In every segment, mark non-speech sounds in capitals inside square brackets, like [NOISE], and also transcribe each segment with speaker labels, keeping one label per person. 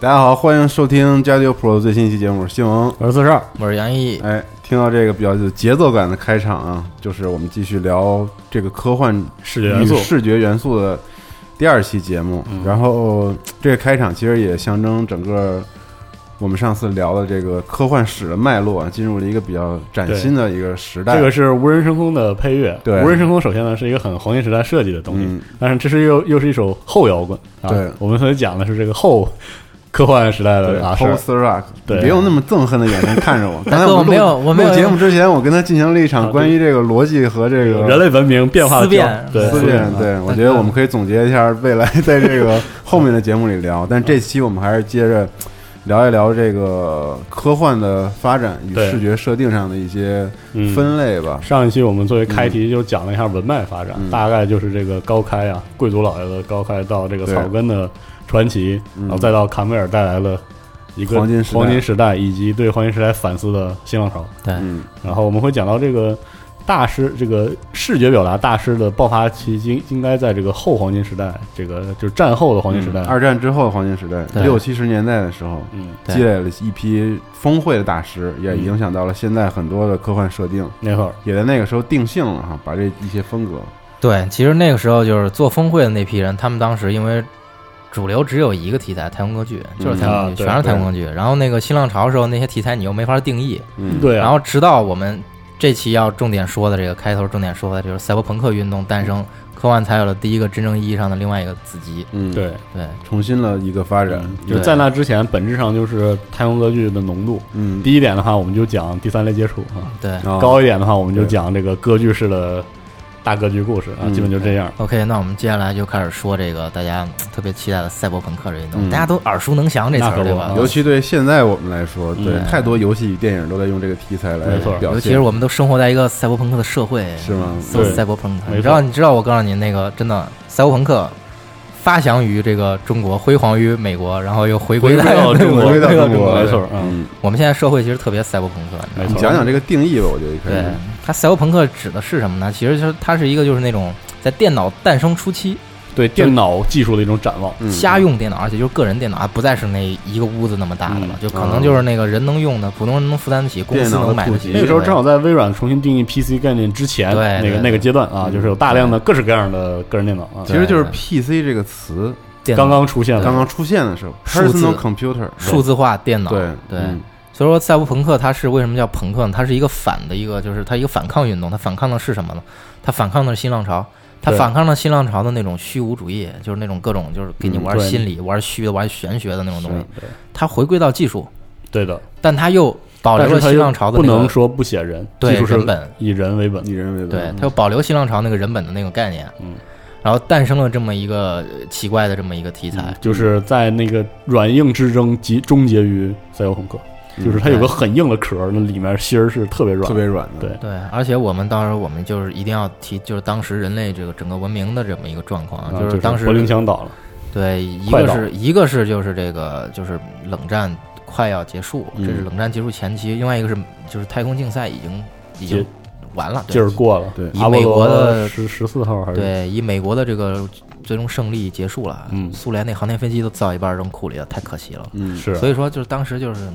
Speaker 1: 大家好，欢迎收听加丢 Pro 最新一期节目，我是新闻。
Speaker 2: 我是四十二，
Speaker 3: 我是杨毅，
Speaker 1: 哎，听到这个比较有节奏感的开场啊，就是我们继续聊这个科幻
Speaker 2: 视觉
Speaker 1: 与
Speaker 2: 元素，嗯
Speaker 1: 视觉元素的第二期节目。然后这个开场其实也象征整个我们上次聊的这个科幻史的脉络啊，进入了一个比较崭新的一个时代。
Speaker 2: 这个是无人深空的配乐。
Speaker 1: 对
Speaker 2: 无人深空首先呢是一个很黄金时代设计的东西，
Speaker 1: 嗯
Speaker 2: 但是这是又又是一首后摇滚。啊、
Speaker 1: 对
Speaker 2: 我们所以讲的是这个后科幻时代
Speaker 1: 对
Speaker 2: 的啊事儿。
Speaker 1: ，Post Rock，
Speaker 2: 对
Speaker 1: 别用那么憎恨的眼神看着
Speaker 2: [LAUGHS]
Speaker 1: 我。刚才
Speaker 3: 哥
Speaker 1: 我们录
Speaker 3: 我没有我没有
Speaker 1: 录节目之前，我跟他进行了一场关于这个逻辑和这个
Speaker 2: 啊人类文明变化的
Speaker 3: 思辨
Speaker 2: 对
Speaker 1: 思
Speaker 2: 辨
Speaker 1: 辨，对，我觉得我们可以总结一下未来 [LAUGHS] 在这个后面的节目里聊，但这期我们还是接着 [LAUGHS] 聊一聊这个科幻的发展与
Speaker 2: 对
Speaker 1: 视觉设定上的一些
Speaker 2: 嗯
Speaker 1: 分嗯类吧。
Speaker 2: 上一期我们作为开题就讲了一下文脉发
Speaker 1: 嗯
Speaker 2: 展，大概就是这个高开啊，贵族老爷的高开到这个
Speaker 1: 对
Speaker 2: 草根的传奇，
Speaker 1: 嗯
Speaker 2: 然后再到坎贝尔带来了一个
Speaker 1: 黄金时代
Speaker 2: 黄金时代，以及对黄金时代反思的新浪潮。
Speaker 3: 对，
Speaker 1: 嗯，
Speaker 2: 然后我们会讲到这个大师，这个视觉表达大师的爆发期，应应该在这个后黄金时代，这个就是战后的黄金时代。
Speaker 1: 嗯二战之后的黄金时代，
Speaker 3: 对
Speaker 1: 六七十年代的时候，
Speaker 2: 嗯，
Speaker 3: 对
Speaker 1: 积累了一批峰会的大师，也影响到了现在很多的科幻设定，
Speaker 2: 那会儿
Speaker 1: 也在那个时候定性了哈，把这一些风格。
Speaker 3: 对，其实那个时候就是做峰会的那批人，他们当时因为主流只有一个题材，太空歌剧，就是太空歌剧，
Speaker 2: 嗯啊对
Speaker 3: 全是太空歌剧。然后那个新浪潮的时候，那些题材你又没法定义。
Speaker 1: 嗯，
Speaker 2: 对啊，
Speaker 3: 然后直到我们这期要重点说的这个开头重点说的就是赛博朋克运动诞生，科幻才有了第一个真正意义上的另外一个子集。
Speaker 1: 嗯，，
Speaker 2: 对，嗯
Speaker 3: 对，
Speaker 1: 重新了一个发展。
Speaker 2: 就是在那之前，本质上就是太空歌剧的浓度。
Speaker 1: 嗯，
Speaker 2: 第一点的话，我们就讲第三类接触啊；
Speaker 3: 对。
Speaker 1: 啊
Speaker 2: 高一点的话，我们就
Speaker 1: 对
Speaker 2: 讲这个歌剧式的大歌剧故事啊，
Speaker 1: 嗯
Speaker 2: 基本就
Speaker 1: [LAUGHS]
Speaker 2: 这样。
Speaker 3: OK，那我们接下来就开始说这个大家嗯特别期待的赛博朋克这运动，
Speaker 1: 嗯
Speaker 3: 大家都耳熟能详这词
Speaker 2: 那可
Speaker 3: 儿，
Speaker 2: 不
Speaker 3: 对吧？
Speaker 1: 尤其对现在我们来说，对
Speaker 2: 嗯
Speaker 1: 太多游戏与电影都在用这个题材来
Speaker 2: 没错
Speaker 1: 表
Speaker 3: 尤
Speaker 1: 现，
Speaker 3: 其是我们都生活在一个赛博朋克的社会，
Speaker 1: 是吗？
Speaker 3: 搜
Speaker 2: 对
Speaker 3: 赛博朋克。
Speaker 2: 没
Speaker 3: 你知道，
Speaker 2: 错
Speaker 3: 你知道，我告诉你，那个真的赛博朋克发祥于这个中国，辉煌于美国，然后又回归
Speaker 2: 回归到
Speaker 3: 美
Speaker 2: 中
Speaker 3: 国
Speaker 2: 国 [LAUGHS]
Speaker 1: 回归到
Speaker 3: 回
Speaker 1: 中国，
Speaker 2: 没错啊
Speaker 1: 嗯，
Speaker 3: [LAUGHS] 我们现在社会其实特别赛博朋克。
Speaker 2: 没
Speaker 1: 你
Speaker 2: 错，
Speaker 1: 讲讲这个定义吧，我觉得一开
Speaker 3: 对
Speaker 1: 始，
Speaker 3: 它赛博朋克指的是什么呢？其实就是它是一个就是那种在电脑诞生初期，
Speaker 2: 对电脑技术的一种展望。
Speaker 1: 嗯
Speaker 3: 家用电脑，而且就是个人电脑，啊，不再是那一个屋子那么大的了，
Speaker 2: 嗯
Speaker 3: 就可能就是那个人能用的，普通人能负担得起，公
Speaker 1: 电
Speaker 3: 司
Speaker 1: 脑的
Speaker 3: 能买
Speaker 1: 普
Speaker 3: 得
Speaker 1: 及
Speaker 3: 起。
Speaker 2: 那个时候正
Speaker 3: 对
Speaker 2: 好在微软重新定义 PC 概念之前，
Speaker 3: 对
Speaker 2: 那
Speaker 3: 对
Speaker 2: 个那个阶段啊，
Speaker 1: 嗯
Speaker 2: 就是有大量的各式各样的个人电脑啊
Speaker 1: 其，实就是
Speaker 3: 对
Speaker 1: PC 这个词
Speaker 3: 电脑
Speaker 2: 刚刚出现
Speaker 1: 刚
Speaker 2: 了。
Speaker 1: 刚出现的时候
Speaker 3: 数字
Speaker 1: ，personal computer，
Speaker 3: 数字化电脑，
Speaker 1: 对
Speaker 3: 对。
Speaker 1: 嗯
Speaker 3: 所以说，赛博朋克它是为什么叫朋克呢？它是一个反的一个，就是它一个反抗运动，它反抗的是什么呢？它反抗的是新浪潮，它
Speaker 2: 对
Speaker 3: 反抗了新浪潮的那种虚无主义，就是那种各种就是给你
Speaker 1: 嗯
Speaker 3: 玩
Speaker 2: 对
Speaker 3: 心理、玩虚的、玩玄学的那种东西
Speaker 1: 是。
Speaker 2: 对
Speaker 3: 它回归到技术，
Speaker 2: 对的，
Speaker 3: 但它又保留
Speaker 2: 但是
Speaker 3: 了
Speaker 2: 它
Speaker 3: 新浪潮的
Speaker 2: 不
Speaker 3: 那
Speaker 2: 能
Speaker 3: 个，
Speaker 2: 说不写人，
Speaker 3: 对
Speaker 2: 技术
Speaker 3: 人
Speaker 2: 是
Speaker 3: 本
Speaker 2: 以人为本
Speaker 1: 以人为
Speaker 3: 对
Speaker 1: 本，，
Speaker 3: 它又保留新浪潮那个人本的那个概念，
Speaker 2: 嗯，
Speaker 3: 然后诞生了这么一个呃奇怪的这么一个题材，
Speaker 2: 就是在那个软硬之争集终结于赛博朋克，
Speaker 1: 嗯
Speaker 2: 就是它有个很硬的壳，那里面芯儿是特别软
Speaker 1: 特，别软的，
Speaker 2: 对
Speaker 3: 对，而且我们到时候我们就是一定要提，就是当时人类这个整个文明的这么一个状况，
Speaker 2: 啊
Speaker 3: 就是是当时
Speaker 2: 柏林墙倒了，
Speaker 3: 对，一
Speaker 2: 快
Speaker 3: 个
Speaker 2: 到
Speaker 3: 是一个是就是这个就是冷战快要结束，这是
Speaker 1: 嗯
Speaker 3: 冷战结束前期；另外一个是就是太空竞赛已经已
Speaker 2: 结
Speaker 3: 经完了，对
Speaker 2: 劲儿过了，
Speaker 1: 对
Speaker 2: 阿波
Speaker 3: 以美国的
Speaker 2: 罗十十四号还是
Speaker 3: 对，以美国的这个最终胜利结束了。
Speaker 2: 嗯
Speaker 3: 苏联那航天飞机都造一半扔库里了，太可惜了。
Speaker 1: 嗯，
Speaker 2: 是啊
Speaker 3: 所以说，就是当时就是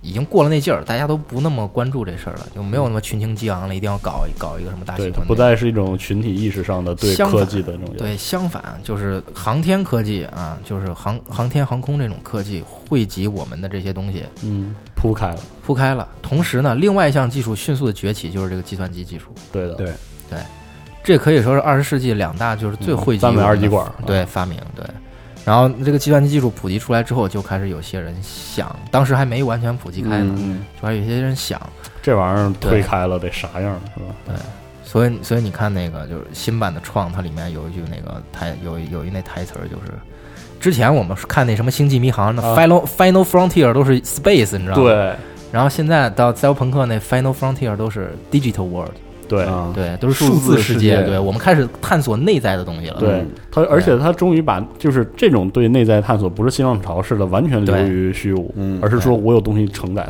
Speaker 3: 已经过了那劲儿，大家都不那么关注这事儿了，就没有那么群情激昂了，一定要搞搞一个什么大
Speaker 2: 对，
Speaker 3: 新
Speaker 2: 它
Speaker 3: 闻。
Speaker 2: 不再是一种群体意识上的对
Speaker 3: 相
Speaker 2: 科
Speaker 3: 反
Speaker 2: 技的这种，
Speaker 3: 对，相反就是航天科技啊，就是航航天航空这种科技汇集我们的这些东西
Speaker 2: 嗯，铺开了，
Speaker 3: 铺开了。同时呢，另外一项技术迅速的崛起就是这个计算机技术，
Speaker 2: 对的，
Speaker 1: 对
Speaker 3: 这可以说是二十世纪两大就是最
Speaker 2: 嗯
Speaker 3: 汇集
Speaker 2: 三维
Speaker 3: 我们
Speaker 2: 二极
Speaker 3: 的
Speaker 2: 管儿
Speaker 3: 对发明对。然后这个计算机技术普及出来之后，就开始有些人想，当时还没完全普及开呢，
Speaker 2: 嗯，
Speaker 3: 就还有些人想，
Speaker 2: 这玩意儿
Speaker 3: 对
Speaker 2: 推开了得啥样是吧？
Speaker 3: 所以，所以你看那个就是新版的《创》，它里面有一句那个台有有一那台词儿，就是之前我们看那什么《星际迷航》那
Speaker 2: 啊
Speaker 3: Final、Final Frontier 都是 Space，你知道吗？。
Speaker 2: 对
Speaker 3: 然后现在到赛博朋克那 Final Frontier 都是 Digital World，
Speaker 2: 对
Speaker 1: 啊，
Speaker 3: 对，都是
Speaker 1: 数字
Speaker 3: 字
Speaker 1: 世
Speaker 3: 界。
Speaker 1: 界
Speaker 3: 对我们开始探索内在的东西了。
Speaker 2: 对它，而且它终于把就是这种对内在探索，不是新浪潮式的完全流
Speaker 3: 对
Speaker 2: 于虚无，
Speaker 1: 嗯
Speaker 2: 而是说我有东西承载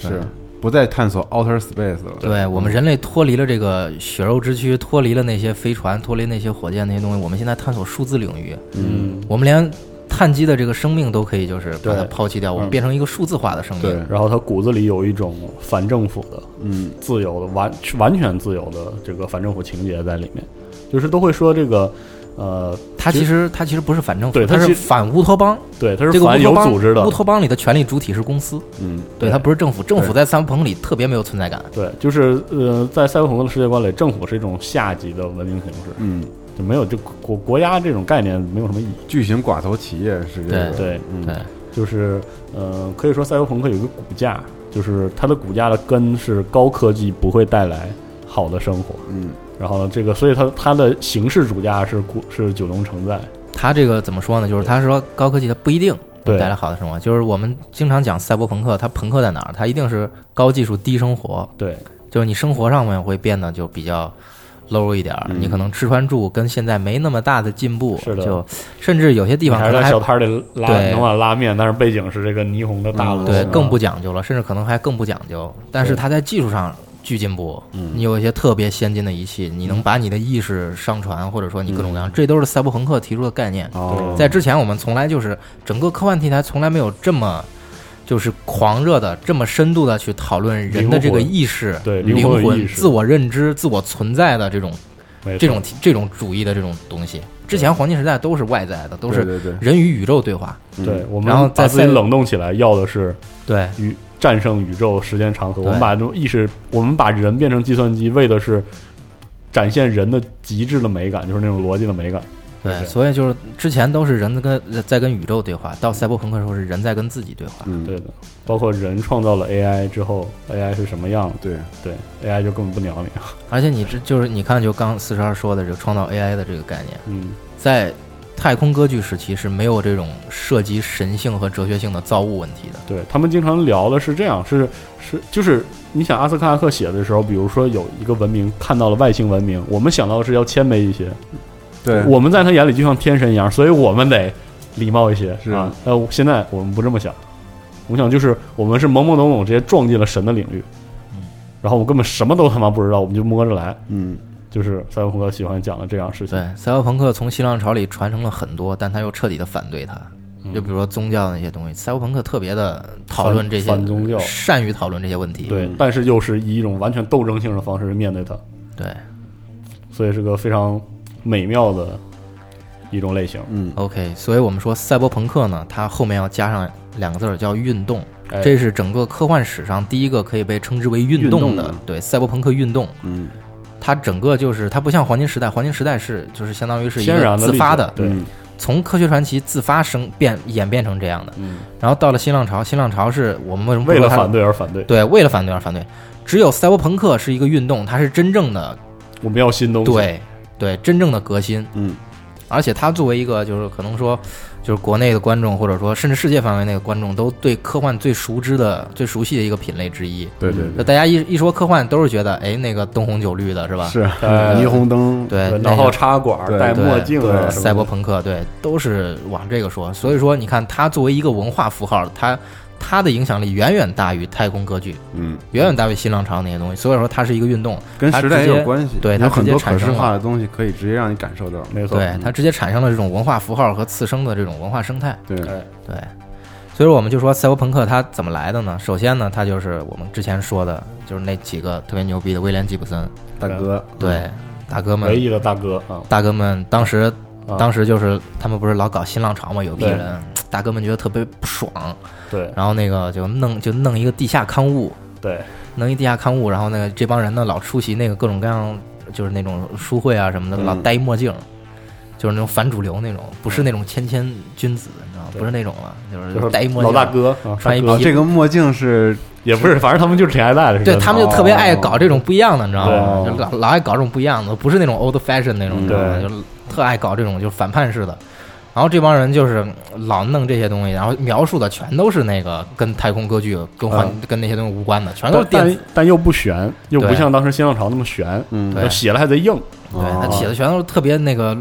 Speaker 2: 它。
Speaker 1: 是不再探索 outer space 了。
Speaker 3: 对我们人类脱离了这个血肉之躯，脱离了那些飞船，脱离那些火箭那些东西，我们现在探索数字领域。
Speaker 2: 嗯，
Speaker 3: 我们连碳基的这个生命都可以就是把它
Speaker 2: 对
Speaker 3: 抛弃掉，我们
Speaker 2: 嗯
Speaker 3: 变成一个数字化的生命。
Speaker 1: 对
Speaker 2: 然后他骨子里有一种反政府的、
Speaker 1: 嗯
Speaker 2: 自由的、完完全自由的这个反政府情节在里面，就是都会说这个，呃，
Speaker 3: 它其实它其实不是反政府，
Speaker 2: 对
Speaker 3: 它
Speaker 2: 它
Speaker 3: 是
Speaker 2: 其
Speaker 3: 反乌托邦。
Speaker 2: 对，它
Speaker 3: 这
Speaker 2: 是
Speaker 3: 个乌
Speaker 2: 反有
Speaker 3: 托邦
Speaker 2: 组织的
Speaker 3: 乌，托邦里的权力主体是公司，
Speaker 1: 嗯，
Speaker 3: 对，
Speaker 2: 对
Speaker 3: 它不是政府。政府在三鹏里特别没有存在感。
Speaker 2: 对，就是呃，在赛博朋克的世界观里，政府是一种下级的文明形式，
Speaker 1: 嗯，
Speaker 2: 就没有就国国家这种概念没有什么意义。
Speaker 1: 巨型寡头企业是这个，
Speaker 3: 对
Speaker 2: 对，
Speaker 1: 嗯
Speaker 3: 对，
Speaker 2: 就是呃，可以说赛博朋克有一个骨架，就是它的骨架的根是高科技不会带来好的生活。
Speaker 1: 嗯
Speaker 2: 然后这个，所以它它的形式主架是古是九龙城寨，
Speaker 3: 它这个怎么说呢？就是他说高科技它不一定
Speaker 2: 对
Speaker 3: 带来好的生活，就是我们经常讲赛博朋克，它朋克在哪儿？它一定是高技术低生活，
Speaker 2: 对
Speaker 3: 就是你生活上面会变得就比较 low 一点儿，
Speaker 1: 嗯
Speaker 3: 你可能吃穿住跟现在没那么大的进步，
Speaker 2: 是的
Speaker 3: 就甚至有些地
Speaker 2: 你
Speaker 3: 方
Speaker 2: 还
Speaker 3: 可
Speaker 2: 是
Speaker 3: 能
Speaker 2: 在
Speaker 3: 还
Speaker 2: 小摊儿里拉
Speaker 3: 对嗯
Speaker 2: 弄碗拉面，但是背景是这个霓虹的大楼，
Speaker 3: 对，
Speaker 2: 啊
Speaker 3: 更不讲究了，甚至可能还更不讲究。但是
Speaker 2: 对
Speaker 3: 它在技术上巨进步，
Speaker 1: 嗯
Speaker 3: 你有一些特别先进的仪器，你
Speaker 2: 嗯
Speaker 3: 能把你的意识上传，或者说你各种各样，这都是赛博朋克提出的概念。
Speaker 1: 哦，
Speaker 3: 在之前，我们从来就是整个科幻题材从来没有这么。就是狂热的、这么深度的去讨论人的这个
Speaker 2: 灵魂
Speaker 3: 意识、
Speaker 2: 对
Speaker 3: 灵
Speaker 2: 灵魂意识
Speaker 3: 自我认知、自我存在的这种、
Speaker 2: 没错
Speaker 3: 这种这种主义的这种东西。之前黄金时代都是外在的，都是
Speaker 1: 对对
Speaker 3: 人与宇宙对话。
Speaker 1: 对
Speaker 2: 对，我
Speaker 3: 嗯
Speaker 2: 们
Speaker 3: 然后
Speaker 2: 把
Speaker 3: 在
Speaker 2: 自己
Speaker 3: 赛
Speaker 2: 冷冻起来，要的是
Speaker 3: 对，
Speaker 2: 宇战胜宇宙时间长河。
Speaker 3: 对
Speaker 2: 我们把这种意识，我们把人变成计算机，为的是展现人的极致的美感，就是那种逻辑的美感。
Speaker 3: 对，
Speaker 2: 对
Speaker 3: 所以就是之前都是人跟在跟宇宙对话，到赛博朋克的时候是人在跟自己对话。
Speaker 1: 嗯
Speaker 2: 对的，包括人创造了 AI 之后，AI 是什么样？
Speaker 1: 对，
Speaker 2: 对，AI 就根本不鸟你。
Speaker 1: [LAUGHS]
Speaker 3: 而且你这就是你看，就刚四十二说的这个创造 AI 的这个概念，
Speaker 2: 嗯，
Speaker 3: 在太空歌剧时期是没有这种涉及神性和哲学性的造物问题的。
Speaker 2: 对他们经常聊的是这样，是是就是你想阿斯卡克写的时候，比如说有一个文明看到了外星文明，我们想到的是要谦卑一些，
Speaker 1: 对，
Speaker 2: 我们在他眼里就像天神一样，所以我们得礼貌一些，
Speaker 1: 是
Speaker 2: 啊。呃，现在我们不这么想，我们想就是我们是懵懵懂懂直接撞进了神的领域，然后我们根本什么都他妈不知道，我们就摸着来，
Speaker 1: 嗯
Speaker 2: 就是赛博朋克喜欢讲的这样的事情。
Speaker 3: 对，赛博朋克从新浪潮里传承了很多，但他又彻底的反对它。
Speaker 2: 嗯
Speaker 3: 就比如说宗教的那些东西，赛博朋克特别的讨论这些
Speaker 2: 反反宗教
Speaker 3: 善于讨论这些问题。
Speaker 2: 对，但是又是以一种完全斗争性的方式面对它，
Speaker 3: 对
Speaker 2: 所以是个非常美妙的一种类型。
Speaker 1: 嗯，
Speaker 3: OK，所以我们说赛博朋克呢，它后面要加上两个字儿叫运动，
Speaker 2: 哎
Speaker 3: 这是整个科幻史上第一个可以被称之为运动
Speaker 1: 运动
Speaker 3: 的
Speaker 1: 的，
Speaker 3: 对赛博朋克运动。
Speaker 1: 嗯，
Speaker 3: 它整个就是它不像黄金时代，黄金时代是就是相当于是一
Speaker 2: 天
Speaker 3: 个
Speaker 2: 然
Speaker 3: 自发的
Speaker 2: 的，历史，对，
Speaker 3: 从科学传奇自发生变演变成这样的。
Speaker 2: 嗯，
Speaker 3: 然后到了新浪潮，新浪潮是我们为什么不
Speaker 2: 为
Speaker 3: 说
Speaker 2: 了
Speaker 3: 它
Speaker 2: 反对而反对，
Speaker 3: 对为了反对而反对，只有赛博朋克是一个运动，它是真正的
Speaker 2: 我们要新东西，
Speaker 3: 对对真正的革新。
Speaker 1: 嗯，
Speaker 3: 而且它作为一个就是可能说，就是国内的观众，或者说甚至世界范围内的观众，都对科幻最熟知的、最熟悉的一个品类之一。
Speaker 1: 对对
Speaker 3: 就
Speaker 1: 对，
Speaker 3: 大家一一说科幻，都是觉得哎，那个灯红酒绿的是吧？
Speaker 1: [LAUGHS] 是
Speaker 2: 呃
Speaker 1: 霓虹灯，
Speaker 3: 对，那
Speaker 2: 然后
Speaker 3: 个
Speaker 2: 插管儿、
Speaker 1: 对
Speaker 2: 戴
Speaker 3: 对
Speaker 2: 墨镜啊，
Speaker 1: 对
Speaker 2: 什么的
Speaker 3: 赛博朋克，对，都是往这个说。所以说，你看它作为一个文化符号，它它的影响力远远大于太空歌剧，
Speaker 1: 嗯，
Speaker 3: 远远大于新浪潮那些东西。所以说，它是一个运动，
Speaker 1: 跟时
Speaker 3: 它直
Speaker 1: 代也
Speaker 3: 接
Speaker 1: 有关系，
Speaker 3: 对它
Speaker 1: 有
Speaker 3: 直
Speaker 1: 很
Speaker 3: 接
Speaker 1: 多
Speaker 3: 产
Speaker 1: 可视
Speaker 3: 生了
Speaker 1: 化的东西可以直接让你感受到，
Speaker 2: 没错，嗯
Speaker 3: 对它直接产生了这种文化符号和次生的这种文化生态。
Speaker 1: 对，
Speaker 2: 哎，
Speaker 3: 对，所以说我们就说赛博朋克它怎么来的呢？首先呢，它就是我们之前说的，就是那几个特别牛逼的威廉吉普森，
Speaker 1: 大哥，
Speaker 2: 嗯
Speaker 3: 对，大哥
Speaker 2: 唯
Speaker 3: 们，
Speaker 2: 一的大哥啊，
Speaker 3: 大哥们当时
Speaker 2: 啊
Speaker 3: 当时就是他们不是老搞新浪潮嘛，有批
Speaker 2: 对
Speaker 3: 人，大哥们觉得特别不爽，
Speaker 2: 对
Speaker 3: 然后那个就弄就弄一个地下刊物，
Speaker 2: 对
Speaker 3: 弄一地下刊物，然后那个这帮人呢老出席那个各种各样就是那种书会啊什么的，
Speaker 1: 嗯
Speaker 3: 老戴一墨镜，就是那种反主流那种，不是那种谦谦君子，你知道吗？
Speaker 2: 嗯对
Speaker 3: 不是那种了，就是
Speaker 2: 就是
Speaker 3: 嗯戴一墨
Speaker 2: 老
Speaker 3: 镜，
Speaker 2: 大哥啊，
Speaker 3: 穿一
Speaker 2: 大
Speaker 1: 哦
Speaker 2: 哥，
Speaker 1: 这个墨镜是
Speaker 2: 也不是，反正他们就是挺爱戴的，是
Speaker 3: 对
Speaker 2: 真的
Speaker 3: 他们就特别爱搞这种不一样的，你知道吗？
Speaker 1: 哦
Speaker 3: 就老老爱搞这种不一样的，不是那种 old fashion 那种，
Speaker 1: 嗯
Speaker 3: 你知道吗？
Speaker 2: 对
Speaker 3: 就特爱搞这种就是反叛式的。然后这帮人就是老弄这些东西，然后描述的全都是那个跟太空歌剧、跟环、跟那些东西无关的，全都是
Speaker 2: 嗯啊但
Speaker 3: 电子
Speaker 2: 但但又不悬，又不
Speaker 3: 对
Speaker 2: 像当时新浪潮那么悬，
Speaker 1: 嗯，
Speaker 3: 对
Speaker 2: 写了还得硬，
Speaker 3: 对他
Speaker 1: 哦
Speaker 3: 写的全都是特别那个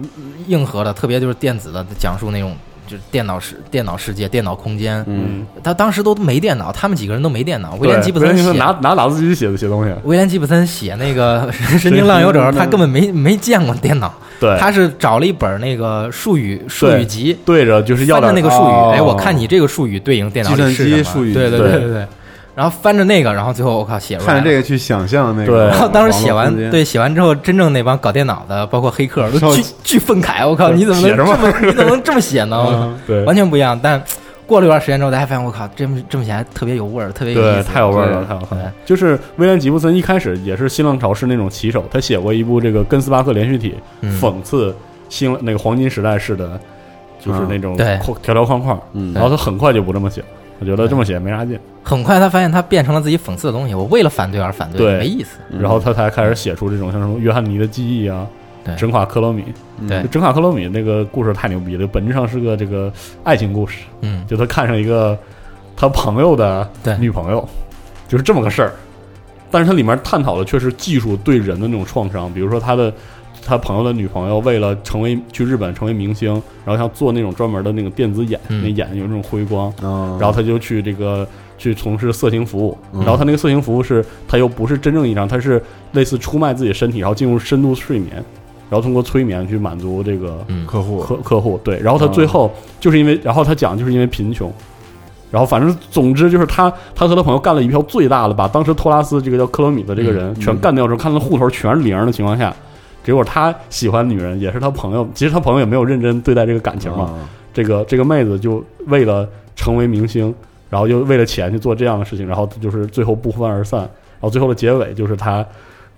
Speaker 3: 硬核的，特别就是电子的，讲述那种就是电脑世电脑世界、电脑空间。
Speaker 1: 嗯，
Speaker 3: 他当时都没电脑，他们几个人都没电脑。威
Speaker 2: 对
Speaker 3: 廉吉普森
Speaker 2: 不是你说
Speaker 3: 写
Speaker 2: 拿拿打字机写的写东西，
Speaker 3: 威廉吉普森写那个《神经浪游者》，他根本没没见过电脑，
Speaker 2: 对，
Speaker 3: 他是找了一本那个术语术语集，
Speaker 2: 对着就是要
Speaker 3: 翻着
Speaker 2: 点
Speaker 3: 那个术语，
Speaker 1: 哦
Speaker 3: 哎，我看你这个术语对应电脑里
Speaker 1: 计
Speaker 3: 是
Speaker 1: 算机
Speaker 3: 什
Speaker 1: 术
Speaker 3: 么？
Speaker 1: 语
Speaker 3: 对对
Speaker 2: 对
Speaker 3: 对对对。然后翻着那个，然后最后我靠写出来了
Speaker 1: 看着这个去想象那
Speaker 2: 对
Speaker 1: 个网络空间，
Speaker 3: 然后 [LAUGHS] 当时写完，对，写完之后，真正那帮搞电脑的，包括黑客，
Speaker 1: 超
Speaker 3: 都巨巨愤慨。我靠，
Speaker 2: 对
Speaker 3: 你怎么
Speaker 2: 写
Speaker 3: 能
Speaker 2: 什
Speaker 3: 这
Speaker 2: 么
Speaker 3: 么你怎么能这么写呢？我靠
Speaker 2: 嗯对
Speaker 3: 完全不一样。但过了一段时间之后，大家发现，我靠，这么这么写还特别有味儿，特别有意
Speaker 2: 对，
Speaker 3: 思，
Speaker 2: 太有味儿了，
Speaker 1: 对
Speaker 2: 太有味儿了。就是威廉吉布森一开始也是新浪潮是那种旗手，他写过一部这个跟斯巴克连续体，
Speaker 3: 嗯
Speaker 2: 讽刺新那个黄金时代式的，就是那种
Speaker 3: 嗯对
Speaker 2: 框条条框框。
Speaker 1: 嗯
Speaker 2: 然后他很快就不这么写了，我觉得这么写没啥劲，
Speaker 3: 很快，他发现他变成了自己讽刺的东西。我为了反对而反
Speaker 2: 对
Speaker 3: 没意思。
Speaker 1: 嗯
Speaker 2: 然后他才开始写出这种像什么约翰尼的记忆啊
Speaker 3: 对。
Speaker 2: 整垮克罗米，
Speaker 3: 对
Speaker 2: 就整垮克罗米那个故事太牛逼了，本质上是个这个爱情故事，
Speaker 3: 嗯，
Speaker 2: 就他看上一个他朋友的
Speaker 3: 对
Speaker 2: 女朋友，就是这么个事儿。但是它里面探讨的却是技术对人的那种创伤，比如说他的他朋友的女朋友为了成为去日本成为明星，然后想做那种专门的那个电子眼，
Speaker 3: 嗯
Speaker 2: 那眼有那种辉光，
Speaker 1: 嗯，
Speaker 2: 然后他就去这个去从事色情服务，
Speaker 1: 嗯
Speaker 2: 然后他那个色情服务是他又不是真正意义上，他是类似出卖自己身体，然后进入深度睡眠，然后通过催眠去满足这个
Speaker 3: 嗯
Speaker 1: 客户嗯
Speaker 2: 客客户对，然后他最后就是因为，然后他讲就是因为贫穷，然后反正总之就是他他和他朋友干了一票最大的，把当时托拉斯这个叫克罗米的这个人
Speaker 1: 嗯
Speaker 2: 全干掉之后，看他户头全是零的情况下，结果他喜欢女人也是他朋友，其实他朋友也没有认真对待这个感情嘛，
Speaker 1: 啊
Speaker 2: 这个这个妹子就为了成为明星，然后又为了钱去做这样的事情，然后就是最后不欢而散，然后最后的结尾就是他。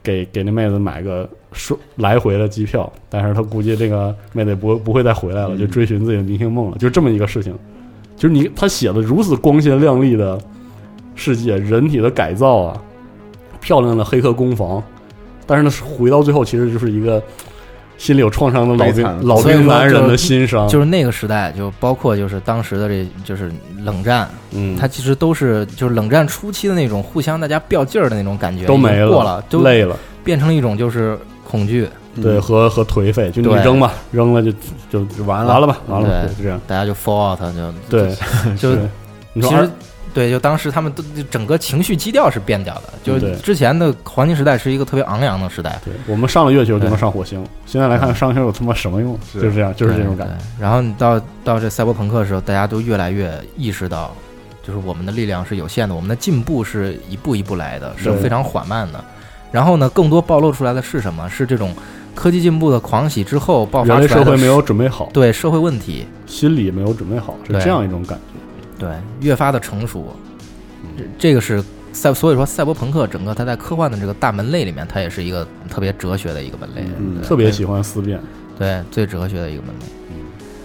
Speaker 2: 给给那妹子买个说来回的机票，但是他估计这个妹子也不不会再回来了，
Speaker 1: 嗯
Speaker 2: 就追寻自己的明星梦了，就这么一个事情。就是你他写的如此光鲜亮丽的世界，人体的改造啊，漂亮的黑客攻防，但是呢，回到最后其实就是一个心里有创伤的老
Speaker 1: 悲惨
Speaker 2: 兵老
Speaker 3: 所以说
Speaker 2: 兵男人
Speaker 3: 就
Speaker 2: 的心伤，
Speaker 3: 就是那个时代，就包括就是当时的这就是冷战，
Speaker 2: 嗯，
Speaker 3: 它其实都是就是冷战初期的那种互相大家较劲儿的那种感觉
Speaker 2: 都没
Speaker 3: 已经过了，都
Speaker 2: 累了，
Speaker 3: 变成了一种就是恐惧，
Speaker 2: 对，
Speaker 1: 嗯
Speaker 2: 和和颓废，就你
Speaker 3: 对
Speaker 2: 扔吧，扔了就就
Speaker 1: 就完
Speaker 2: 完
Speaker 1: 了
Speaker 2: 了吧，完了，
Speaker 3: 对
Speaker 2: 就这样，
Speaker 3: 大家就 fall out 就
Speaker 2: 对， [LAUGHS]
Speaker 3: 就是
Speaker 2: 你说啊
Speaker 3: 其
Speaker 2: 二
Speaker 3: 实对，就当时他们都就整个情绪基调是变掉的，就
Speaker 2: 嗯对
Speaker 3: 是之前的黄金时代是一个特别昂扬的时代，
Speaker 2: 对我们上了月球就能
Speaker 3: 对嗯
Speaker 2: 上火星，现在来看上星有他妈什么用？
Speaker 1: 是
Speaker 2: 就是这样，就是这种
Speaker 3: 对
Speaker 2: 感觉。。
Speaker 3: 对然后你到到这赛博朋克的时候，大家都越来越意识到，就是我们的力量是有限的，我们的进步是一步一步来的，是
Speaker 2: 对
Speaker 3: 非常缓慢的。然后呢，更多暴露出来的是什么？是这种科技进步的狂喜之后爆发
Speaker 2: 人
Speaker 3: 出
Speaker 2: 类
Speaker 3: 来的
Speaker 2: 社会没有准备好，
Speaker 3: 对社会问题，
Speaker 2: 心理没有准备好，是
Speaker 3: 对
Speaker 2: 这样一种感觉。
Speaker 3: 对越发的成熟。这这个是赛，所以说赛博朋克整个它在科幻的这个大门类里面，它也是一个特别哲学的一个门类。
Speaker 1: 嗯
Speaker 2: 特别喜欢思辨，
Speaker 3: 对，最哲学的一个门类。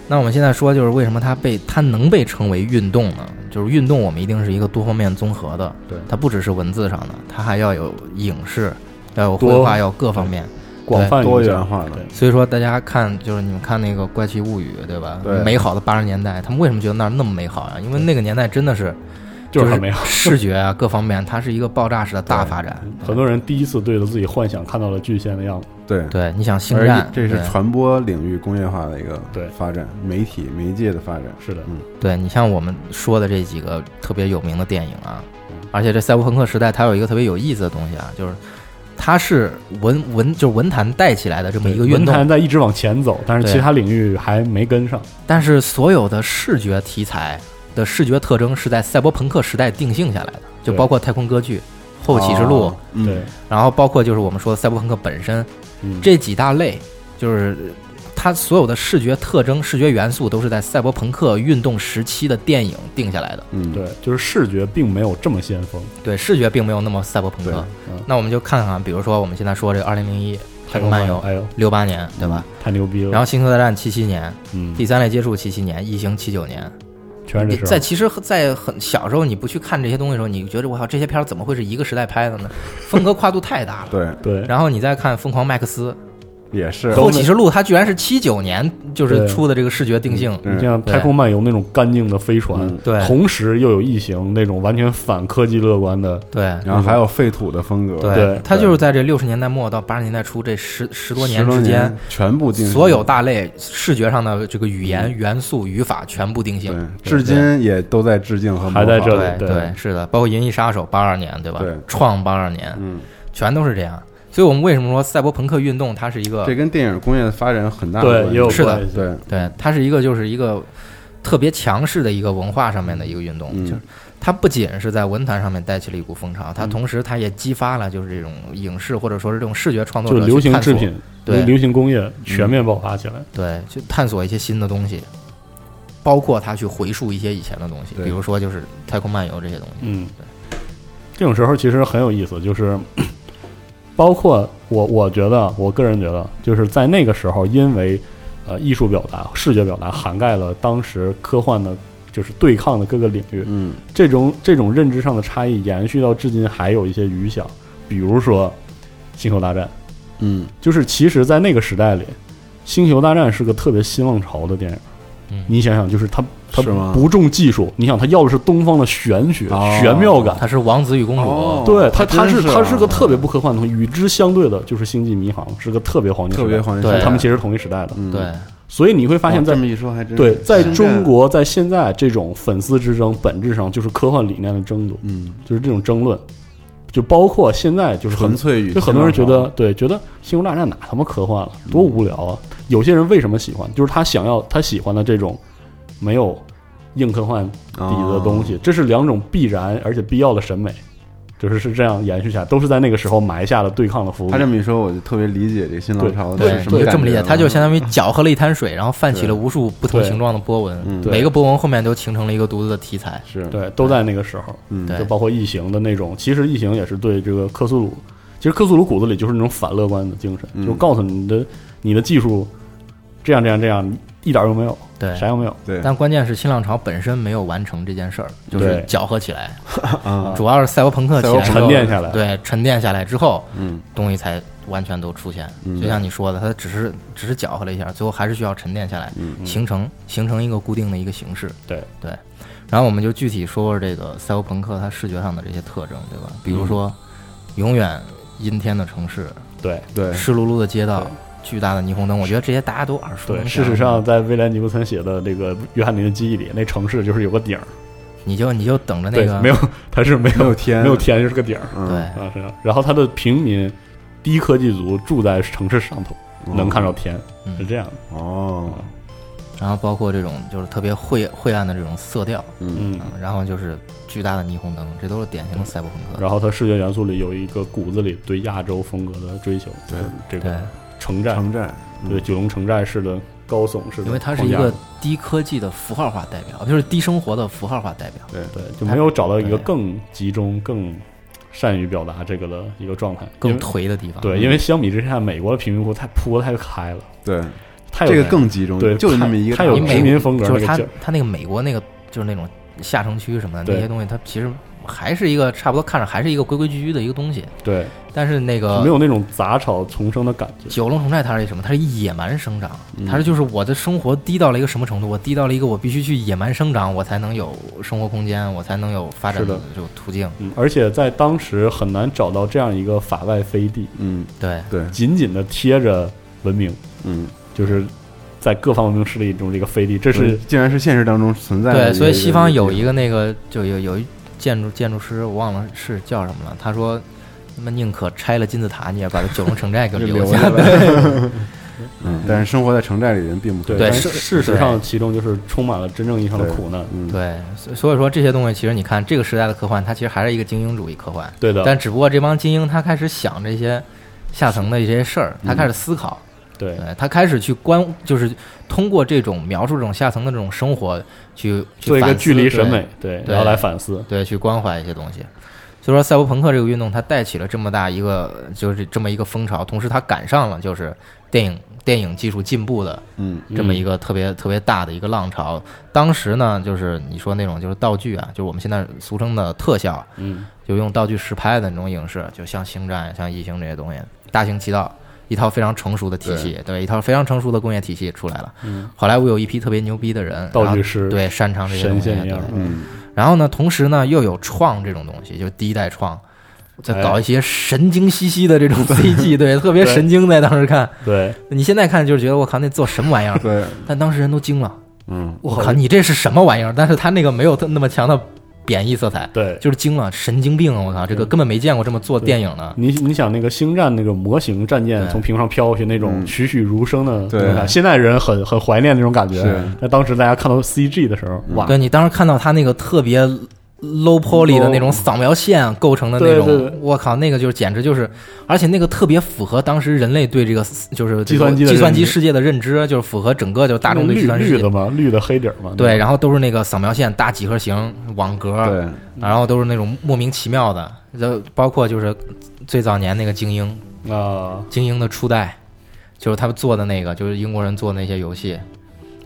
Speaker 3: 那我们现在说，就是为什么它被它能被称为运动呢？就是运动，我们一定是一个多方面综合的，
Speaker 2: 对
Speaker 3: 它不只是文字上的，它还要有影视，要有绘
Speaker 2: 多
Speaker 3: 画，要有各方面。
Speaker 2: 广泛
Speaker 1: 多
Speaker 2: 影
Speaker 1: 元
Speaker 2: 响
Speaker 1: 化的，
Speaker 3: 所以说，大家看，就是你们看那个《怪奇物语》，对吧？
Speaker 1: 对
Speaker 3: 美好的八十年代，他们为什么觉得那儿那么美好啊？因为那个年代真的是
Speaker 2: 就是很美好。
Speaker 3: 视觉啊，各方面，它是一个爆炸式的大发展。
Speaker 2: 很多人第一次对着自己幻想看到了巨献的样子，
Speaker 1: 对。
Speaker 3: 对，你想星
Speaker 1: 而且
Speaker 3: 战，
Speaker 1: 这是
Speaker 3: 对
Speaker 1: 传播领域工业化的一个
Speaker 2: 对
Speaker 1: 发展，媒体媒介的发展，嗯
Speaker 2: 是的，
Speaker 3: 对你像我们说的这几个特别有名的电影啊，而且这赛博朋克时代它有一个特别有意思的东西啊，就是它是文文就是文坛带起来的这么一个运
Speaker 2: 文坛
Speaker 3: 动，
Speaker 2: 在一直往前走，但是
Speaker 3: 对
Speaker 2: 其他领域还没跟上。
Speaker 3: 但是所有的视觉题材的视觉特征是在赛博朋克时代定性下来的，就
Speaker 2: 对
Speaker 3: 包括太空歌剧、后启示录，
Speaker 1: 哦，嗯
Speaker 2: 对，
Speaker 3: 然后包括就是我们说的赛博朋克本身
Speaker 2: 嗯
Speaker 3: 这几大类，就是它所有的视觉特征、视觉元素都是在赛博朋克运动时期的电影定下来的。
Speaker 1: 嗯，
Speaker 2: 对，就是视觉并没有这么先锋，
Speaker 3: 对，视觉并没有那么赛博朋
Speaker 2: 对
Speaker 3: 克。，
Speaker 2: 嗯，
Speaker 3: 那我们就看看，比如说我们现在说这个二零零一《太空漫游》，
Speaker 2: 哎呦，
Speaker 3: 六八年，对吧？
Speaker 2: 太牛逼了，
Speaker 3: 然后《星球大战》七七年，
Speaker 2: 嗯
Speaker 3: 《第，三类接触》七七年，《异形》七九年。
Speaker 2: 全是
Speaker 3: 你
Speaker 2: 这事儿，
Speaker 3: 在其实，在很小时候，你不去看这些东西的时候，你觉得我靠，这些片儿怎么会是一个时代拍的呢？风格跨度太大了。
Speaker 1: 对，
Speaker 2: [LAUGHS] 对，
Speaker 3: 然后你再看《疯狂麦克斯》，
Speaker 1: 也是
Speaker 2: 都
Speaker 3: 后启示录，它居然是七九年就是出的这个视觉定性，
Speaker 2: 你
Speaker 1: 嗯
Speaker 2: 像
Speaker 3: 对
Speaker 2: 太空漫游那种干净的飞船
Speaker 1: 嗯，
Speaker 3: 对
Speaker 2: 同时又有异形那种完全反科技乐观的，
Speaker 3: 对
Speaker 1: 然后还有废土的风格，
Speaker 2: 对
Speaker 3: 它就是在这六十年代末到八十年代初这十十多
Speaker 1: 十
Speaker 3: 年之间，
Speaker 1: 全部定性
Speaker 3: 所有大类视觉上的这个语言
Speaker 2: 嗯
Speaker 3: 元素、语法全部定
Speaker 1: 对
Speaker 3: 性。，
Speaker 1: 至今也都在致敬和模仿
Speaker 2: 还在这
Speaker 3: 对
Speaker 2: 对对
Speaker 3: 是的，包括《银翼杀手》八二年，对吧？
Speaker 1: 对
Speaker 3: 创八二年，
Speaker 1: 嗯，
Speaker 3: 全都是这样。所以我们为什么说赛博朋克运动它是一个
Speaker 1: 这跟电影工业的发展有很大的
Speaker 2: 对，
Speaker 1: 关
Speaker 2: 也
Speaker 1: 系
Speaker 2: 有
Speaker 3: 是的
Speaker 2: 关系，
Speaker 1: 对，
Speaker 3: 对，它是一个就是一个特别强势的一个文化上面的一个运动，
Speaker 1: 嗯
Speaker 3: 就是它不仅是在文坛上面带起了一股风潮，
Speaker 2: 嗯
Speaker 3: 它同时它也激发了就是这种影视或者说是这种视觉创作
Speaker 2: 就
Speaker 3: 者
Speaker 2: 流行
Speaker 3: 去探
Speaker 2: 制
Speaker 3: 索，
Speaker 2: 品、
Speaker 3: 对嗯
Speaker 2: 流行工业全面爆发起来，
Speaker 3: 对，去探索一些新的东西，包括他去回溯一些以前的东西，
Speaker 1: 对
Speaker 3: 比如说就是《太空漫游》这些东西，
Speaker 2: 嗯，这种时候其实很有意思，就是 [COUGHS] 包括我，我觉得我个人觉得，就是在那个时候，因为呃艺术表达、视觉表达涵盖了当时科幻的，就是对抗的各个领域，
Speaker 1: 嗯，
Speaker 2: 这种这种认知上的差异延续到至今还有一些余响，比如说《星球大战》，
Speaker 1: 嗯，
Speaker 2: 就是其实，在那个时代里，《星球大战》是个特别新浪潮的电影。
Speaker 3: 嗯
Speaker 2: 你想想，就是它它
Speaker 1: 是吗
Speaker 2: 不重技术，你想它要的是东方的玄学、
Speaker 1: 哦
Speaker 2: 玄妙感。
Speaker 3: 它是王子与公主，
Speaker 1: 哦
Speaker 2: 对它，
Speaker 1: 还
Speaker 2: 它
Speaker 1: 真
Speaker 2: 是
Speaker 1: 是啊
Speaker 2: 它是个特别不科幻的东西。与之相对的就是《星际迷航》，嗯是个特别黄金时
Speaker 1: 特
Speaker 2: 代，
Speaker 1: 别欢迎
Speaker 3: 对
Speaker 2: 他们其实同一时代的。
Speaker 1: 嗯
Speaker 3: 对，
Speaker 2: 所以你会发现
Speaker 1: 哦
Speaker 2: 在，
Speaker 1: 这么一说还真是
Speaker 2: 对在
Speaker 1: 现
Speaker 2: 中国，在现在这种粉丝之争，本质上就是科幻理念的争夺，
Speaker 1: 嗯，
Speaker 2: 就是这种争论，就包括现在就是很
Speaker 1: 纯粹与
Speaker 2: 就很多人觉
Speaker 1: 新浪嗯
Speaker 2: 得，对，觉得《星球大战》哪他妈科幻了，多无聊啊！有些人为什么喜欢，就是他想要他喜欢的这种没有硬科幻底
Speaker 1: 潮
Speaker 2: 子的东，
Speaker 1: 啊
Speaker 2: 西，这是两种必然而且必要的审美，就是是这样延续下来，都是在那个时候埋下了对抗的伏
Speaker 1: 哦
Speaker 2: 笔
Speaker 1: 他。这么一说，我就特别理解这个新浪潮
Speaker 2: 对
Speaker 1: 的是
Speaker 3: 对，
Speaker 1: 什
Speaker 3: 你
Speaker 1: 么
Speaker 3: 就
Speaker 1: 感
Speaker 3: 这么理
Speaker 1: 觉啊嗯
Speaker 3: 解，
Speaker 1: 了
Speaker 3: 它就相当于搅和了一滩水，然后泛起
Speaker 1: 对
Speaker 3: 了无数不同
Speaker 2: 对
Speaker 3: 形状的波纹，
Speaker 1: 嗯
Speaker 3: 每个波纹后面都形成了一个独自的题材，
Speaker 1: 是
Speaker 2: 对，都在那个时候，
Speaker 1: 嗯
Speaker 3: 对
Speaker 2: 就包括异形的那种，其实异形也是对这个克苏鲁，其实克苏鲁骨子里就是那种反乐观的精神，
Speaker 1: 嗯
Speaker 2: 就告诉你你的你的技术这样这样这样一点儿用没有，
Speaker 3: 对。
Speaker 2: 啥用没有。
Speaker 1: 对
Speaker 3: 但关键是新浪潮本身没有完成这件事儿，就是
Speaker 2: 对
Speaker 3: 搅和起来，
Speaker 1: 啊，
Speaker 3: 主要是赛博朋克起来
Speaker 1: 赛
Speaker 3: 之
Speaker 1: 博
Speaker 3: 后
Speaker 2: 沉淀下来
Speaker 3: 对，沉淀下来之后，
Speaker 1: 嗯
Speaker 3: 东西才完全都出现。
Speaker 1: 嗯
Speaker 3: 就像你说的，它只是只是搅和了一下，最后还是需要沉淀下来，
Speaker 1: 嗯
Speaker 3: 形成形成一个固定的一个形式。
Speaker 2: 对
Speaker 3: 对，然后我们就具体说说这个赛博朋克它视觉上的这些特征，对吧？比如说，
Speaker 2: 嗯
Speaker 3: 永远阴天的城市，
Speaker 2: 对，
Speaker 1: 对，
Speaker 3: 湿漉漉的街道
Speaker 2: 对，
Speaker 3: 巨大的霓虹灯，我觉得这些大家都耳熟
Speaker 2: 对，
Speaker 3: 能
Speaker 2: 嗯事
Speaker 3: 详。
Speaker 2: 实上，，在威廉·尼布森写的这个《约翰尼的记忆》里，那城市就是有个顶儿，
Speaker 3: 你就你就等着那
Speaker 2: 对，
Speaker 3: 个
Speaker 2: 没有，它是没
Speaker 1: 没有
Speaker 2: 有
Speaker 1: 天，
Speaker 2: 没有，天，就是个顶儿
Speaker 1: 嗯、
Speaker 3: 对，
Speaker 2: 啊，是这样。然后他的平民、低科技族住在城市上头，能看到天，
Speaker 3: 嗯
Speaker 2: 是这样的。
Speaker 1: 哦，
Speaker 3: 然后包括这种就是特别晦晦暗的这种色调，
Speaker 1: 嗯
Speaker 2: 嗯，
Speaker 3: 嗯，然后就是巨大的霓虹灯，这都是典型的赛博朋克。
Speaker 2: 然后它视觉元素里有一个骨子里对亚洲风格的追求，
Speaker 1: 对
Speaker 2: 就是这
Speaker 3: 对
Speaker 2: 个城寨，
Speaker 1: 城寨，嗯
Speaker 2: 对九龙城寨式的高耸式的，
Speaker 3: 因为它是一个，低科技的符号化代表，就是低生活的符号化代表。
Speaker 2: 对，就没有找到一个更集中、更善于表达这个的一个状态，因
Speaker 3: 更
Speaker 2: 为
Speaker 3: 颓的地方。
Speaker 2: 对，因为相比之下，美国的贫民窟太铺的太开了，
Speaker 1: 对，
Speaker 2: 太有
Speaker 1: 这个
Speaker 2: 太
Speaker 1: 更集中，
Speaker 2: 对，
Speaker 1: 就是那
Speaker 2: 太
Speaker 1: 么一个
Speaker 2: 太
Speaker 1: 大
Speaker 2: 有
Speaker 1: 楼，
Speaker 3: 你美
Speaker 2: 殖民风格
Speaker 3: 就是
Speaker 2: 那个
Speaker 3: 它
Speaker 2: 劲儿，
Speaker 3: 它那个美国那个就是那种下城区什么的
Speaker 2: 对
Speaker 3: 那些东西，它其实还是一个差不多看着还是一个规规矩矩的一个东西，
Speaker 2: 对，
Speaker 3: 但是那
Speaker 2: 没
Speaker 3: 个。
Speaker 2: 有那种杂草丛生的感觉。
Speaker 3: 九龙城寨它是一什么？它是野蛮生长，
Speaker 2: 嗯
Speaker 3: 它是就是我的生活低到了一个什么程度？我低到了一个我必须去野蛮生长，我才能有生活空间，我才能有发展
Speaker 2: 是的
Speaker 3: 这种途径。
Speaker 2: 嗯，而且在当时很难找到这样一个法外飞地，
Speaker 1: 嗯，
Speaker 3: 对，
Speaker 1: 对，
Speaker 2: 紧紧的贴着文明，
Speaker 1: 嗯，
Speaker 2: 就是在各方文明势力中这个飞地，这
Speaker 1: 这
Speaker 2: 是
Speaker 1: 竟然是现实当中存在的一个，
Speaker 3: 对，所以西方有一
Speaker 1: 个
Speaker 3: 个那个，就有有一建筑建筑师，我忘了是叫什么了。他说，
Speaker 2: [LAUGHS]
Speaker 3: 他妈宁可拆了金字塔，你也把这九龙城寨给
Speaker 1: 就
Speaker 3: 留
Speaker 1: 留
Speaker 3: 下
Speaker 1: 下
Speaker 3: 来。
Speaker 1: 嗯但是生活在城寨里的人并不多
Speaker 2: 对，
Speaker 3: 对
Speaker 2: 但
Speaker 3: 是
Speaker 2: 事实
Speaker 3: 对
Speaker 2: 上其中就是充满了真正意义上的苦难。
Speaker 1: 嗯，
Speaker 3: [LAUGHS] 对，所所以说这些东西其实你看这个时代的科幻，它其实还是一个精英主义科幻，
Speaker 2: 对的，
Speaker 3: 但只不过这帮精英他开始想这些下层的一些事儿，他
Speaker 2: 嗯
Speaker 3: 开始思考，
Speaker 2: 对
Speaker 3: 对他开始去观，就是通过这种描述这种下层的这种生活去去
Speaker 2: 做一个
Speaker 3: 反思
Speaker 2: 距离审
Speaker 3: 对
Speaker 2: 美，对，
Speaker 3: 对
Speaker 2: 然后来反思，
Speaker 3: 对，去关怀一些东西。所以说，赛博朋克这个运动，它带起了这么大一个，就是这么一个风潮，同时它赶上了就是电影电影技术进步的
Speaker 1: 嗯，
Speaker 3: 这么
Speaker 2: 嗯
Speaker 3: 一个特别特别大的一个浪潮。当时呢，就是你说那种就是道具啊，就是我们现在俗称的特效，啊
Speaker 2: 嗯，
Speaker 3: 就用道具实拍的那种影视，就像《星战》、像《异形》这些东西，《大行其道》一套非常成熟的体系，对一套非常成熟的工业体系出来了。
Speaker 2: 嗯，
Speaker 3: 好莱坞有一批特别牛逼的人，
Speaker 2: 道
Speaker 3: 然后
Speaker 2: 具师
Speaker 3: 对擅长这些东
Speaker 2: 神
Speaker 3: 西，
Speaker 2: 仙一
Speaker 3: 对
Speaker 2: 样，
Speaker 1: 嗯，
Speaker 3: 然后呢，同时呢又有创这种东西，就第一代创，再
Speaker 2: 哎
Speaker 3: 搞一些神经兮兮的这种 CG，对，特别神经，在当时看，
Speaker 2: 对，
Speaker 3: 你现在看就是觉得我靠那做什么玩意儿，
Speaker 1: 对，
Speaker 2: [LAUGHS]
Speaker 3: 但当时人都惊了，
Speaker 1: 嗯，
Speaker 3: 我靠你这是什么玩意儿？但是他那个没有那么强的贬义色彩，
Speaker 2: 对，
Speaker 3: 就是惊了，神经病啊！我靠，这个根本没见过这么做电影的，
Speaker 2: 你你想那个星战那个模型战舰
Speaker 3: 对
Speaker 2: 从屏上飘下去那种
Speaker 1: 嗯
Speaker 2: 栩栩如生的那种感觉，
Speaker 1: 对
Speaker 2: 现在人很很怀念那种感觉
Speaker 1: 是。嗯
Speaker 2: 那当时大家看到 CG 的时候，哇，
Speaker 3: 对你当时看到他那个特别 low poly 的那种扫描线构成的那
Speaker 2: 对对对
Speaker 3: 种，我靠，那个就是简直就是，而且那个特别符合当时人类对这个就是
Speaker 2: 计算机的
Speaker 3: 计算机
Speaker 2: 认知
Speaker 3: 世界的认知，就是符合整个就是大众对
Speaker 2: 绿
Speaker 3: 计算机世
Speaker 2: 绿
Speaker 3: 界
Speaker 2: 的嘛，绿的黑底儿嘛，
Speaker 3: 对，然
Speaker 2: 后
Speaker 3: 后都是那个扫描线、大几何形、网格，
Speaker 1: 对，嗯
Speaker 3: 然后都是那种莫名其妙的，就包括就是最早年那个精英
Speaker 2: 啊，
Speaker 3: 精英的初代，就是他们做的那个，就是英国人做的那些游戏，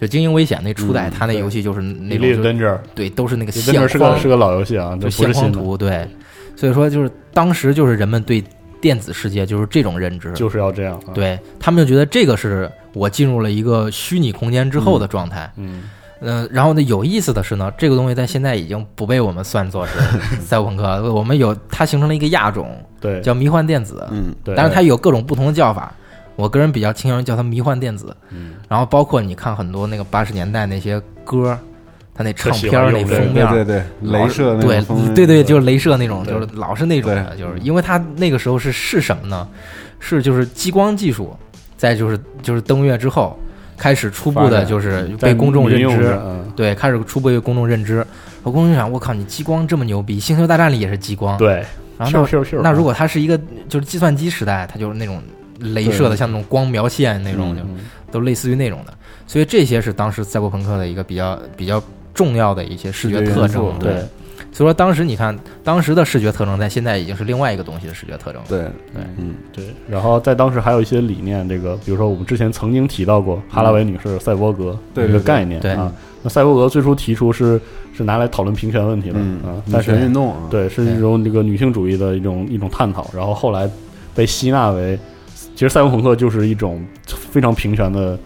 Speaker 3: 就《精英危险》那初代，
Speaker 2: 嗯
Speaker 3: 他那游戏就是那种
Speaker 2: 立
Speaker 3: 就
Speaker 2: 的 Danger，
Speaker 3: 对，都是那个
Speaker 2: The Danger
Speaker 3: 线
Speaker 2: 是
Speaker 3: 框
Speaker 2: 个是，个老游戏啊，
Speaker 3: 就
Speaker 2: 这不
Speaker 3: 线
Speaker 2: 是
Speaker 3: 框
Speaker 2: 新的，
Speaker 3: 图，对。所以说，就是当时就是人们对电子世界就是这种认知，
Speaker 2: 就是要这样。啊，
Speaker 3: 对他们就觉得这个是我进入了一个虚拟空间之后的状态。
Speaker 2: 嗯，
Speaker 3: 嗯、然后呢，有意思的是呢，这个东西在现在已经不被我们算作
Speaker 2: [LAUGHS]
Speaker 3: 是赛博朋克，我们有它形成了一个亚种
Speaker 2: 对，
Speaker 3: 叫迷幻电子，
Speaker 1: 嗯，
Speaker 2: 对，
Speaker 3: 但是它有各种不同的叫法。我个人比较倾向于叫它迷幻电子，
Speaker 2: 嗯
Speaker 3: 然后包括你看很多那个八十年代那些歌，它那唱
Speaker 2: 喜
Speaker 3: 片
Speaker 2: 欢
Speaker 3: 儿那
Speaker 2: 用这个
Speaker 1: 对
Speaker 3: 封面儿，
Speaker 1: 对对，
Speaker 3: 老
Speaker 1: 镭射那
Speaker 3: 对
Speaker 1: 种风
Speaker 3: 对对，就是镭射那种，
Speaker 2: 对
Speaker 3: 就是老是那种的，就是因为它那个时候是是什么呢？是就是激光技术，再就是就是登月之后开始初步
Speaker 1: 发
Speaker 3: 的
Speaker 1: 展
Speaker 3: 就是
Speaker 2: 在
Speaker 3: 被公众认
Speaker 2: 民用
Speaker 3: 知
Speaker 2: 上，嗯
Speaker 3: 对，开始初步被公众认知。我公众想，我靠，你激光这么牛逼，《星球大战》里也是激光，
Speaker 2: 对，
Speaker 3: 然后
Speaker 2: Q
Speaker 3: 啊那
Speaker 2: Q Q，
Speaker 3: 那如果它是一个就是计算机时代，它就是那种镭射的，像那种光描线那种，就
Speaker 2: 嗯
Speaker 3: 都类似于那种的。所以这些是当时赛博朋克的一个比较比较重要的一些视觉
Speaker 1: 视觉
Speaker 3: 特
Speaker 1: 元
Speaker 3: 征
Speaker 1: 素，
Speaker 2: 对，
Speaker 3: 所以说当时你看，当时的视觉特征在现在已经是另外一个东西的视觉特征了。
Speaker 1: 对，
Speaker 3: 对
Speaker 1: 嗯，
Speaker 2: 对，然后在当时还有一些理念，这个比如说我们之前曾经提到过哈拉维女士赛博格
Speaker 1: 嗯对
Speaker 2: 这个
Speaker 1: 对对
Speaker 2: 概念
Speaker 3: 对
Speaker 2: 啊，那赛博格最初提出是是拿来讨论平权问题的
Speaker 1: 嗯
Speaker 2: 啊，
Speaker 1: 女
Speaker 2: 但
Speaker 1: 权
Speaker 2: 是
Speaker 1: 运动啊，，
Speaker 2: 对是一种这个女性主义的一种一种探讨，然后后来被吸纳为，其实赛博朋克就是一种非常平权的，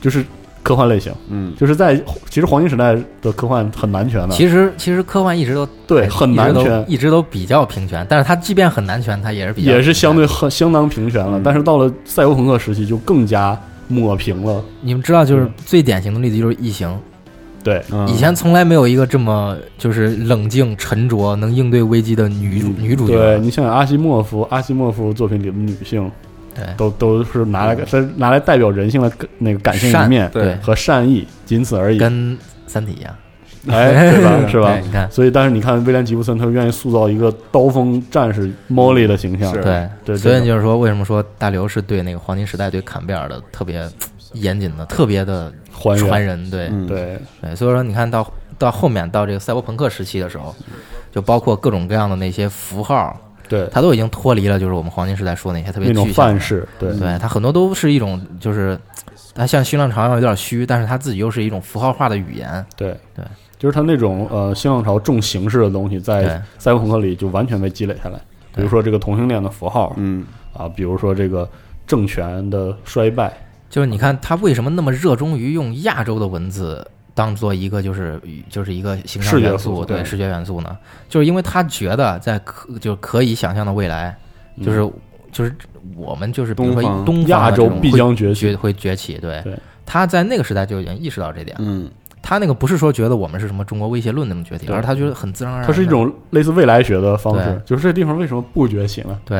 Speaker 2: 就是科幻类型，
Speaker 1: 嗯，
Speaker 2: 就是在其实黄金时代的科幻很男权的，
Speaker 3: 其实其实科幻一直都呃
Speaker 2: 对，很
Speaker 3: 一直
Speaker 2: 男
Speaker 3: 都
Speaker 2: 权，
Speaker 3: 一直都比较平权，但是它即便很男权，它也是比较
Speaker 2: 也是相
Speaker 3: 平
Speaker 2: 对很相当平权了
Speaker 1: 嗯，
Speaker 2: 但是到了赛博朋克时期就更加抹平了。
Speaker 3: 权。你们知道，
Speaker 2: 嗯
Speaker 3: 就是最典型的例子就是《异形
Speaker 2: 对，
Speaker 1: 嗯》，
Speaker 3: 以前从来没有一个这么就是冷静沉着、能应对危机的女主女主
Speaker 2: 嗯对
Speaker 3: 角。
Speaker 2: 你想想阿西莫夫，阿西莫夫作品里的女性
Speaker 3: 对嗯
Speaker 2: 都都是拿来是拿来代表人性的感那个感性一
Speaker 3: 善
Speaker 2: 面
Speaker 3: 对，
Speaker 2: 和善意，仅此而已，
Speaker 3: 跟《三体》一样， [LAUGHS]
Speaker 2: 哎，对吧？是吧
Speaker 3: 对？你看，
Speaker 2: 所以，但是你看，威廉吉布森他愿意塑造一个刀锋战士 Molly 的形象，
Speaker 1: 是
Speaker 3: 对，
Speaker 2: 对
Speaker 3: 所
Speaker 2: 对
Speaker 3: 以就是说，为什么说大刘是对那个黄金时代、对坎贝尔的特别严谨的、特别的
Speaker 2: 还
Speaker 3: 传
Speaker 2: 原，
Speaker 3: 人？对，
Speaker 1: 嗯，
Speaker 2: 对
Speaker 3: 对，所以说你看到到后面到这个赛博朋克时期的时候，就包括各种各样的那些符号，
Speaker 2: 对，
Speaker 3: 它都已经脱离了就是我们黄金时代说的那些特别
Speaker 2: 那种
Speaker 3: 具象
Speaker 2: 范
Speaker 3: 的。
Speaker 2: 式，对
Speaker 3: 对，它很多都是一种就是，它像新浪潮一样有点虚，但是它自己又是一种符号化的语言。
Speaker 2: 对
Speaker 3: 对，
Speaker 2: 就是他那种呃新浪潮重形式的东西，
Speaker 3: 对
Speaker 2: 在赛博朋克里就完全被积累下来，比如说这个同性恋的符号
Speaker 1: 嗯，
Speaker 2: 啊，比如说这个政权的衰败，
Speaker 3: 就是你看它为什么那么热衷于用亚洲的文字当做一个就是就是一个形象
Speaker 2: 视觉
Speaker 3: 元
Speaker 2: 素
Speaker 3: 素，
Speaker 2: 对
Speaker 3: 对视觉元素呢？就是因为他觉得在可就是可以想象的未来，就是、就是我们就是比如说
Speaker 1: 东方
Speaker 3: 东方
Speaker 2: 嗯亚
Speaker 3: 的
Speaker 2: 洲
Speaker 3: 这种
Speaker 2: 必
Speaker 3: 会
Speaker 2: 将崛起，
Speaker 3: 崛会崛起，对
Speaker 2: 对
Speaker 3: 他在那个时代就已经意识到这点，
Speaker 1: 嗯，
Speaker 3: 他那个不是说觉得我们是什么中国威胁论那么崛起，
Speaker 2: 对
Speaker 3: 而是他觉得很自然而然的，
Speaker 2: 它是一种类似未来学的方式
Speaker 3: 对，
Speaker 2: 就是这地方为什么不崛起呢？
Speaker 3: 对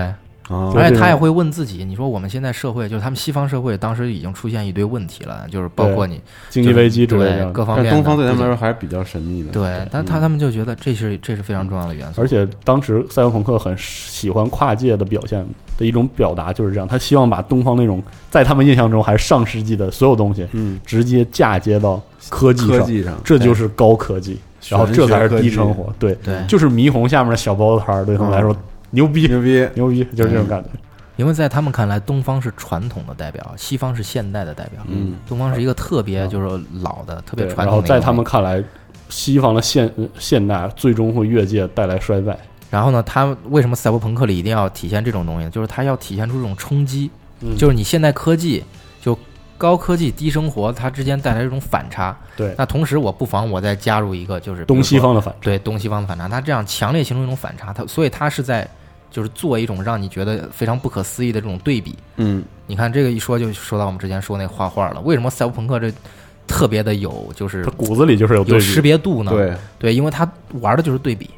Speaker 1: 啊
Speaker 2: 对
Speaker 3: 而且他也会问自己，你说我们现在社会，就是他们西方社会当时已经出现一堆问题了，就是包括你
Speaker 2: 经济危机之类
Speaker 3: 对
Speaker 2: 的。
Speaker 3: 各方
Speaker 1: 但
Speaker 3: 面的，
Speaker 1: 东方对他们来说还是比较神秘的。
Speaker 3: 对，但他
Speaker 1: 嗯
Speaker 3: 他们就觉得这是这是非常重要的元素，
Speaker 2: 而且当时赛博朋克很喜欢跨界的表现的一种表达就是这样，他希望把东方那种在他们印象中还是上世纪的所有东西，
Speaker 1: 嗯，
Speaker 2: 直接嫁接到科技
Speaker 1: 科
Speaker 2: 上，
Speaker 1: 技上，
Speaker 2: 这就是高科技，然后这才是低生活。对，
Speaker 3: 对，
Speaker 2: 就是霓虹下面的小包子摊儿对他们来说
Speaker 1: 嗯
Speaker 2: 牛
Speaker 3: [LAUGHS]
Speaker 2: 逼，
Speaker 1: 牛逼，
Speaker 2: 牛逼，就
Speaker 3: 嗯
Speaker 2: 是这种感觉。
Speaker 3: 因为在他们看来，东方是传统的代表，西方是现代的代表，
Speaker 1: 嗯，
Speaker 3: 东方是一个特别就是老的、特别
Speaker 2: 对，
Speaker 3: 传
Speaker 2: 然
Speaker 3: 统
Speaker 2: 后
Speaker 3: 的一个
Speaker 2: 在他
Speaker 3: 东
Speaker 2: 们
Speaker 3: 西，
Speaker 2: 看来，西方的现现代最终会越界带来衰败。
Speaker 3: 然后呢，他为什么赛博朋克里一定要体现这种东西？就是他要体现出这种冲击，
Speaker 2: 嗯
Speaker 3: 就是你现代科技就高科技低生活，它之间带来这种反差。
Speaker 2: 对
Speaker 3: 那同时，我不妨我再加入一个就是比如
Speaker 2: 东西
Speaker 3: 说
Speaker 2: 方的反
Speaker 3: 对东西方的反差，它这样强烈形成一种反差，它所以它是在就是做一种让你觉得非常不可思议的这种对比。
Speaker 1: 嗯，
Speaker 3: 你看这个一说就说到我们之前说那画画了，为什么赛博朋克这特别的有就是
Speaker 2: 他骨子里就是有对
Speaker 3: 有识
Speaker 2: 比，
Speaker 3: 别度呢？
Speaker 1: 对，
Speaker 3: 对，因为它玩的就是对比，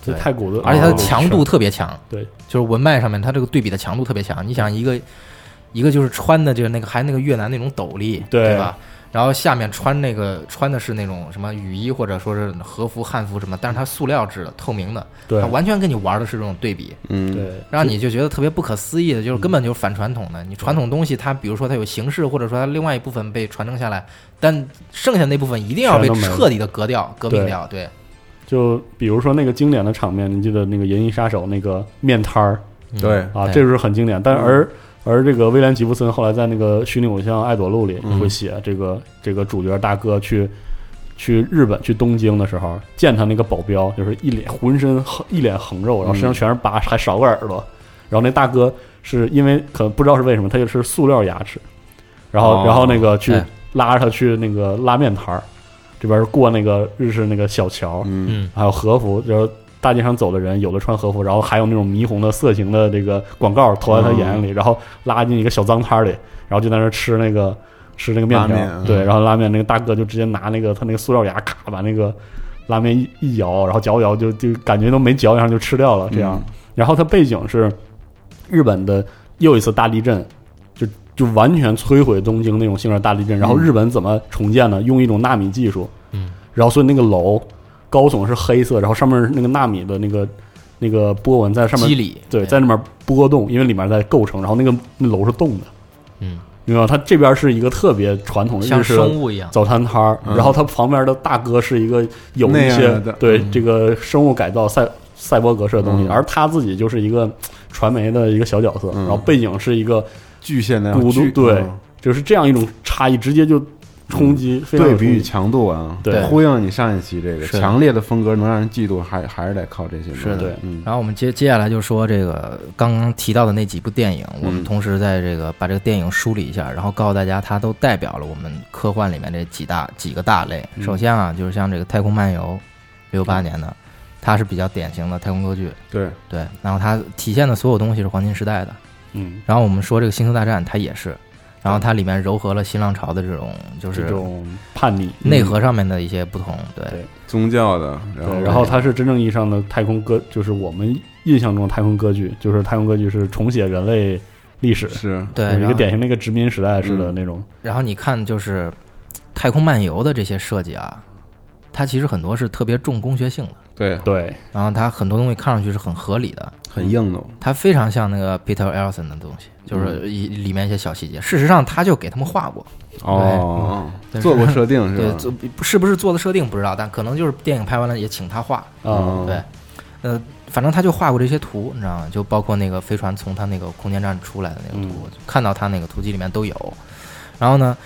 Speaker 2: 这太骨子，
Speaker 3: 而且它的
Speaker 2: 哦
Speaker 3: 强度特别强。
Speaker 2: 对，
Speaker 3: 就是文脉上面它这个对比的强度特别强。你想一个一个就是穿的就是那个还那个越南那种斗笠，
Speaker 2: 对
Speaker 3: 对吧？然后下面穿那个穿的是那种什么雨衣或者说是和服、汉服什么，但是它塑料制的、透明的，
Speaker 2: 对
Speaker 3: 它完全跟你玩的是这种对比，
Speaker 1: 嗯，
Speaker 2: 对，
Speaker 3: 让你就觉得特别不可思议的，就是根本就是反传统的。你传统东西它，比如说它有形式，或者说它另外一部分被传承下来，但剩下那部分一定要被
Speaker 2: 全都没了
Speaker 3: 彻底的革掉、革命
Speaker 2: 对
Speaker 3: 掉。对，
Speaker 2: 就比如说那个经典的场面，你记得那个《银翼杀手》那个面摊儿
Speaker 3: 嗯
Speaker 1: 对
Speaker 2: 啊，这是很经典。但
Speaker 1: 嗯
Speaker 2: 而而这个威廉吉布森后来在那个虚拟偶像《爱朵露》里
Speaker 1: 嗯
Speaker 2: 会写这个这个主角大哥去去日本去东京的时候，见他那个保镖，就是一脸浑身横一脸横肉，然后
Speaker 1: 嗯
Speaker 2: 身上全是疤，还少个耳朵。然后那大哥是因为可能不知道是为什么，他就是塑料牙齿，然后
Speaker 1: 哦
Speaker 2: 然后那个去
Speaker 3: 哎
Speaker 2: 拉着他去那个拉面摊儿这边过那个日式那个小桥，
Speaker 1: 嗯，
Speaker 3: 嗯，
Speaker 2: 还有和服，就是大街上走的人，有的穿和服，然后还有那种霓虹的色情的这个广告投在他眼
Speaker 1: 哦
Speaker 2: 里，然后拉进一个小脏摊儿里，然后就在那儿吃那个吃那个面条，
Speaker 1: 拉面嗯
Speaker 2: 对，然后拉面那个大哥就直接拿那个他那个塑料牙卡把那个拉面一一咬，然后嚼一嚼就就感觉都没嚼一下就吃掉了这样。
Speaker 1: 嗯
Speaker 2: 然后它背景是日本的又一次大地震，就就完全摧毁东京那种性质的大地震。然后
Speaker 1: 嗯
Speaker 2: 日本怎么重建呢？用一种纳米技术，
Speaker 3: 嗯，
Speaker 2: 然后所以那个楼高耸是黑色，然后上面那个纳米的那个那个波纹在上
Speaker 3: 肌
Speaker 2: 面，
Speaker 3: 理
Speaker 2: 对，在那边波动，因为里面在构成，然后那个那楼是动的，
Speaker 3: 嗯，
Speaker 2: 明白吗？它这边是一个特别传统的
Speaker 3: 像
Speaker 2: 日式的
Speaker 3: 生物一样。
Speaker 2: 早餐摊儿，
Speaker 1: 嗯
Speaker 2: 然后他旁边的大哥是一个有
Speaker 1: 那
Speaker 2: 一
Speaker 1: 样
Speaker 2: 些
Speaker 1: 的
Speaker 2: 对
Speaker 3: 嗯
Speaker 2: 这个生物改造赛赛博格式的东西，
Speaker 1: 嗯
Speaker 2: 而他自己就是一个传媒的一个小角色，
Speaker 1: 嗯
Speaker 2: 然后背景是一个
Speaker 1: 巨现代
Speaker 2: 古都
Speaker 1: 巨
Speaker 2: 对
Speaker 1: 嗯
Speaker 2: 就是这样一种差异，直接就冲击，非常有
Speaker 1: 对比
Speaker 2: 冲
Speaker 1: 与
Speaker 2: 击
Speaker 1: 强度啊，
Speaker 2: 对
Speaker 1: 呼应你上一期这个
Speaker 3: 是
Speaker 1: 强烈的风格能让人嫉妒，还还是得靠这些。
Speaker 3: 是
Speaker 2: 的
Speaker 1: 嗯
Speaker 3: 然后我们接接下来就说这个刚刚提到的那几部电影，
Speaker 2: 嗯
Speaker 3: 我们同时在这个把这个电影梳理一下，然后告诉大家它都代表了我们科幻里面这几大几个大类。
Speaker 2: 嗯
Speaker 3: 首先啊，就是像这个《太空漫游》，六八年的，它是比较典型的太空歌剧，
Speaker 1: 对，
Speaker 3: 对。然后它体现的所有东西是黄金时代的。
Speaker 2: 嗯，
Speaker 3: 然后我们说这个《星球大战》，它也是，然后它里面糅合了新浪潮的这种就
Speaker 2: 这
Speaker 3: 是
Speaker 2: 种叛逆。
Speaker 3: 嗯内核上面的一些不同，对。
Speaker 2: 对
Speaker 1: 宗教的，嗯然后
Speaker 2: 对，然后它是真正意义上的太空歌，就是我们印象中的太空歌剧，就是太空歌剧是重写人类历史，
Speaker 1: 是
Speaker 3: 对，
Speaker 2: 就是
Speaker 3: 然
Speaker 2: 一个
Speaker 3: 后
Speaker 2: 典型的一个殖民时代式的
Speaker 1: 嗯
Speaker 2: 那种。
Speaker 3: 然后你看，就是《太空漫游》的这些设计啊，它其实很多是特别重工学性的，
Speaker 1: 对
Speaker 2: 对，
Speaker 3: 然后它很多东西看上去是很合理的，
Speaker 1: 很硬的，
Speaker 3: 它非常像那个 Peter Elson 的东西，就是一里面一些小细节。事实上，他就给他们画过，
Speaker 1: 哦，
Speaker 3: 但是
Speaker 1: 做过设定是
Speaker 3: 对，
Speaker 1: 吧？
Speaker 3: 做是不是做的设定不知道，但可能就是电影拍完了也请他画，
Speaker 2: 啊，
Speaker 1: 嗯
Speaker 3: 对，呃，反正他就画过这些图，你知道吗？就包括那个飞船从他那个空间站出来的那个图，
Speaker 2: 嗯
Speaker 3: 看到他那个图集里面都有。然后呢，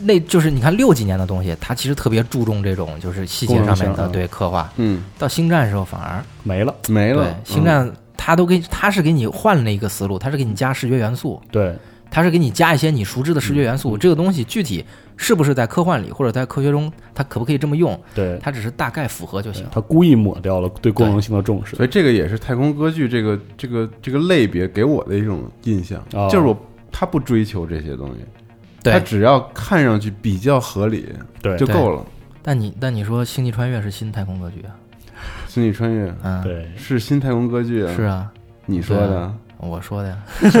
Speaker 3: 那就是你看六几年的东西，他其实特别注重这种就是细节上
Speaker 2: 功
Speaker 3: 面
Speaker 2: 能性
Speaker 3: 的
Speaker 2: 嗯
Speaker 3: 对刻画。
Speaker 1: 嗯，
Speaker 3: 到星战的时候反而
Speaker 2: 没了，嗯
Speaker 1: 没
Speaker 3: 对
Speaker 1: 了，嗯
Speaker 3: 星战，他都给他是给你换了一个思路，他是给你加视觉元素，
Speaker 2: 对，
Speaker 3: 它是给你加一些你熟知的视觉元
Speaker 2: 嗯
Speaker 3: 素。这个东西具体是不是在科幻里或者在科学中，它可不可以这么用？
Speaker 2: 对，
Speaker 3: 它只是大概符合就行。
Speaker 2: 他故意抹掉了对功能性的重视
Speaker 1: 所。以这个也是太空歌剧这个这个这个类别给我的一种印象，
Speaker 2: 哦
Speaker 1: 就是我他不追求这些东西，他
Speaker 3: 对，
Speaker 1: 只要看上去比较合理
Speaker 2: 对，
Speaker 1: 就够了。
Speaker 3: 但你但你说《星际穿越》是新太空格局啊？
Speaker 1: 星际穿越
Speaker 3: 嗯，
Speaker 2: 对，
Speaker 1: 是新太空歌剧啊，
Speaker 3: 是啊，
Speaker 1: 你说的，
Speaker 3: 我说的呀，
Speaker 1: 是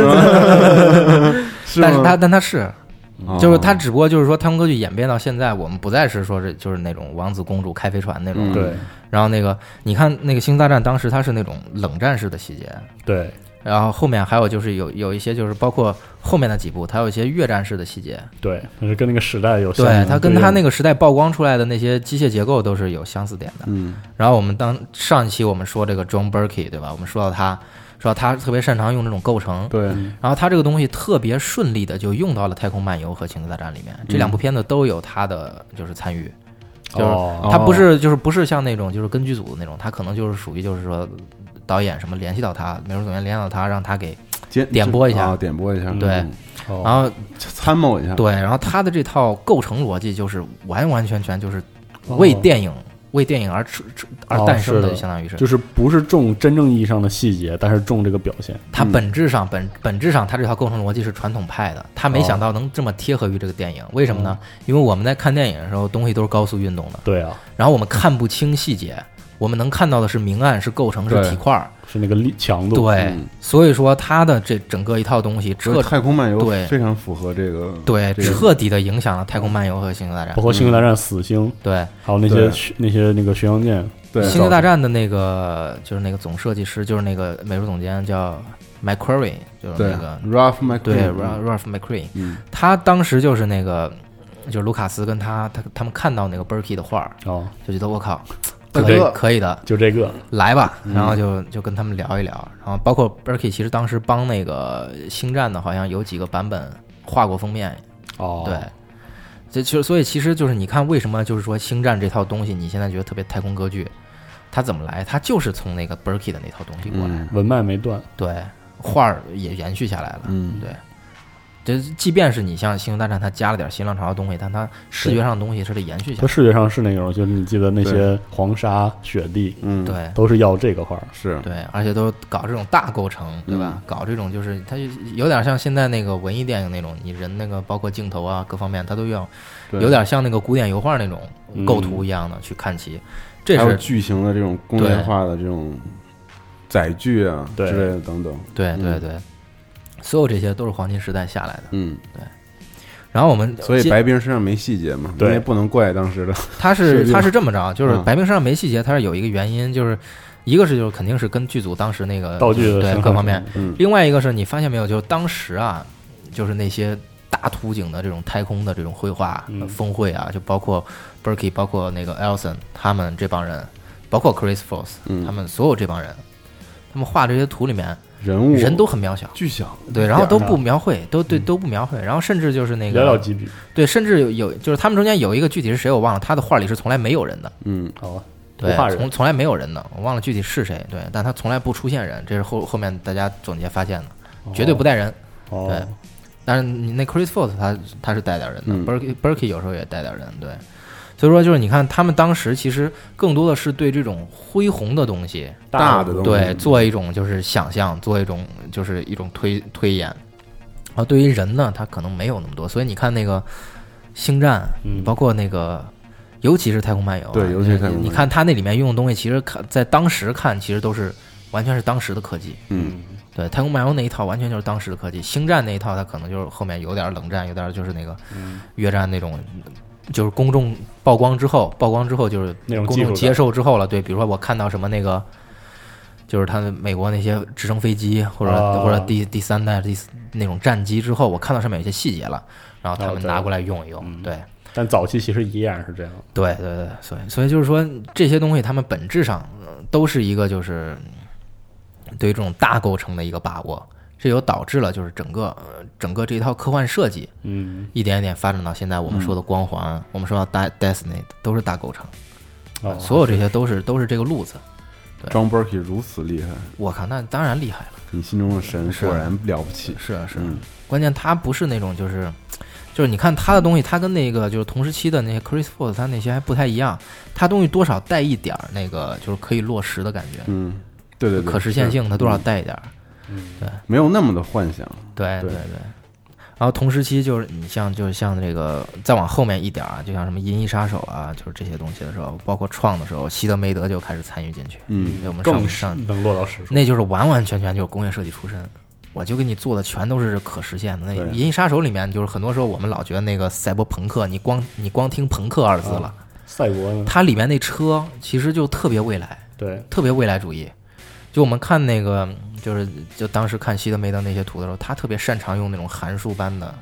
Speaker 3: 但是
Speaker 1: 吗
Speaker 3: 他但他是，
Speaker 1: 哦
Speaker 3: 就是他只不过就是说他们歌剧演变到现在，我们不再是说是就是那种王子公主开飞船那种
Speaker 1: 嗯
Speaker 3: 了，
Speaker 2: 对
Speaker 3: 然后那个你看那个《星球大战》当时它是那种冷战式的细节，
Speaker 2: 对
Speaker 3: 然后后面还有就是有有一些就是包括后面的几部，它有一些越战式的细节，
Speaker 2: 对，就是跟那个时代有相
Speaker 3: 对它跟它那
Speaker 2: 个
Speaker 3: 个时代曝光出来的那些机械结构都是有相似点的。
Speaker 1: 嗯
Speaker 3: 然后我们当上一期我们说这个 John Burkey 对吧？我们说到他，说到他特别擅长用这种构成，
Speaker 1: 对
Speaker 3: 然后他这个东西特别顺利的就用到了《太空漫游》和《星球大战》里面，
Speaker 2: 嗯
Speaker 3: 这两部片子都有他的就是参与。就是
Speaker 2: 哦
Speaker 3: 他不是就是不是像那种就是根据组的那种，他可能就是属于就是说导演什么联系到他，美术总监联系到他，让他给，
Speaker 1: 点
Speaker 3: 点拨一下
Speaker 1: 啊，点播一下，
Speaker 3: 对
Speaker 1: 嗯
Speaker 2: 哦
Speaker 3: 然后
Speaker 1: 参谋一下，
Speaker 3: 对，然后他的这套构成逻辑就是完完全全就是为
Speaker 2: 哦
Speaker 3: 电影为电影而出出而
Speaker 2: 哦
Speaker 3: 诞生
Speaker 2: 是
Speaker 3: 的，
Speaker 2: 的
Speaker 3: 相当于是
Speaker 2: 就是不是重真正意义上的细节，但是重这个表现。
Speaker 3: 它
Speaker 1: 嗯
Speaker 3: 本质上本本质上，它这套构成逻辑是传统派的，他没
Speaker 2: 哦
Speaker 3: 想到能这么贴合于这个电影，为什么呢？因为我们在看电影的时候，东西都是高速运动的，
Speaker 2: 对啊，
Speaker 3: 然后我们看不清细节，我们能看到的是明暗、是构成、是
Speaker 1: 对
Speaker 3: 体块儿，
Speaker 2: 是那个力强度。
Speaker 3: 对
Speaker 1: 嗯，
Speaker 3: 所以说它的这整个一套东西
Speaker 1: 这
Speaker 3: 彻
Speaker 1: 太空漫游
Speaker 3: 对
Speaker 1: 非常符合这个，
Speaker 3: 对
Speaker 1: 这个
Speaker 3: 彻底的影响了《太空漫游》和《星球大战
Speaker 2: 包》，括《星球大战》死星，
Speaker 3: 对，
Speaker 2: 还有那
Speaker 1: 嗯对
Speaker 2: 些血那些那个巡洋舰，
Speaker 1: 对
Speaker 3: 《星球大战》的那个就是那个总设计师，就是那个美术总监叫 McQuarrie，就是
Speaker 1: 对
Speaker 3: 那个
Speaker 1: ，Ralph m c
Speaker 3: 对
Speaker 1: q
Speaker 3: Ralph Ralph McQuarrie。
Speaker 1: 嗯
Speaker 3: 他当时就是那个，就是卢卡斯跟他他他们看到那个 Berkey 的画儿，
Speaker 2: 哦，
Speaker 3: 就觉得我靠，
Speaker 1: 大
Speaker 3: 可以
Speaker 1: 哥
Speaker 3: 可以的，
Speaker 2: 就这个
Speaker 3: 来吧。
Speaker 1: 嗯
Speaker 3: 然后就就跟他们聊一聊，然后包括 Berkey 其实当时帮那个星战的，好像有几个版本画过封面，
Speaker 2: 哦，
Speaker 3: 对。这其实所以其实就是你看为什么就是说星战这套东西，你现在觉得特别太空歌剧，它怎么来？它就是从那个 Berkey 的那套东西过来，
Speaker 1: 嗯
Speaker 2: 文脉没断，
Speaker 3: 对，画儿也延续下来了。
Speaker 1: 嗯
Speaker 3: 对，这即便是你像《星球大战》，它加了点新浪潮的东西，但它视觉上的东西是得延续下
Speaker 2: 它
Speaker 3: 来。
Speaker 2: 视觉上是那种，就是你记得那些黄沙、雪地，
Speaker 1: 嗯，
Speaker 3: 对
Speaker 2: 都是要这个画儿。
Speaker 1: 是，
Speaker 3: 对，而且都搞这种大构成，对
Speaker 1: 嗯
Speaker 3: 吧？搞这种就是它就有点像现在那个文艺电影那种，你人那个包括镜头啊各方面，它都要
Speaker 1: 对
Speaker 3: 有点像那个古典油画那种
Speaker 2: 嗯
Speaker 3: 构图一样的去看齐。这
Speaker 1: 还有
Speaker 3: 是
Speaker 1: 巨型的这种工业化的这种载具啊之
Speaker 2: 对
Speaker 1: 类的等等，
Speaker 3: 对对
Speaker 1: 嗯
Speaker 3: 对，所有这些都是黄金时代下来的。
Speaker 1: 嗯，
Speaker 3: 然后我们
Speaker 1: 所以
Speaker 3: 接
Speaker 1: 白冰身上没细节嘛，你
Speaker 2: 对
Speaker 1: 也不能怪当时
Speaker 3: [LAUGHS]
Speaker 1: 的，
Speaker 3: 他
Speaker 1: 是
Speaker 3: 是
Speaker 1: 这
Speaker 3: 他
Speaker 1: 样
Speaker 3: 是这么着，就是
Speaker 1: 嗯
Speaker 3: 白冰身上没细节，他是有一个原因，就是一个是就是肯定是跟剧组当时那个
Speaker 2: 道具的
Speaker 3: 对
Speaker 2: 生产
Speaker 3: 各方面，
Speaker 1: 嗯
Speaker 3: 另外一个是你发现没有，就是当时啊，就是那些大图景的这种太空的这种绘画、
Speaker 2: 嗯
Speaker 3: 峰会啊，就包括 Berkey，包括那个 Elson 他们这帮人，包括 Chris f o r c e
Speaker 1: 嗯
Speaker 3: 他们所有这帮人，他们画这些图里面
Speaker 1: 人物
Speaker 3: 人都很渺小。
Speaker 1: 巨小，
Speaker 3: 对，然后都
Speaker 2: 一点儿
Speaker 3: 不描绘，都对都不描绘，然后甚至就是那
Speaker 2: 寥寥
Speaker 3: 个
Speaker 2: 几笔。
Speaker 3: 对，甚至有有就是他们中间有一个具体是谁我忘了，他的画里是从来没有人的，
Speaker 1: 嗯
Speaker 2: 好，
Speaker 3: 对
Speaker 2: 不怕，人
Speaker 3: 从从来没有人的，我忘了具体是谁，对，但他从来不出现人，这是后后面大家总结发现的，绝对不带人。
Speaker 2: 哦
Speaker 3: 对，但是你那 Chris f o r t 他他是带点人的、
Speaker 1: 嗯
Speaker 3: b u r k e y Burkey 有时候也带点人，对，所以说就是你看他们当时其实更多的是对这种恢宏的东西，
Speaker 1: 大
Speaker 2: 的
Speaker 1: 的东西，
Speaker 3: 对，做一种就是想象，做一种就是一种推推演，然后对于人呢，他可能没有那么多，所以你看那个星战，
Speaker 2: 嗯
Speaker 3: 包括那个。尤其是太空漫游啊、
Speaker 1: 对尤其是太空漫游
Speaker 3: 你看它那里面用的东西，其实看在当时看，其实都是完全是当时的科技。
Speaker 1: 嗯，
Speaker 3: 对，太空漫游那一套完全就是当时的科技，星战那一套它可能就是后面有点冷战，有点就是那个
Speaker 2: 嗯
Speaker 3: 越战那种，就是公众曝光之后，曝光之后就是
Speaker 2: 那种
Speaker 3: 公
Speaker 2: 技术
Speaker 3: 众
Speaker 2: 感
Speaker 3: 接受之后了。对，比如说我看到什么那个，就是他们美国那些直升飞机或者、
Speaker 2: 啊
Speaker 3: 或者第第三代第四那种战机之后，我看到上面有些细节了，然后他
Speaker 2: 哦
Speaker 3: 们
Speaker 2: 对
Speaker 3: 拿过来用一用，
Speaker 2: 嗯
Speaker 3: 对。
Speaker 2: 但早期其实依然是这样。
Speaker 3: 对对对，所以所以就是说，这些东西他们本质上、呃都是一个就是嗯对于这种大构成的一个把握，这就导致了就是整个、呃整个这一套科幻设计
Speaker 2: 嗯，
Speaker 3: 一点一点发展到现在我们说的光环，我们说到 Di- Destiny 都是大构成，
Speaker 2: 哦，
Speaker 3: 所有这些都是都是这个路子。
Speaker 1: John Burkey 如此厉害，
Speaker 3: 我靠，那当然厉害了，
Speaker 1: 你心中的神
Speaker 3: 是
Speaker 1: 果然了不起，
Speaker 3: 是啊是啊
Speaker 1: 嗯
Speaker 3: 关键他不是那种就是，就是你看他的东西，他跟那个就是同时期的那些 Chris Ford 他那些还不太一样，他东西多少带一点儿那个就是可以落实的感觉，
Speaker 1: 嗯，对对对，
Speaker 3: 可实现性
Speaker 1: 是
Speaker 3: 它多少带一点儿，
Speaker 1: 没有那么的幻想，
Speaker 3: 对
Speaker 1: 对
Speaker 3: 对。然后同时期就是你像就是像这个再往后面一点儿啊，就像什么《银翼杀手》啊，就是这些东西的时候，包括创的时候，希德梅德就开始参与进去。
Speaker 1: 嗯
Speaker 3: 对我们
Speaker 2: 更
Speaker 3: 上
Speaker 2: 是
Speaker 3: 上
Speaker 2: 能落到实处。
Speaker 3: 那就是完完全全就是工业设计出身，我就给你做的全都是可实现的。那
Speaker 1: 对
Speaker 3: 《银翼杀手》里面就是很多时候我们老觉得那个赛博朋克，你光你光听朋克二字了，
Speaker 2: 赛博呢？
Speaker 3: 它里面那车其实就特别未来，
Speaker 2: 对，
Speaker 3: 特别未来主义。就我们看那个，就是就当时看西德梅登那些图的时候，他特别擅长用那种函数般的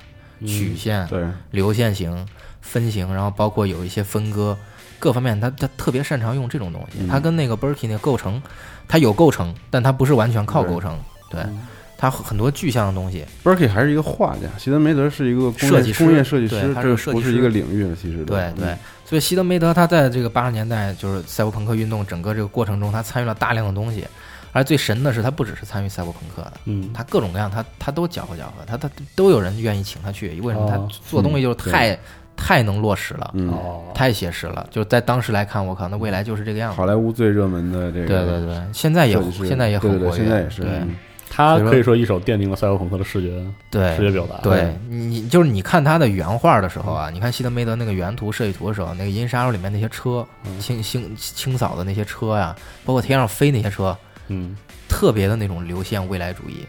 Speaker 3: 曲线、
Speaker 1: 嗯对，
Speaker 3: 流线型、分型，然后包括有一些分割，各方面他他特别擅长用这种东西。
Speaker 1: 嗯
Speaker 3: 他跟那个 Berkey 那个构成，它有构成，但它不是完全靠构成，对
Speaker 2: 嗯
Speaker 3: 它很多具象的东西。
Speaker 1: Berkey 还是一个画家，希德梅德是一个工
Speaker 3: 设计
Speaker 1: 业
Speaker 3: 师
Speaker 1: 工业设计师
Speaker 3: 对，他是
Speaker 1: 这
Speaker 3: 设计
Speaker 1: 不是
Speaker 3: 师
Speaker 1: 一个领域的，其实嗯
Speaker 3: 对
Speaker 1: 对
Speaker 3: 对，，所以西德梅德他在这个八十年代就是赛博朋克运动整个这个过程中，他参与了大量的东西。而最神的是，他不只是参与赛博朋克的，
Speaker 2: 嗯，
Speaker 3: 他各种各样，他他都搅和搅和，他他都有人愿意请他去。为什么他
Speaker 2: 哦
Speaker 3: 做东西就是
Speaker 1: 嗯
Speaker 3: 太、太能落实了，
Speaker 1: 嗯，
Speaker 2: 哦，
Speaker 3: 太写实了？就是在当时来看，我靠，那未来就是这个样子。
Speaker 1: 好莱坞最热门的这个
Speaker 3: 对对对，现在也
Speaker 1: 设计师，
Speaker 3: 现在也
Speaker 1: 对对
Speaker 3: 很
Speaker 1: 对
Speaker 3: 活跃，
Speaker 1: 现在也是，
Speaker 3: 对
Speaker 1: 嗯
Speaker 2: 他可以说一手奠定了赛博朋克的视觉视
Speaker 3: 对
Speaker 2: 觉表达。
Speaker 3: 对，你就是你看他的原画的时候
Speaker 1: 嗯
Speaker 3: 啊，你看希德梅德那个原图设计图的时候，那个《银杀手》里面那些车，
Speaker 2: 嗯
Speaker 3: 清清清扫的那些车呀、包括天上飞那些车，
Speaker 2: 嗯，
Speaker 3: 特别的那种流线未来主义。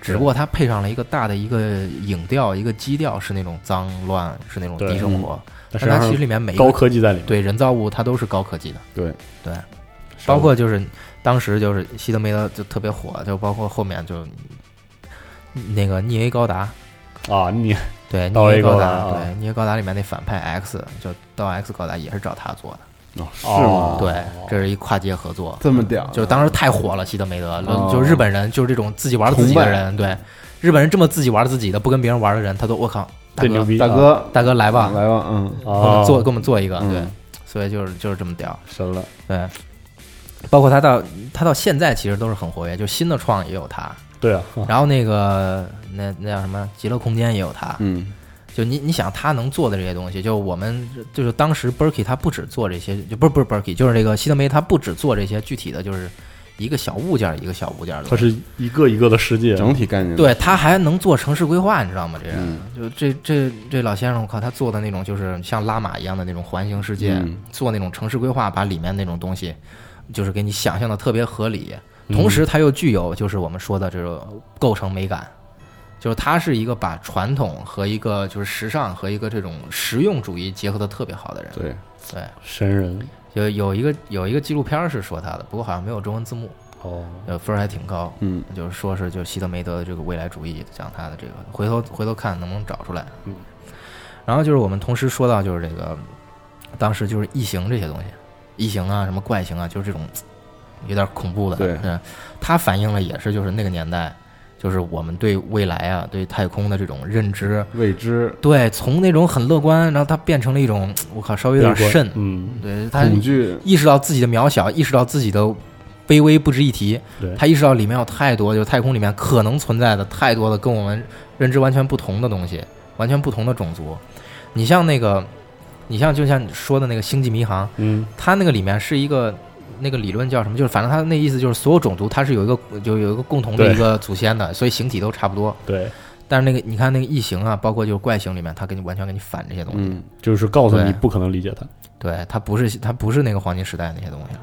Speaker 3: 只
Speaker 2: 对
Speaker 3: 不过它配上了一个大的一个影调，一个基调是那种脏乱，是那种
Speaker 2: 对
Speaker 3: 低生活。
Speaker 2: 但实
Speaker 3: 但
Speaker 2: 际
Speaker 3: 它其
Speaker 2: 上
Speaker 3: 实里面每一个
Speaker 2: 高科技在里面，
Speaker 3: 对人造物它都是高科技的，
Speaker 1: 对
Speaker 3: 对，
Speaker 2: 是吧
Speaker 3: 包括就是当时就是西德梅德就特别火，就包括后面就那个逆 A 高达，
Speaker 2: 啊，你
Speaker 3: 对逆
Speaker 2: 道
Speaker 3: A
Speaker 2: A
Speaker 3: 高
Speaker 2: 高达
Speaker 3: 达，
Speaker 2: 啊
Speaker 3: 对逆 A 高达里面那反派 X 就道 X 高达也是找他做的，
Speaker 1: 哦是
Speaker 2: 哦
Speaker 1: 吗？
Speaker 3: 对，这是一跨界合作，
Speaker 1: 这么屌，
Speaker 3: 就当时太火了，西德梅德，
Speaker 1: 哦
Speaker 3: 就日本人就是这种自己玩自
Speaker 1: 崇
Speaker 3: 己的
Speaker 1: 拜
Speaker 3: 人，对，日本人这么自己玩自己的，不跟别人玩的人，他都我靠，大
Speaker 2: 最牛
Speaker 3: 哥
Speaker 2: 逼，
Speaker 1: 大哥
Speaker 3: 大哥来吧，
Speaker 1: 来吧，嗯，
Speaker 3: 给我
Speaker 2: 啊，
Speaker 3: 们 [LAUGHS] 做给我们做一个，
Speaker 1: 嗯
Speaker 3: 对，所以就是就是这么屌，
Speaker 2: 神了，
Speaker 3: 对，包括他到他到现在其实都是很活跃，就新的创也有他，
Speaker 2: 对啊，啊
Speaker 3: 然后那个那那叫什么极乐空间也有他，
Speaker 1: 嗯，
Speaker 3: 就你你想他能做的这些东西，就我们就是当时 Berkey 他不只做这些，就不是不是 Berkey，就是这个希德梅他不只做这些具体的，就是一个小物件儿一个小物件儿的
Speaker 2: 它
Speaker 3: 东西，
Speaker 2: 是一个一个的世界，
Speaker 1: 整体概念，
Speaker 3: 对他还能做城市规划，你知道吗？这人、
Speaker 1: 嗯
Speaker 3: 就这这这老先生，我靠，他做的那种就是像拉玛一样的那种环形世界，
Speaker 1: 嗯
Speaker 3: 做那种城市规划，把里面那种东西就是给你想象的特别合理，
Speaker 1: 嗯
Speaker 3: 同时它又具有就是我们说的这种构成美感，就是它是一个把传统和一个就是时尚和一个这种实用主义结合的特别好的人。
Speaker 1: 对，
Speaker 3: 对，
Speaker 2: 神人
Speaker 3: 有有一个有一个纪录片儿是说他的，不过好像没有中文字幕，
Speaker 2: 哦，
Speaker 3: 呃，分儿还挺高。
Speaker 1: 嗯，
Speaker 3: 就是说是就是希德梅德的这个未来主义，讲他的这个，回头回头看能不能找出来。
Speaker 2: 嗯，
Speaker 3: 然后就是我们同时说到就是这个，当时就是异形这些东西，异形啊，什么怪形啊，就是这种有点恐怖的。
Speaker 1: 对
Speaker 3: 嗯，它反映了也是就是那个年代，就是我们对未来啊，对太空的这种认知，
Speaker 1: 未知
Speaker 3: 对，从那种很乐观，然后它变成了一种我靠稍微有点
Speaker 2: 悲观
Speaker 3: 慎，
Speaker 2: 嗯，
Speaker 3: 对，它
Speaker 1: 恐惧，
Speaker 3: 意识到自己的渺小，意识到自己的卑微不值一提。
Speaker 2: 对，
Speaker 3: 他意识到里面有太多，就是太空里面可能存在的太多的跟我们认知完全不同的东西，完全不同的种族。你像那个，你像就像你说的那个《星际迷航》，
Speaker 2: 嗯，
Speaker 3: 它那个里面是一个那个理论叫什么？就是反正它那意思就是所有种族它是有一个就有一个共同的
Speaker 2: 对
Speaker 3: 一个祖先的，所以形体都差不多。
Speaker 2: 对，
Speaker 3: 但是那个你看那个异形啊，包括就是怪形里面，它给你完全给你反这些东西。
Speaker 1: 嗯，
Speaker 2: 就是告诉你
Speaker 3: 对
Speaker 2: 不可能理解它，
Speaker 3: 对，它不是它不是那个黄金时代那些东西了，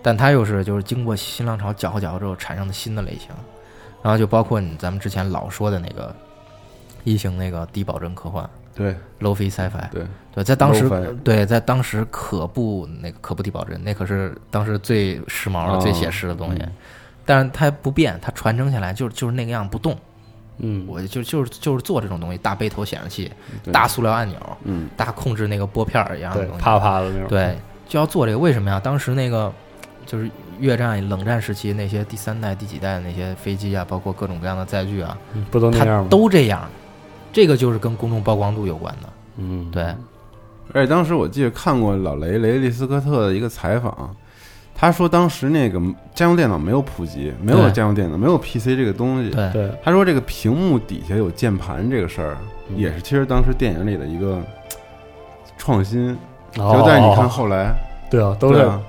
Speaker 3: 但它又是就是经过新浪潮搅和搅和之后产生的新的类型，然后就包括你咱们之前老说的那个异形那个低保真科幻
Speaker 1: 对
Speaker 3: low fi sci-fi，
Speaker 1: 嗯对，
Speaker 3: 对，在当时
Speaker 1: Lo-fi
Speaker 3: 对在当时可不那个可不低保真，那可是当时最时髦的、
Speaker 1: 啊
Speaker 3: 最写实的东西
Speaker 1: 嗯，
Speaker 3: 但是它不变，它传承下来就是就是那个样不动，
Speaker 2: 嗯，
Speaker 3: 我就就是就是做这种东西，大背头显示器、
Speaker 1: 对
Speaker 3: 大，塑料按钮、
Speaker 1: 嗯，
Speaker 3: 大控制那个拨片儿一样的
Speaker 2: 对
Speaker 3: 东，西，
Speaker 2: 啪啪的那种，
Speaker 3: 对，就要做这个。为什么呀？当时那个就是越战、冷战时期那些第三代、第几代的那些飞机啊，包括各种各样的载具啊，
Speaker 2: 嗯，不都那样
Speaker 3: 它
Speaker 2: 吗？
Speaker 3: 都这样。这个就是跟公众曝光度有关的。
Speaker 2: 嗯，
Speaker 3: 对，
Speaker 1: 而且当时我记得看过老雷雷利斯科特的一个采访，他说当时那个家用电脑没有普及，没有
Speaker 3: 对
Speaker 1: 家用电脑，没有 PC 这个东西。
Speaker 3: 对，
Speaker 2: 对，
Speaker 1: 他说这个屏幕底下有键盘这个事儿，
Speaker 2: 嗯
Speaker 1: 也是其实当时电影里的一个嘖创新。
Speaker 2: 哦
Speaker 3: 哦
Speaker 1: 就在你看后来，
Speaker 2: 对啊，都
Speaker 1: 对
Speaker 2: 是
Speaker 1: 啊，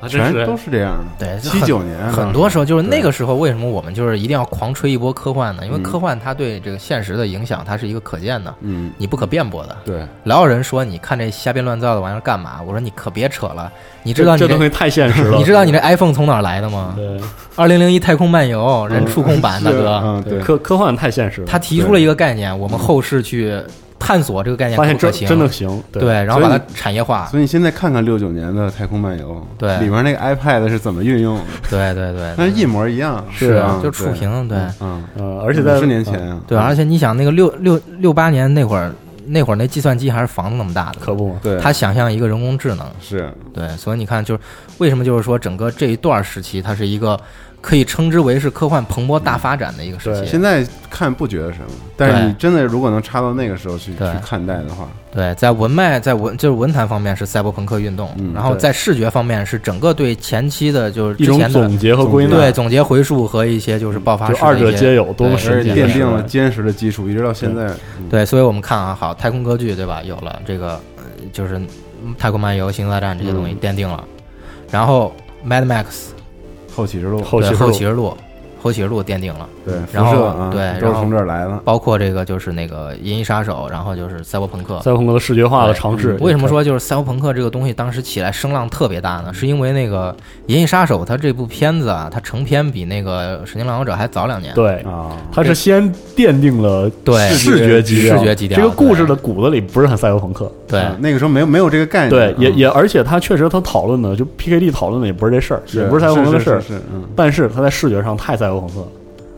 Speaker 4: 还真
Speaker 1: 全
Speaker 4: 是
Speaker 1: 都是这样的。
Speaker 3: 对，就
Speaker 1: 七
Speaker 3: 很
Speaker 1: 九年啊
Speaker 3: 很多时
Speaker 1: 候
Speaker 3: 候就是
Speaker 1: 对
Speaker 3: 那个时候，为什么我们就是一定要狂吹一波科幻呢？因为
Speaker 1: 嗯
Speaker 3: 科幻它对这个现实的影响，它是一个可见的，
Speaker 1: 嗯，
Speaker 3: 你不可辩驳的。
Speaker 1: 对，
Speaker 3: 老有人说你看这瞎编乱造的玩意儿干嘛？我说你可别扯了，你知
Speaker 2: 这
Speaker 3: 道你
Speaker 2: 这东
Speaker 3: 这
Speaker 2: 西太现实了。
Speaker 3: 你知道你这 iPhone 从哪儿来的吗？
Speaker 2: 对
Speaker 3: 二零零一太空漫游人触控版，
Speaker 1: 嗯
Speaker 3: 大
Speaker 1: 是
Speaker 3: 哥，
Speaker 1: 嗯，对，
Speaker 2: 科科幻太现实了，
Speaker 3: 他提出了一个概念，我们后世去探索这个概念
Speaker 2: 发
Speaker 3: 可
Speaker 2: 现
Speaker 3: 不哎可
Speaker 2: 真
Speaker 3: 行？
Speaker 2: 真的行，
Speaker 3: 对，然后
Speaker 1: 所以
Speaker 3: 把它产业化。
Speaker 1: 所以你现在看看六九年的《太空漫游》，
Speaker 3: 对
Speaker 1: 里面那个 iPad 是怎么运用的，
Speaker 3: 对对对，
Speaker 1: 那一模一样，
Speaker 3: 是
Speaker 1: 啊，
Speaker 3: 就触屏对
Speaker 1: 嗯，
Speaker 2: 呃，而且在
Speaker 1: 五十年前啊，
Speaker 3: 对，而且你想那个六六六八年那会儿，那会儿那计算机还是房子那么大的，
Speaker 2: 可不嘛，
Speaker 1: 对，
Speaker 3: 他想象一个人工智能，
Speaker 1: 是
Speaker 3: 对，所以你看，就是为什么就是说整个这一段时期，它是一个可以称之为是科幻蓬勃大发展的一个时
Speaker 2: 对
Speaker 3: 期。
Speaker 1: 现在看不觉得什么，但是
Speaker 3: 对
Speaker 1: 你真的如果能插到那个时候去
Speaker 3: 对
Speaker 1: 去看待的话，
Speaker 3: 对，在文脉在文就是文坛方面是赛博朋克运动，
Speaker 1: 嗯
Speaker 3: 然后
Speaker 2: 对
Speaker 3: 在视觉方面是整个对前期的就是
Speaker 2: 一
Speaker 3: 之
Speaker 2: 种
Speaker 3: 前的
Speaker 2: 总结和归纳，
Speaker 3: 对总结回溯和一些就是爆发
Speaker 2: 就
Speaker 3: 式
Speaker 2: 二
Speaker 3: 的
Speaker 2: 者
Speaker 3: 一些
Speaker 2: 皆有，多
Speaker 3: 对
Speaker 2: 么
Speaker 1: 而
Speaker 2: 神
Speaker 1: 且
Speaker 2: 奇！
Speaker 1: 奠定了坚实的基础，一直到现在，嗯
Speaker 3: 对，所以我们看啊，好，太空歌剧对吧？有了这个，呃就是嗯《太空漫游》《星球大战》这些东西
Speaker 1: 嗯
Speaker 3: 奠定了，然后《Mad Max
Speaker 1: 后启示录，
Speaker 2: 后》
Speaker 3: 对
Speaker 2: 期
Speaker 3: 《后启示录》《后启示录》奠定了，
Speaker 1: 对，辐
Speaker 3: 然后
Speaker 1: 射啊，
Speaker 3: 对
Speaker 1: 都
Speaker 3: 然
Speaker 1: 是
Speaker 3: 后
Speaker 1: 从这儿来的，
Speaker 3: 包括这个就是那个《银翼杀手》，然后就是赛博朋克。
Speaker 2: 赛博朋克的视觉化的尝试，
Speaker 3: 嗯为什么说就是赛博朋克这个东西当时起来声浪特别大呢？是因为那个《银翼杀手》它这部片子啊，它成片比那个《神经浪游者》还早两年。
Speaker 2: 对？
Speaker 1: 啊，
Speaker 2: 它是先奠定了
Speaker 3: 嗯对
Speaker 2: 视觉基调，
Speaker 3: 视觉基调
Speaker 2: 这个故事的骨子里不是很赛博朋克，
Speaker 3: 对
Speaker 1: 啊那个时候没有没有这个概念，
Speaker 2: 对，也
Speaker 1: 嗯
Speaker 2: 也，而且它确实它讨论的就 PKD 讨论的也不是这事儿，也
Speaker 1: 是
Speaker 2: 不是赛博朋克的
Speaker 1: 是
Speaker 2: 事儿
Speaker 1: 是，是嗯
Speaker 2: 但是它在视觉上太赛博朋克了，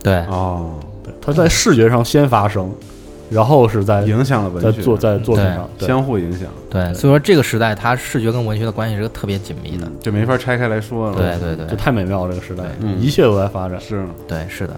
Speaker 3: 对
Speaker 1: 哦，
Speaker 2: 对，它在视觉上先发生，然后是在
Speaker 1: 影响了文
Speaker 2: 在
Speaker 1: 学，
Speaker 2: 作在作品上，对
Speaker 1: 相互影响，
Speaker 3: 对，所以说这个时代它视觉跟文学的关系是个特别紧密的。
Speaker 1: 嗯这没法拆开来说了，
Speaker 3: 对对对，
Speaker 2: 这太美妙了，这个时代
Speaker 1: 嗯
Speaker 2: 一切都在发展，
Speaker 1: 是
Speaker 3: 对，是的。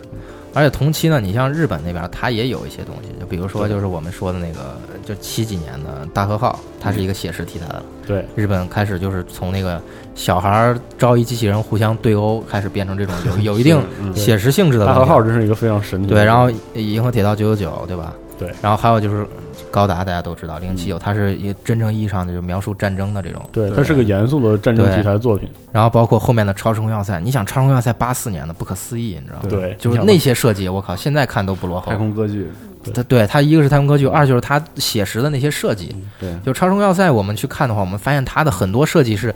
Speaker 3: 而且同期呢，你像日本那边，它也有一些东西，就比如说就是我们说的那个，就七几年的大和号，它是一个写实题材的。
Speaker 2: 对，
Speaker 3: 日本开始就是从那个小孩儿招一机器人互相对殴，开始变成这种有有一定
Speaker 1: 嗯
Speaker 3: 写实性质的
Speaker 2: 大
Speaker 3: 东西
Speaker 2: 和号真是一个非常神奇的
Speaker 3: 对，然后银河铁道九九九，对吧？
Speaker 2: 嗯对
Speaker 3: 然后还有就是高达，大家都知道零七九，它是一个真正意义上的就描述战争的这种。
Speaker 2: 对，它是个严肃的战争题材作品，
Speaker 3: 然后包括后面的超时空要塞，你想超时空要塞八四年的不可思议，你知道吗？
Speaker 2: 对，
Speaker 3: 就是那些设计，我靠，现在看都不落后
Speaker 1: 太。空歌剧，
Speaker 3: 它对它一个是太空歌剧，二就是它写实的那些设计。
Speaker 1: 对，
Speaker 3: 就超时空要塞，我们去看的话，我们发现它的很多设计是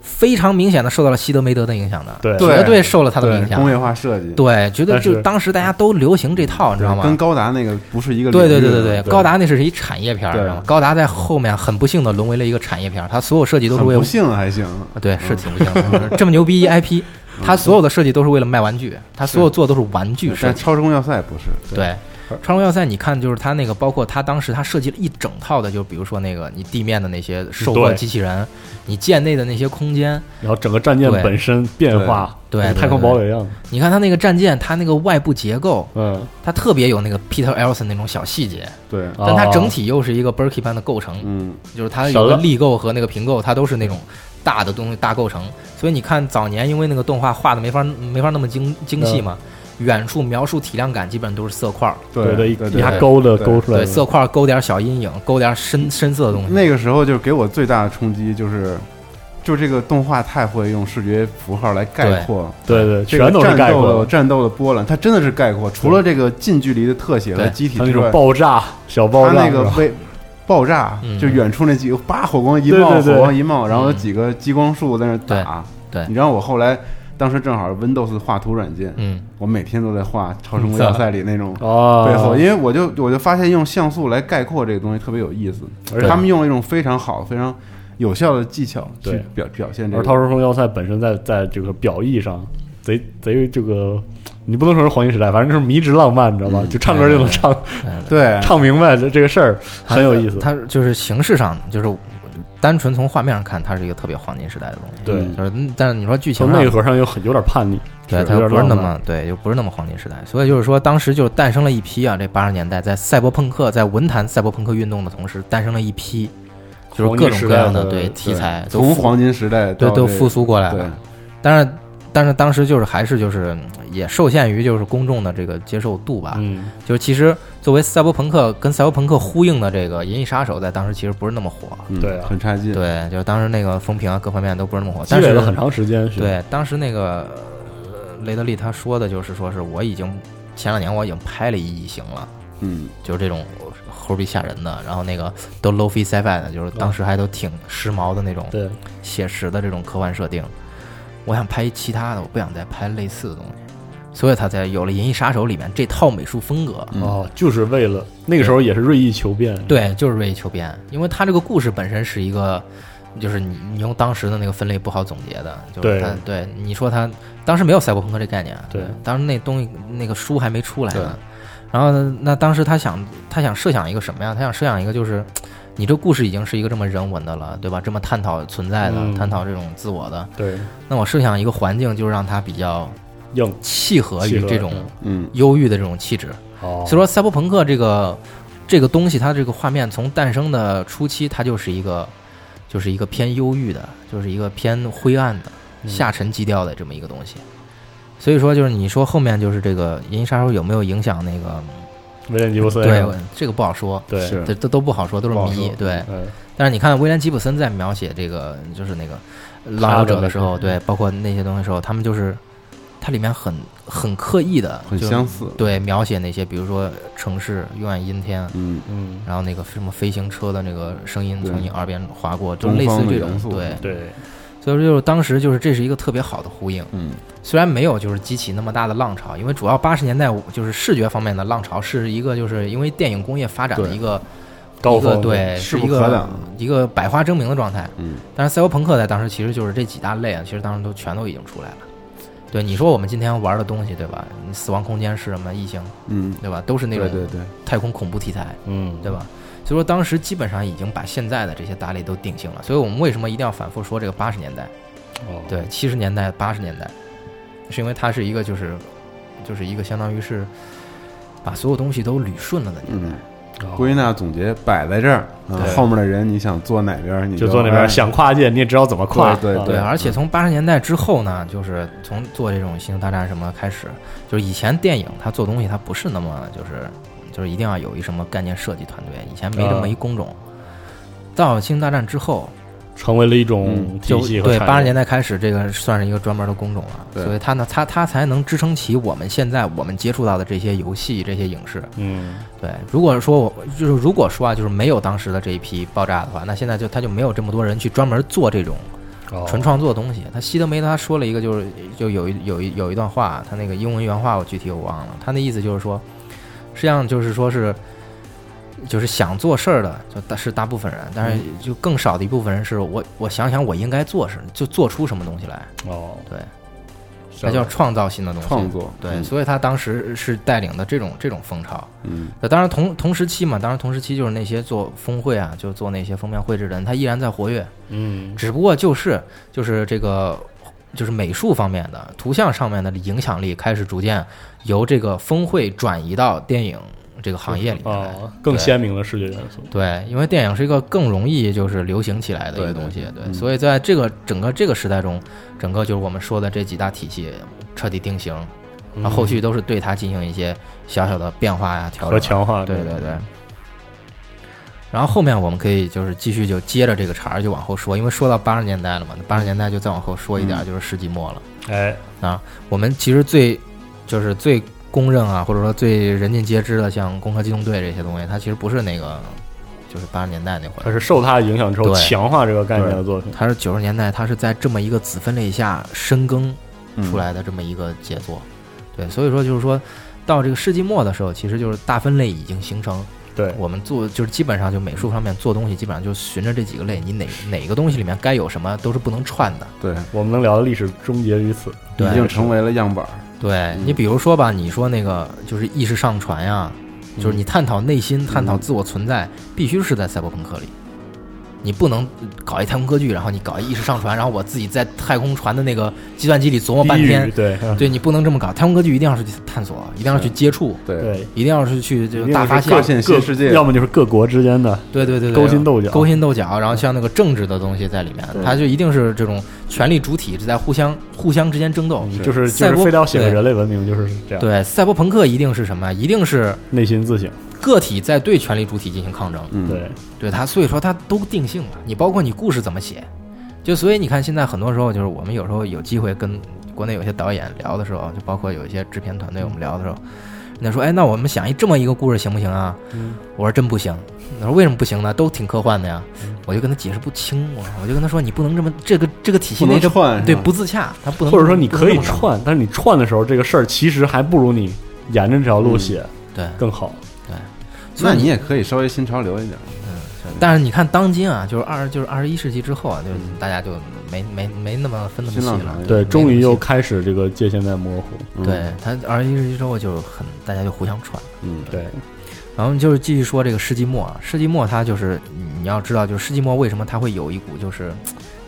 Speaker 3: 非常明显的受到了西德梅德的影响的，
Speaker 2: 对
Speaker 1: 对
Speaker 3: 绝对受了它的影
Speaker 1: 对工
Speaker 3: 响。
Speaker 1: 业化设计，
Speaker 3: 对，绝对
Speaker 2: 但是
Speaker 3: 就当时大家都流行这套，你知道
Speaker 1: 跟
Speaker 3: 吗？
Speaker 1: 高达那个不是一个
Speaker 3: 对对
Speaker 1: 领
Speaker 3: 对
Speaker 1: 域
Speaker 3: 对
Speaker 1: 的
Speaker 3: 对，高达那是一产业片儿，
Speaker 1: 对
Speaker 3: 知道吗？高达在后面很不幸的沦为了一个产业片儿，它所有设计都是
Speaker 1: 很
Speaker 3: 为
Speaker 1: 不幸嗯还行，
Speaker 2: 嗯
Speaker 3: 啊对是挺不幸的，这么牛逼一 IP，它
Speaker 1: 嗯
Speaker 3: [LAUGHS] 所有的设计都是为了卖玩具，它所有做的都是玩具设
Speaker 1: 但
Speaker 3: 计。
Speaker 1: 超时空要塞不是，
Speaker 3: 对，超龙要塞，你看就是他那个，包括他当时他设计了一整套的，就比如说那个你地面的那些
Speaker 1: 嗯
Speaker 3: 兽货
Speaker 2: 对
Speaker 3: 机器人，你舰内的那些空间，
Speaker 2: 然后整个战舰
Speaker 3: 对
Speaker 2: 本身变化，
Speaker 3: 对
Speaker 2: 跟
Speaker 3: 对
Speaker 2: 太空
Speaker 3: 对
Speaker 2: 堡垒一样，
Speaker 3: 你看他那个战舰，它那个外部结构，
Speaker 2: 嗯，
Speaker 3: 它特别有那个 Peter Elson 那种小细节，
Speaker 1: 对，
Speaker 3: 但它
Speaker 2: 啊
Speaker 3: 整体又是一个 Berkey 般的构成，
Speaker 1: 哦嗯，
Speaker 3: 就是它
Speaker 2: 小
Speaker 3: 有个
Speaker 2: 的
Speaker 3: 立构和那个平构，它都是那种。大的东西大构成，所以你看早年因为那个动画画的没法没法那么精精
Speaker 2: 嗯
Speaker 3: 细嘛，远处描述体量感基本上都是色块儿，
Speaker 2: 对
Speaker 1: 对
Speaker 2: 一
Speaker 1: 对
Speaker 2: 一
Speaker 1: 对
Speaker 2: 下勾的
Speaker 1: 对
Speaker 2: 勾出来
Speaker 3: 对
Speaker 2: 的，
Speaker 3: 色块儿勾点小阴影，勾点深深色的东西。
Speaker 1: 那个时候就是给我最大的冲击就是，就这个动画太会用视觉符号来概括
Speaker 2: 对对，
Speaker 1: 这个
Speaker 2: 全都是
Speaker 1: 战
Speaker 2: 概
Speaker 1: 斗
Speaker 2: 括
Speaker 1: 的
Speaker 2: 的，
Speaker 1: 战斗的波澜，它真的是概括，除了这个近距离的特写和
Speaker 3: 对
Speaker 1: 机体
Speaker 2: 它
Speaker 1: 之
Speaker 2: 那种
Speaker 1: 外，
Speaker 2: 爆炸小爆
Speaker 1: 它
Speaker 2: 炸
Speaker 1: 那个
Speaker 2: 是吧
Speaker 1: 被。爆炸
Speaker 3: 嗯
Speaker 1: 就远处那几个叭火光一
Speaker 2: 对
Speaker 1: 冒，
Speaker 2: 对对
Speaker 1: 火光一冒，然后有
Speaker 3: 嗯
Speaker 1: 几个激光束在那儿打。
Speaker 3: 对对
Speaker 1: 你知道我后来当时正好 Windows 画图软件，
Speaker 3: 嗯，
Speaker 1: 我每天都在
Speaker 2: [LAUGHS]
Speaker 1: 画《超时空要塞》里那种
Speaker 2: 哦，
Speaker 1: 背后，因为我就我就发现用像素来概括这个东西特别有意思，
Speaker 2: 而且
Speaker 1: 他们用了一种非常好、非常有效的技巧
Speaker 2: 对
Speaker 1: 去表表现这
Speaker 2: 而
Speaker 1: 个。
Speaker 2: 《逃出空要塞》本身在在这个表意上，贼贼这个，你不能说是黄金时代，反正就是迷之浪漫，你知道吧？
Speaker 1: 嗯
Speaker 2: 就唱歌就能唱
Speaker 1: 对，
Speaker 2: 唱明白这这个事儿，
Speaker 3: 它
Speaker 2: 很有意思。
Speaker 3: 它就是形式上，就是单纯从画面上看，它是一个特别黄金时代的东西。
Speaker 2: 对
Speaker 1: 嗯，
Speaker 3: 就是，嗯但是你说剧情
Speaker 2: 从
Speaker 3: 上
Speaker 2: 内，核上又很有点叛逆，
Speaker 3: 对
Speaker 2: 是
Speaker 3: 它
Speaker 2: 有
Speaker 3: 又不
Speaker 2: 点
Speaker 3: 是
Speaker 2: 浪
Speaker 3: 那
Speaker 2: 漫
Speaker 3: 么对，又不是那么黄金时代。所以就是说，当时就诞生了一批啊，这八十年代在赛博朋克，在文坛赛博朋克运动的同时，诞生了一批就是各种各样
Speaker 2: 黄金时代的
Speaker 3: 对
Speaker 2: 对
Speaker 3: 题材都
Speaker 1: 从
Speaker 3: 复
Speaker 1: 黄金时代
Speaker 3: 对
Speaker 1: 到
Speaker 3: 都
Speaker 1: 这
Speaker 3: 复苏过来
Speaker 1: 对
Speaker 3: 了。但是但是当时就是还是就是也受限于就是公众的这个接受度吧。
Speaker 2: 嗯
Speaker 3: 就是其实作为赛博朋克跟赛博朋克呼应的这个《银翼杀手》，在当时其实不是那么火。
Speaker 1: 嗯
Speaker 2: 对啊
Speaker 1: 很差劲，
Speaker 3: 对，就是当时那个风评啊，各方面都不是那么火。
Speaker 2: 积
Speaker 3: 但
Speaker 2: 累
Speaker 3: 是
Speaker 2: 了很长时间，是，
Speaker 3: 对，当时那个呃雷德利他说的就是说是我已经前两年我已经拍了一异形了，
Speaker 1: 嗯，
Speaker 3: 就是这种猴逼吓人的，然后那个都 low fi sci-fi 的，就是当时还都挺时髦的那种
Speaker 2: 对，
Speaker 3: 写实的这种科幻设定。我想拍其他的，我不想再拍类似的东西，所以他才有了《银翼杀手》里面这套美术风格。
Speaker 1: 嗯
Speaker 2: 哦，就是为了那个时候也是锐意求变，
Speaker 3: 对，就是锐意求变，因为他这个故事本身是一个，就是你你用当时的那个分类不好总结的，就是
Speaker 2: 对
Speaker 3: 他对你说他当时没有赛博朋克这概念，啊
Speaker 2: 对
Speaker 3: 当时那东西那个书还没出来呢。然后呢，那当时他想他想设想一个什么呀？他想设想一个就是，你这故事已经是一个这么人文的了，对吧？这么探讨存在的，
Speaker 2: 嗯
Speaker 3: 探讨这种自我的。
Speaker 2: 对，
Speaker 3: 那我设想一个环境，就让它比较
Speaker 2: 硬，
Speaker 3: 契合
Speaker 2: 契
Speaker 3: 于
Speaker 2: 合
Speaker 3: 这种
Speaker 2: 嗯
Speaker 1: 嗯
Speaker 3: 忧郁的这种气质。
Speaker 2: 哦，
Speaker 3: 所以说，赛博朋克这个这个东西，它这个画面从诞生的初期，它就是一个就是一个偏忧郁的，就是一个偏灰暗的、
Speaker 2: 嗯
Speaker 3: 下沉基调的这么一个东西。所以说，就是你说后面就是这个《银翼杀手》有没有影响那个？
Speaker 2: 威廉吉布森
Speaker 3: 对，这个不好说，
Speaker 2: 对
Speaker 1: 是
Speaker 3: 这这都不好说，都是
Speaker 2: 不好
Speaker 3: 谜
Speaker 2: 说。
Speaker 3: 对，
Speaker 2: 嗯
Speaker 3: 但是你看威廉吉普森在描写这个就是那个狼咬者的时候，
Speaker 2: 他的那嗯
Speaker 3: 对，包括那些东西的时候，他们就是它里面很很刻意的，
Speaker 1: 很
Speaker 3: 就
Speaker 1: 相似，
Speaker 3: 对描写那些，比如说城市永远阴天，
Speaker 1: 嗯，
Speaker 2: 嗯，
Speaker 3: 然后那个什么飞行车的那个声音从
Speaker 1: 对
Speaker 3: 你耳边划过，就
Speaker 1: 东
Speaker 3: 类似
Speaker 1: 方
Speaker 3: 于
Speaker 1: 的
Speaker 3: 这
Speaker 1: 元素
Speaker 3: 种，对，
Speaker 2: 对，
Speaker 3: 所以说就是当时就是这是一个特别好的呼应，
Speaker 1: 嗯
Speaker 3: 虽然没有就是激起那么大的浪潮，因为主要八十年代就是视觉方面的浪潮是一个就是因为电影工业发展的
Speaker 1: 对
Speaker 3: 一个
Speaker 2: 高
Speaker 3: 一个
Speaker 2: 峰
Speaker 3: 对
Speaker 1: 势
Speaker 3: 是
Speaker 1: 不
Speaker 3: 一
Speaker 1: 可
Speaker 3: 个
Speaker 1: 挡
Speaker 3: 一个百花争鸣的状态，
Speaker 1: 嗯，
Speaker 3: 但是赛博朋克在当时其实就是这几大类啊，其实当时都全都已经出来了。对，你说我们今天玩的东西，对吧？你死亡空间是什么？异形，
Speaker 1: 嗯，
Speaker 3: 对吧？都是那
Speaker 1: 对
Speaker 3: 种
Speaker 1: 对对，
Speaker 3: 太空恐怖题材，
Speaker 2: 嗯，
Speaker 3: 对吧？所以说当时基本上已经把现在的这些大类都定性了。所以我们为什么一定要反复说这个八十年代？
Speaker 2: 哦？
Speaker 3: 对，七十年代、八十年代，是因为它是一个就是就是一个相当于是把所有东西都捋顺了的年
Speaker 1: 嗯。，
Speaker 3: 代
Speaker 2: 哦
Speaker 1: 归纳总结摆在这儿，啊
Speaker 3: 对
Speaker 1: 后面的人你想坐哪边儿，你
Speaker 2: 就坐那边，想跨界，你也知道怎么跨，
Speaker 1: 哎对
Speaker 2: 啊
Speaker 3: 对，而且从八十年代之后呢，就是从做这种《星球大战》什么开始，就是以前电影它做东西它不是那么就是就是一定要有一什么概念设计团队，以前没这么一工种。到《星球大战》之后，
Speaker 2: 成为了一种
Speaker 1: 嗯
Speaker 2: 体
Speaker 3: 就
Speaker 2: 系和
Speaker 3: 对
Speaker 2: 产业
Speaker 3: 八十年代开始，这个算是一个专门的工种了，
Speaker 1: 对
Speaker 3: 所以它呢，它它才能支撑起我们现在我们接触到的这些游戏、这些影视。
Speaker 2: 嗯，
Speaker 3: 对，如果说我就是如果说啊，就是没有当时的这一批爆炸的话，那现在就它就没有这么多人去专门做这种
Speaker 2: 哦
Speaker 3: 纯创作的东西。他西德梅他说了一个，就是就有一有一有一段话，他那个英文原话我具体我忘了，他那意思就是说，实际上就是说是，就是想做事儿的，就大是大部分人，但是就更少的一部分人是我我想想我应该做什么，就做出什么东西来，
Speaker 2: 哦，
Speaker 3: 对，
Speaker 2: 是
Speaker 3: 那叫创造新的东西。
Speaker 1: 创作，
Speaker 3: 对，
Speaker 1: 嗯
Speaker 3: 所以他当时是带领的这种这种风潮。
Speaker 1: 嗯
Speaker 3: 那当然同同时期嘛，当然同时期就是那些做峰会啊，就做那些封面绘制的人，他依然在活跃。
Speaker 2: 嗯
Speaker 3: 只不过就是就是这个就是美术方面的图像上面的影响力开始逐渐由这个峰会转移到电影这个行业里面来。
Speaker 2: 哦，更鲜明的视觉元素，
Speaker 3: 对，因为电影是一个更容易就是流行起来的一
Speaker 1: 对
Speaker 3: 个
Speaker 1: 对
Speaker 3: 东西，对，
Speaker 1: 嗯
Speaker 3: 所以在这个整个这个时代中，整个就是我们说的这几大体系彻底定型，
Speaker 2: 嗯
Speaker 1: 嗯
Speaker 3: 然后后续都是对它进行一些小小的变化呀、调整。
Speaker 2: 和
Speaker 3: 啊
Speaker 2: 强化，
Speaker 3: 对对对。然后后面我们可以就是继续就接着这个茬儿就往后说，因为说到八十年代了嘛，那八十年代就再往后说一点儿就是世纪末了。
Speaker 2: 哎，
Speaker 3: 我们其实最就是最公认啊，或者说最人尽皆知的，像《攻壳机动队》这些东西，它其实不是那个就是八十年代那会
Speaker 2: 它
Speaker 3: 儿，
Speaker 2: 是受它影响之后
Speaker 3: 对
Speaker 2: 强化这个概念的作品，
Speaker 3: 它是九十年代，它是在这么一个子分类下深耕
Speaker 1: 嗯
Speaker 3: 出来的这么一个杰作。对，所以说就是说到这个世纪末的时候，其实就是大分类已经形成，
Speaker 2: 对，
Speaker 3: 我们做就是基本上就美术方面做东西，基本上就循着这几个类，你哪哪个东西里面该有什么都是不能串的。
Speaker 1: 对，
Speaker 2: 我们能聊的历史终结于此，
Speaker 3: 对
Speaker 1: 已经成为了样板儿，
Speaker 3: 对你比如说吧，你说那个就是意识上传啊呀，就是你探讨内心、探讨自我存在，必须是在赛博朋克里。你不能搞一太空歌剧，然后你搞一意识上传，然后我自己在太空船的那个计算机里琢磨哦半
Speaker 2: 低
Speaker 3: 天
Speaker 2: 语，对
Speaker 3: 对你不能这么搞。太空歌剧一定要是去探索，一定要去接触，
Speaker 1: 对，
Speaker 2: 嗯对，
Speaker 3: 一定要是去就
Speaker 1: 一定要
Speaker 3: 大发
Speaker 1: 是各
Speaker 3: 现，
Speaker 1: 现
Speaker 2: 各
Speaker 1: 新世界的，
Speaker 2: 要么就是各国之间的，
Speaker 3: 对对对对，
Speaker 2: 勾心斗角
Speaker 3: 勾心斗角，然后像那个政治的东西在里面，它就一定是这种权力主体是在互相互相之间争斗。
Speaker 2: 嗯就是就
Speaker 3: 赛
Speaker 2: 是
Speaker 3: 博
Speaker 2: 非得要写个
Speaker 3: 对
Speaker 2: 人类文明，就是这样，
Speaker 3: 对，赛博朋克一定是什么？一定是
Speaker 2: 内心自省，
Speaker 3: 个体在对权力主体进行抗争，
Speaker 1: 嗯，
Speaker 2: 对，
Speaker 3: 对它，所以说它都定性了。你包括你故事怎么写，就所以你看现在很多时候就是我们有时候有机会跟国内有些导演聊的时候，就包括有一些制片团队我们聊的时候，人家说，哎，那我们想一这么一个故事行不行啊？
Speaker 2: 嗯
Speaker 3: 我说真不行。他说为什么不行呢？都挺科幻的呀。
Speaker 2: 嗯
Speaker 3: 我就跟他解释不清，我我就跟他说，你不能这么这个这个体系
Speaker 1: 不能
Speaker 3: 内这
Speaker 1: 串是吧
Speaker 3: 对不自洽，他不能
Speaker 2: 或者说你可
Speaker 3: 不能
Speaker 2: 以
Speaker 3: 这么搞
Speaker 2: 串，但是你串的时候，这个事儿其实还不如你沿着这条路写
Speaker 3: 对，
Speaker 2: 更好。
Speaker 3: 所以
Speaker 1: 那你也可以稍微新潮流一点，
Speaker 3: 但是你看当今啊，就是二就是二十一世纪之后啊，就是
Speaker 2: 嗯
Speaker 3: 大家就没没没那么分那么
Speaker 1: 新浪
Speaker 3: 细
Speaker 1: 潮
Speaker 3: 了
Speaker 1: 一。点
Speaker 2: 对，终于
Speaker 3: 没那么
Speaker 2: 又
Speaker 3: 细
Speaker 2: 开始这个界限在模糊。
Speaker 1: 嗯
Speaker 3: 对他二十一世纪之后就很大家就互相传。
Speaker 1: 嗯，
Speaker 2: 对，
Speaker 3: 然后就是继续说这个世纪末啊，世纪末它就是你要知道，就是世纪末为什么它会有一股就是嘖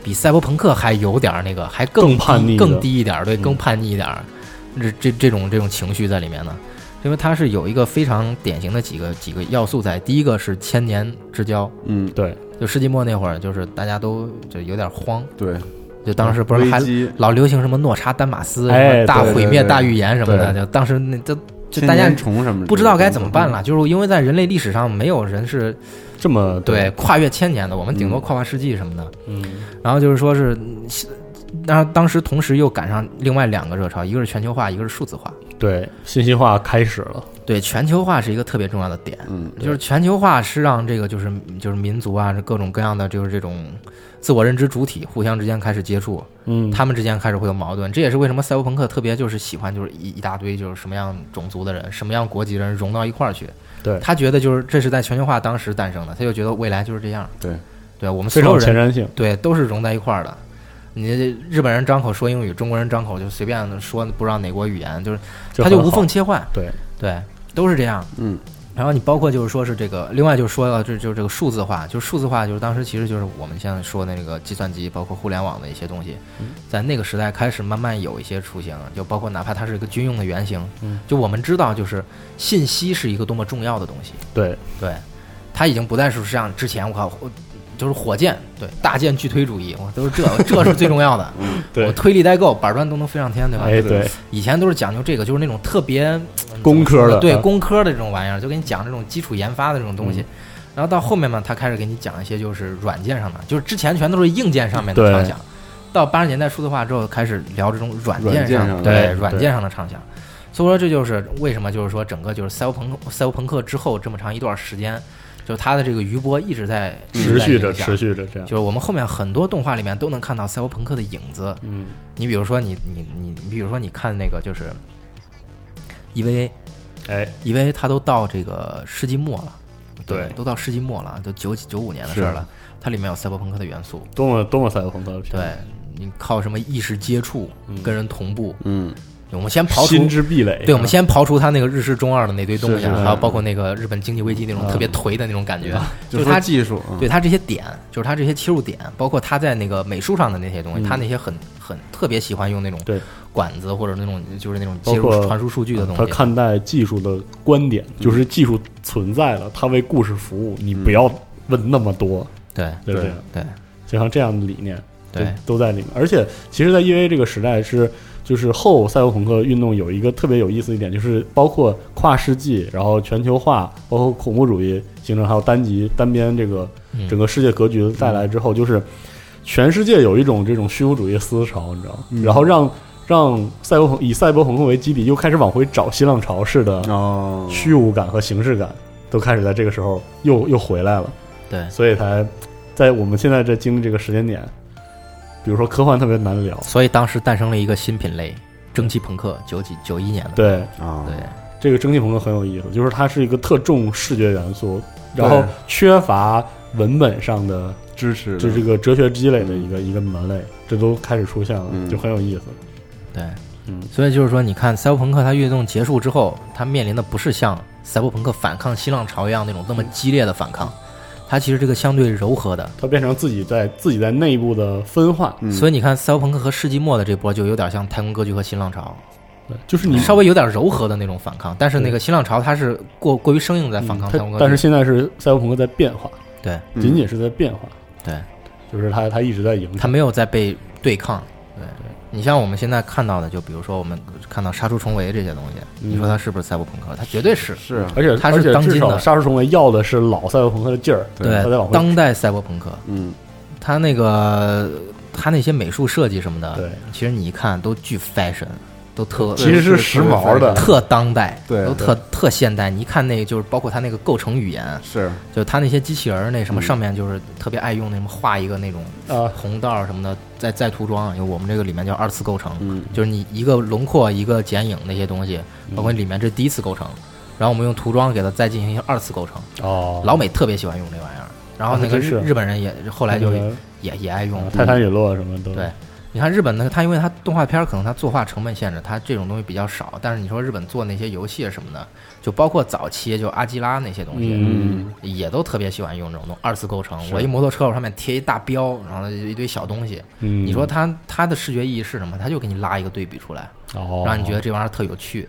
Speaker 3: 比赛博朋克还有点儿那个还更
Speaker 2: 更叛逆
Speaker 3: 低
Speaker 2: 的
Speaker 3: 更低一点儿，对，
Speaker 2: 嗯
Speaker 3: 更叛逆一点儿，这这这种这种情绪在里面呢，因为它是有一个非常典型的几个几个要素在，第一个是千年之交，
Speaker 1: 嗯，
Speaker 2: 对，
Speaker 3: 就世纪末那会儿，就是大家都就有点慌，
Speaker 1: 对，
Speaker 3: 就当时不是
Speaker 1: 危
Speaker 3: 还
Speaker 1: 机
Speaker 3: 老流行什么诺查丹马斯、
Speaker 2: 哎
Speaker 3: 什么大
Speaker 1: 对对
Speaker 3: 毁灭、
Speaker 1: 对
Speaker 3: 大预言什么的，
Speaker 2: 对
Speaker 3: 就当时那都就
Speaker 1: 千
Speaker 3: 大家
Speaker 1: 年虫什么的，
Speaker 3: 不知道该怎么办了，
Speaker 2: 嗯
Speaker 3: 就是因为在人类历史上没有人是
Speaker 2: 这么
Speaker 3: 对，跨越千年的，我们顶多跨跨世纪什么的。
Speaker 2: 嗯，
Speaker 3: 然后就是说是，然后当时同时又赶上另外两个热潮，一个是全球化，一个是数字化。
Speaker 2: 对，信息化开始了，
Speaker 3: 对，全球化是一个特别重要的点，
Speaker 1: 嗯，嗯，
Speaker 3: 就是全球化是让这个就是就是民族啊，各种各样的就是这种自我认知主体互相之间开始接触，
Speaker 2: 嗯，
Speaker 3: 他们之间开始会有矛盾，这也是为什么赛博朋克特别就是喜欢就是一一大堆就是什么样种族的人、什么样国籍的人融到一块儿去。
Speaker 2: 对
Speaker 3: 他觉得就是这是在全球化当时诞生的，他就觉得未来就是这样。
Speaker 1: 对，
Speaker 3: 对我们所
Speaker 2: 非常
Speaker 3: 有
Speaker 2: 有前
Speaker 3: 人
Speaker 2: 瞻性，
Speaker 3: 对都是融在一块儿的。你这日本人张口说英语，中国人张口就随便说不知道哪国语言，就是他就
Speaker 2: 很
Speaker 3: 无
Speaker 2: 好
Speaker 3: 缝切换。
Speaker 2: 对
Speaker 3: 对，都是这样。
Speaker 1: 嗯，
Speaker 3: 然后你包括就是说是这个，另外就说到这就是这个数字化，就是数字化就是当时其实就是我们现在说的那个计算机，包括互联网的一些东西，
Speaker 2: 嗯
Speaker 3: 在那个时代开始慢慢有一些雏形，就包括哪怕它是一个军用的原型，
Speaker 2: 嗯
Speaker 3: 就我们知道就是信息是一个多么重要的东西，
Speaker 2: 对
Speaker 3: 对，它已经不再是像之前我靠。我就是火箭，对大舰巨推主义，我都是这，这是最重要的。我
Speaker 2: 对，
Speaker 3: 推力带够，板砖都能飞上天，对吧？
Speaker 1: 对
Speaker 2: 哎对，
Speaker 3: 以前都是讲究这个，就是那种特别嗯怎么
Speaker 2: [LAUGHS] 工科的
Speaker 3: 说呢对
Speaker 2: 啊嗯
Speaker 3: 工科的这种玩意儿，就给你讲这种基础研发的这种东西。然后到后面嘛，他开始给你讲一些就是软件上的，就是之前全都是硬件上面的
Speaker 2: 对
Speaker 3: 畅想。到八十年代数字化之后，开始聊这种软件
Speaker 1: 软件
Speaker 3: 上
Speaker 1: 上的
Speaker 3: 对
Speaker 2: 对
Speaker 3: 软件上的畅想。所以说这就是为什么就是说整个就是赛博朋克赛博朋克之后这么长一段时间，就是它的这个余波一直在
Speaker 2: 持续着持
Speaker 3: 续。
Speaker 2: 续着这样，
Speaker 3: 就是我们后面很多动画里面都能看到赛博朋克的影子，
Speaker 2: 嗯，
Speaker 3: 你比如说你你你，你比如说你看那个就是，E EVA，
Speaker 2: 哎，
Speaker 3: EVA 它都到这个世纪末了，
Speaker 2: 对
Speaker 3: 都到世纪末了，都九九五年的事儿了，它里面有赛博朋克的元素，
Speaker 2: 多么多么赛博朋克的片，
Speaker 3: 对，你靠什么意识接触跟人同步，
Speaker 1: 嗯，
Speaker 3: 我们先刨
Speaker 2: 心
Speaker 3: 除。
Speaker 2: 之壁垒，
Speaker 3: 对，我们先刨除它那个日式中二的那堆东西啊，
Speaker 2: 是是嗯
Speaker 3: 还有包括那个日本经济危机那种特别颓的那种感觉，就是
Speaker 1: 说
Speaker 3: 它
Speaker 1: 技术，嗯
Speaker 3: 对他这些点，就是他这些切入点，包括他在那个美术上的那些东西，
Speaker 2: 嗯
Speaker 3: 他那些很很特别喜欢用那种
Speaker 2: 对
Speaker 3: 管子或者那种就是那种
Speaker 2: 包
Speaker 3: 接入
Speaker 2: 括
Speaker 3: 传输数据的东
Speaker 2: 他
Speaker 3: 西。
Speaker 2: 看待技术的观点就是技术存在了，它为故事服务，你不要问那么多，
Speaker 3: 对
Speaker 2: 对不对？
Speaker 3: 嗯对
Speaker 2: 就像这样的理念，
Speaker 3: 对
Speaker 2: 就都在里面。而且，其实，在 EVA 这个时代是，就是后赛博朋克运动有一个特别有意思一点，就是包括跨世纪，然后全球化，包括恐怖主义形成，还有单极单边这个
Speaker 3: 嗯
Speaker 2: 整个世界格局带来之后，就是全世界有一种这种虚无主义思潮，你知道吗？然后让让赛博朋以赛博朋克为基底，又开始往回找新浪潮式的
Speaker 1: 哦，
Speaker 2: 虚无感和形式感，都开始在这个时候又又回来了。
Speaker 3: 对，
Speaker 2: 所以才在我们现在这经历这个时间点，比如说科幻特别难聊，
Speaker 3: 所以当时诞生了一个新品类——蒸汽朋克，九几九一年的。
Speaker 2: 对
Speaker 1: 啊，
Speaker 3: 对
Speaker 2: 这个蒸汽朋克很有意思，就是它是一个特重视觉元素，
Speaker 1: 对
Speaker 2: 然后缺乏文本上的
Speaker 1: 支持的
Speaker 2: 就这个哲学积累的一个一个门类，这都开始出现了，
Speaker 1: 嗯
Speaker 2: 就很有意思。
Speaker 3: 对，
Speaker 2: 嗯
Speaker 3: 所以就是说，你看赛博朋克它运动结束之
Speaker 2: 嗯
Speaker 3: 后，它面临的不是像赛博朋克反抗新浪潮一样那种那么激烈的反抗，它它其实这个相对柔和的，
Speaker 2: 它变成自己在自己在内部的分化，
Speaker 1: 嗯
Speaker 3: 所以你看赛博朋克和世纪末的这波就有点像太空歌剧和新浪潮，
Speaker 2: 对就是你
Speaker 3: 稍微有点柔和的那种反抗，但是那个
Speaker 2: 对
Speaker 3: 新浪潮它是过过于生硬在反抗
Speaker 2: 嗯
Speaker 3: 太
Speaker 2: 它
Speaker 3: 空歌剧，
Speaker 2: 但是现在是赛博朋克在变化，
Speaker 3: 对
Speaker 1: 嗯
Speaker 2: 仅仅是在变化，
Speaker 3: 对，
Speaker 2: 就是它它一直在影
Speaker 3: 它
Speaker 2: 响，
Speaker 3: 没有在被对抗。对，你像我们现在看到的，就比如说我们看到杀出重围这些东西，
Speaker 2: 嗯
Speaker 3: 你说它是不是赛博朋克？它绝对是。
Speaker 1: 是啊，
Speaker 2: 而且
Speaker 3: 它是
Speaker 2: 而且
Speaker 3: 当
Speaker 2: 至
Speaker 3: 今
Speaker 2: 少
Speaker 3: 的
Speaker 2: 杀出重围要的是老赛博朋克的劲儿，
Speaker 3: 对
Speaker 2: 它在往，回
Speaker 3: 当代赛博朋克，
Speaker 1: 嗯，
Speaker 3: 它那个它那些美术设计什么的，
Speaker 2: 对，
Speaker 3: 其实你一看都巨 fashion，都特呃
Speaker 2: 其实是时髦的
Speaker 3: 特当代，
Speaker 1: 对
Speaker 3: 都特特现代。你一看那个，就是包括它那个构成语言，
Speaker 1: 是
Speaker 3: 就是它那些机器人儿那什么
Speaker 1: 嗯
Speaker 3: 上面就是特别爱用那什么画一个那种
Speaker 2: 啊，
Speaker 3: 红道儿什么的，再再涂装，有我们这个里面叫二次构成，
Speaker 1: 嗯
Speaker 3: 就是你一个轮廓一个剪影那些东西，
Speaker 2: 嗯
Speaker 3: 包括里面这是第一次构成，然后我们用涂装给它再进行一个二次构成。
Speaker 2: 哦，
Speaker 3: 老美特别喜欢用这玩意儿，然后
Speaker 2: 啊
Speaker 3: 那个
Speaker 2: 真
Speaker 3: 日
Speaker 2: 是
Speaker 3: 日本人也后来就
Speaker 2: 那个
Speaker 3: 也也爱用
Speaker 2: 啊。泰坦陨落什么的，
Speaker 3: 对你看日本那个，它因为它动画片儿可能它作画成本限制，它这种东西比较少。但是你说日本做那些游戏什么的，就包括早期就阿基拉那些东西，
Speaker 2: 嗯，
Speaker 3: 也都特别喜欢用这种东二次构成。
Speaker 2: 是
Speaker 3: 我一摩托车，我上面贴一大标，然后一堆小东西。
Speaker 2: 嗯，
Speaker 3: 你说它它的视觉意义是什么？它就给你拉一个对比出来，
Speaker 2: 哦，
Speaker 3: 让你觉得这玩意儿特有趣。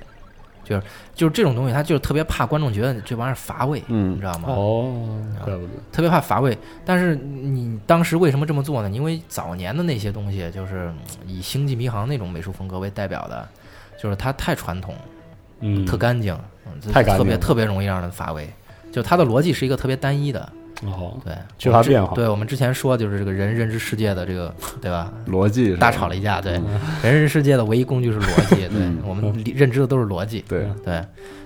Speaker 3: 就是就是这种东西，它就是特别怕观众觉得这玩意儿乏味，你
Speaker 1: 嗯
Speaker 3: 知道吗？
Speaker 2: 哦，
Speaker 3: 嗯
Speaker 2: 怪不得，
Speaker 3: 特别怕乏味。但是你当时为什么这么做呢？因为早年的那些东西，就是嗯以《星际迷航》那种美术风格为代表的，就是它太传统，
Speaker 2: 嗯，
Speaker 3: 特干净，嗯这
Speaker 2: 太干净
Speaker 3: 特别
Speaker 2: 了
Speaker 3: 特别容易让人乏味。就它的逻辑是一个特别单一的，
Speaker 2: 哦，
Speaker 3: 对，
Speaker 2: 缺乏
Speaker 3: 我们之
Speaker 2: 变化
Speaker 3: 对我们之前说，就是这个人认知世界的这个，对吧？
Speaker 1: 逻辑是吧
Speaker 3: 大吵了一架，对，人认知世界的唯一工具是逻辑，对
Speaker 1: 嗯
Speaker 3: 我们理认知的都是逻辑，
Speaker 1: 对，
Speaker 3: 对。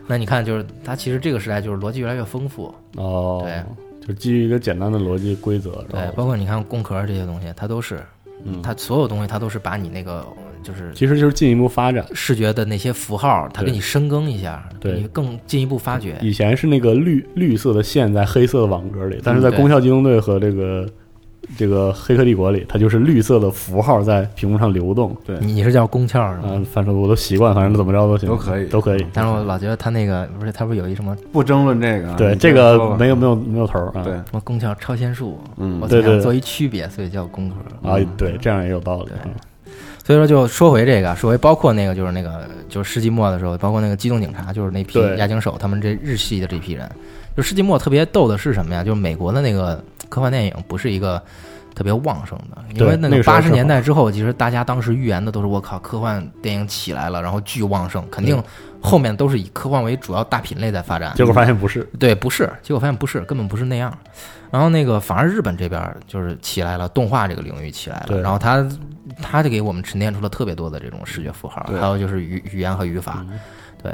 Speaker 3: 那你看，就是它其实这个时代就是逻辑越来越丰富，
Speaker 2: 哦，
Speaker 3: 对
Speaker 2: 就是基于一个简单的逻辑规则，
Speaker 3: 对
Speaker 2: 然，后
Speaker 3: 包括你看工壳这些东西，它都是，
Speaker 1: 嗯
Speaker 3: 它所有东西它都是把你那个就是
Speaker 2: 其实就是进一步发展。
Speaker 3: 视觉的那些符号，它给
Speaker 2: 对
Speaker 3: 你深耕一下，
Speaker 2: 对
Speaker 3: 你更进一步发掘。
Speaker 2: 以前是那个绿绿色的线在黑色的网格里，但是在
Speaker 3: 嗯对
Speaker 2: 《攻壳机动队》和这个这个《黑客帝国》里，它就是绿色的符号在屏幕上流动。
Speaker 1: 对
Speaker 3: 你你是叫宫壳是吗？
Speaker 2: 嗯，反正我都习惯，反正怎么着都行，
Speaker 1: 都可以
Speaker 2: 都可以。
Speaker 3: 但是我老觉得它那个不是，它不是有一什么
Speaker 1: 不争论这个啊，
Speaker 2: 对
Speaker 1: 你
Speaker 2: 这
Speaker 1: 接着说
Speaker 2: 个
Speaker 1: 吧
Speaker 2: 没有没有没有头儿啊。
Speaker 1: 对，
Speaker 3: 什么宫壳超限术，
Speaker 1: 嗯
Speaker 3: 嗯我
Speaker 2: 对
Speaker 3: 总想
Speaker 2: 对
Speaker 3: 做一区别，所以叫宫壳。
Speaker 2: 啊，对，这样也有道理。
Speaker 3: 对
Speaker 2: 嗯
Speaker 3: 所以说，就说回这个，说回包括那个，就是那个，就是世纪末的时候，包括那个机动警察，就是那批
Speaker 2: 对
Speaker 3: 押井守他们这日系的这批人。就世纪末特别逗的是什么呀？就是美国的那个科幻电影不是一个特别旺盛的，因为
Speaker 2: 对那
Speaker 3: 个
Speaker 2: 个时候
Speaker 3: 八十
Speaker 2: 是
Speaker 3: 年代之后，其实大家当时预言的都是我靠，科幻电影起来了，然后巨旺盛，肯定后面都是以科幻为主要大品类在发展。
Speaker 2: 结果发现不是，
Speaker 3: 对，不是，结果发现不是，根本不是那样。然后那个反而日本这边儿就是起来了，动画这个领域起来了，
Speaker 2: 对
Speaker 3: 然后他他就给我们沉淀出了特别多的这种视觉符号，
Speaker 1: 对
Speaker 3: 还有就是语语言和语
Speaker 2: 嗯
Speaker 3: 法，对，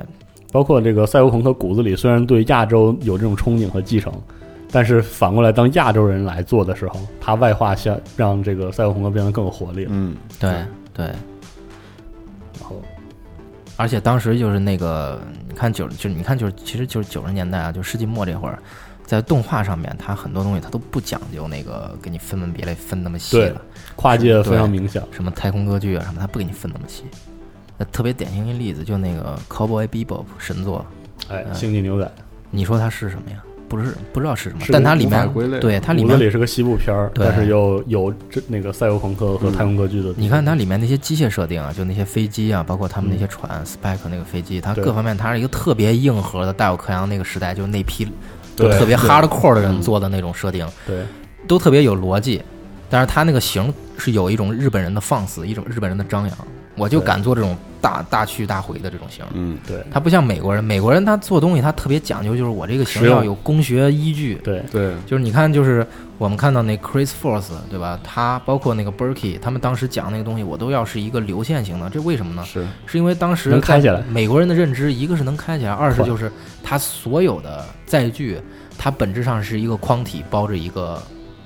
Speaker 2: 包括这个赛博朋克骨子里，虽然对亚洲有这种憧憬和继承，但是反过来，当亚洲人来做的时候，它外化下让这个赛博朋克变得更有活力了。
Speaker 1: 嗯
Speaker 3: 对对，嗯
Speaker 2: 然后，
Speaker 3: 而且当时就是那个，你看九，就是你看就是，其实就是九十年代啊，就世纪末这会儿，在动画上面，它很多东西它都不讲究那个给你分门别类分那么细
Speaker 2: 对
Speaker 3: 了，
Speaker 2: 跨界非常明显。
Speaker 3: 什么太空歌剧啊什么，它不给你分那么细。那特别典型一例子，就那个《Cowboy Bebop》神作，
Speaker 2: 哎，星际牛仔
Speaker 3: 你说它是什么呀？不是不知道是什么，
Speaker 2: 是
Speaker 3: 但它里
Speaker 1: 无法
Speaker 3: 面
Speaker 1: 归类
Speaker 3: 对它里
Speaker 2: 骨子
Speaker 3: 面，
Speaker 2: 里是个西部片儿，
Speaker 3: 对嗯
Speaker 2: 但是又有这那个赛博朋克和太空歌剧的。
Speaker 3: 你看它里面那些机械设定啊，就那些飞机啊，包括他们那些船、s p i k e 那个飞机，它
Speaker 2: 嗯对
Speaker 3: 各方面它是一个特别硬核的，大有克洋那个时代，就是那批
Speaker 2: 对
Speaker 3: 特别
Speaker 2: 对嗯
Speaker 3: hardcore 的人做的那种设定，
Speaker 2: 对
Speaker 3: 都特别有逻辑。但是它那个型是有一种日本人的放肆，一种日本人的张扬，我就
Speaker 2: 对
Speaker 3: 敢做这种大大去大回的这种型。
Speaker 1: 嗯
Speaker 2: 对
Speaker 3: 它不像美国人，美国人他做东西他特别讲究，就是我这个型
Speaker 2: 实用
Speaker 3: 要有工学依据，
Speaker 2: 对
Speaker 1: 对，
Speaker 3: 就是你看，就是我们看到那 Chris Force 对吧？他包括那个 Berkey，他们当时讲那个东西，我都要是一个流线型的，这为什么呢？
Speaker 1: 是
Speaker 3: 是因为当时
Speaker 2: 能开起来
Speaker 3: 在美国人的认知，一个是能开起来，二是
Speaker 2: 快
Speaker 3: 就是它所有的载具，它本质上是一个框体包着一个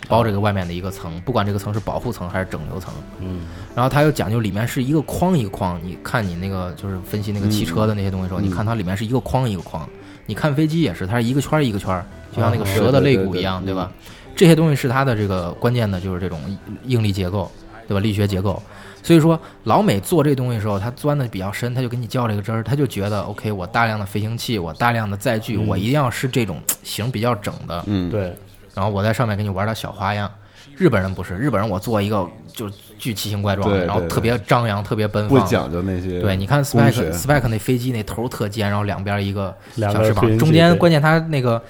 Speaker 3: 包着一个外面的一个层，不管这个层是保护层还是整流层。
Speaker 2: 嗯，
Speaker 3: 然后它又讲究里面是一个框一个框，你看你那个就是分析那个汽车的那些东西的时候，
Speaker 1: 嗯
Speaker 3: 你看它里面是一个框一个框，你看飞机也是，它是一个圈儿一个圈儿，就像那个
Speaker 2: 啊
Speaker 3: 蛇的肋
Speaker 1: 对对
Speaker 3: 骨
Speaker 1: 对嗯
Speaker 3: 一样，
Speaker 1: 对
Speaker 3: 对吧？这些东西是它的这个关键的，就是这种应力结构，对吧？力学结构。所以说，老美做这东西的时候，他钻的比较深，他就给你较这个真儿，他就觉得 OK，我大量的飞行器，我大量的载具，
Speaker 2: 嗯
Speaker 3: 我一定要是这种嘖型比较整的，
Speaker 1: 嗯
Speaker 2: 对，
Speaker 3: 然后我在上面给你玩点小花样。日本人不是，日本人我做一个就是巨奇形怪状
Speaker 1: 对
Speaker 3: 的，然后
Speaker 1: 对
Speaker 3: 特别张扬，特别奔
Speaker 1: 不
Speaker 3: 放。
Speaker 1: 讲究那些。
Speaker 3: 对，你看
Speaker 1: 工
Speaker 3: Spec
Speaker 1: 学
Speaker 3: Spec 那飞机那头特尖，然后两边一个
Speaker 2: 两
Speaker 3: 小
Speaker 2: 个
Speaker 3: 翅
Speaker 2: 推
Speaker 3: 膀，
Speaker 2: 进
Speaker 3: 中
Speaker 2: 器
Speaker 3: 间
Speaker 2: 对
Speaker 3: 关键它那个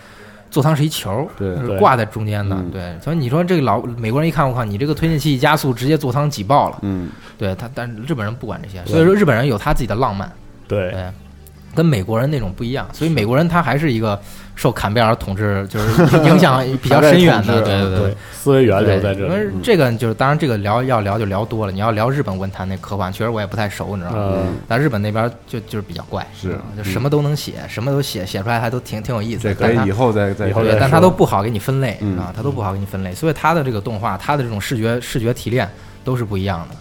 Speaker 3: 座舱是一球，
Speaker 1: 对
Speaker 3: 就是
Speaker 2: 对
Speaker 3: 挂在中间的
Speaker 1: 嗯。
Speaker 3: 对，所以你说这个老美国人一看，我靠，你这个推进器一加速，直接座舱挤爆了。
Speaker 1: 嗯，
Speaker 3: 对他，但日本人不管这些，
Speaker 2: 对
Speaker 3: 所以说日本人有他自己的浪漫，
Speaker 2: 对
Speaker 3: 对，跟美国人那种不一样。所以美国人他还是一个受坎贝尔统治就是
Speaker 1: [LAUGHS]
Speaker 3: 影响比较深远的，
Speaker 1: 还在
Speaker 3: 对
Speaker 1: 统
Speaker 3: 对对
Speaker 2: 对，思维源流在这
Speaker 3: 因为
Speaker 2: 里。
Speaker 1: 嗯
Speaker 3: 这个就是，当然这个聊要聊就聊多了。你要聊日本文坛那科幻，确实我也不太熟，你知道吗？
Speaker 2: 嗯，
Speaker 3: 但日本那边就就是比较怪，
Speaker 1: 是嗯
Speaker 3: 啊就什么都能写，什么都写，写出来还都挺挺有意思
Speaker 1: 这
Speaker 3: 的。
Speaker 1: 可
Speaker 3: 但
Speaker 1: 以以
Speaker 3: 它
Speaker 1: 后再再
Speaker 2: 以后
Speaker 3: 对
Speaker 2: 再，
Speaker 3: 但
Speaker 2: 说
Speaker 3: 它都不好给你分类
Speaker 1: 嗯
Speaker 3: 啊，它都不好给你分类，所以它的这个动画，它的这种视觉视觉提炼都是不一样的。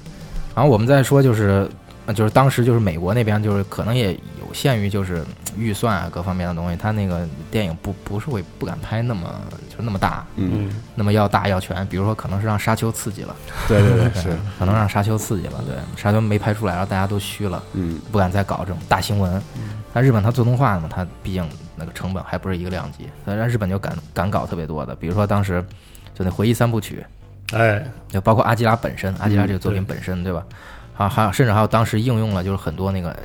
Speaker 3: 然后我们再说就是。呃就是当时就是美国那边就是可能也有限于就是预算啊各方面的东西，它那个电影不不是会不敢拍那么就是那么大，
Speaker 1: 嗯，
Speaker 2: 嗯，
Speaker 3: 那么要大要全，比如说可能是让沙丘刺激了，
Speaker 1: 对对对，是，
Speaker 3: 可能让沙丘刺激了，对，沙丘没拍出来，然后大家都虚了，
Speaker 1: 嗯
Speaker 3: 不敢再搞这种大新闻。但日本它做动画的嘛，它毕竟那个成本还不是一个量级，但是日本就敢敢搞特别多的，比如说当时就那回忆三部曲，
Speaker 2: 哎，
Speaker 3: 就包括阿基拉本身，阿基拉这个作品
Speaker 2: 对
Speaker 3: 本身，对吧？啊，还有甚至还有当时应用了就是很多那个呃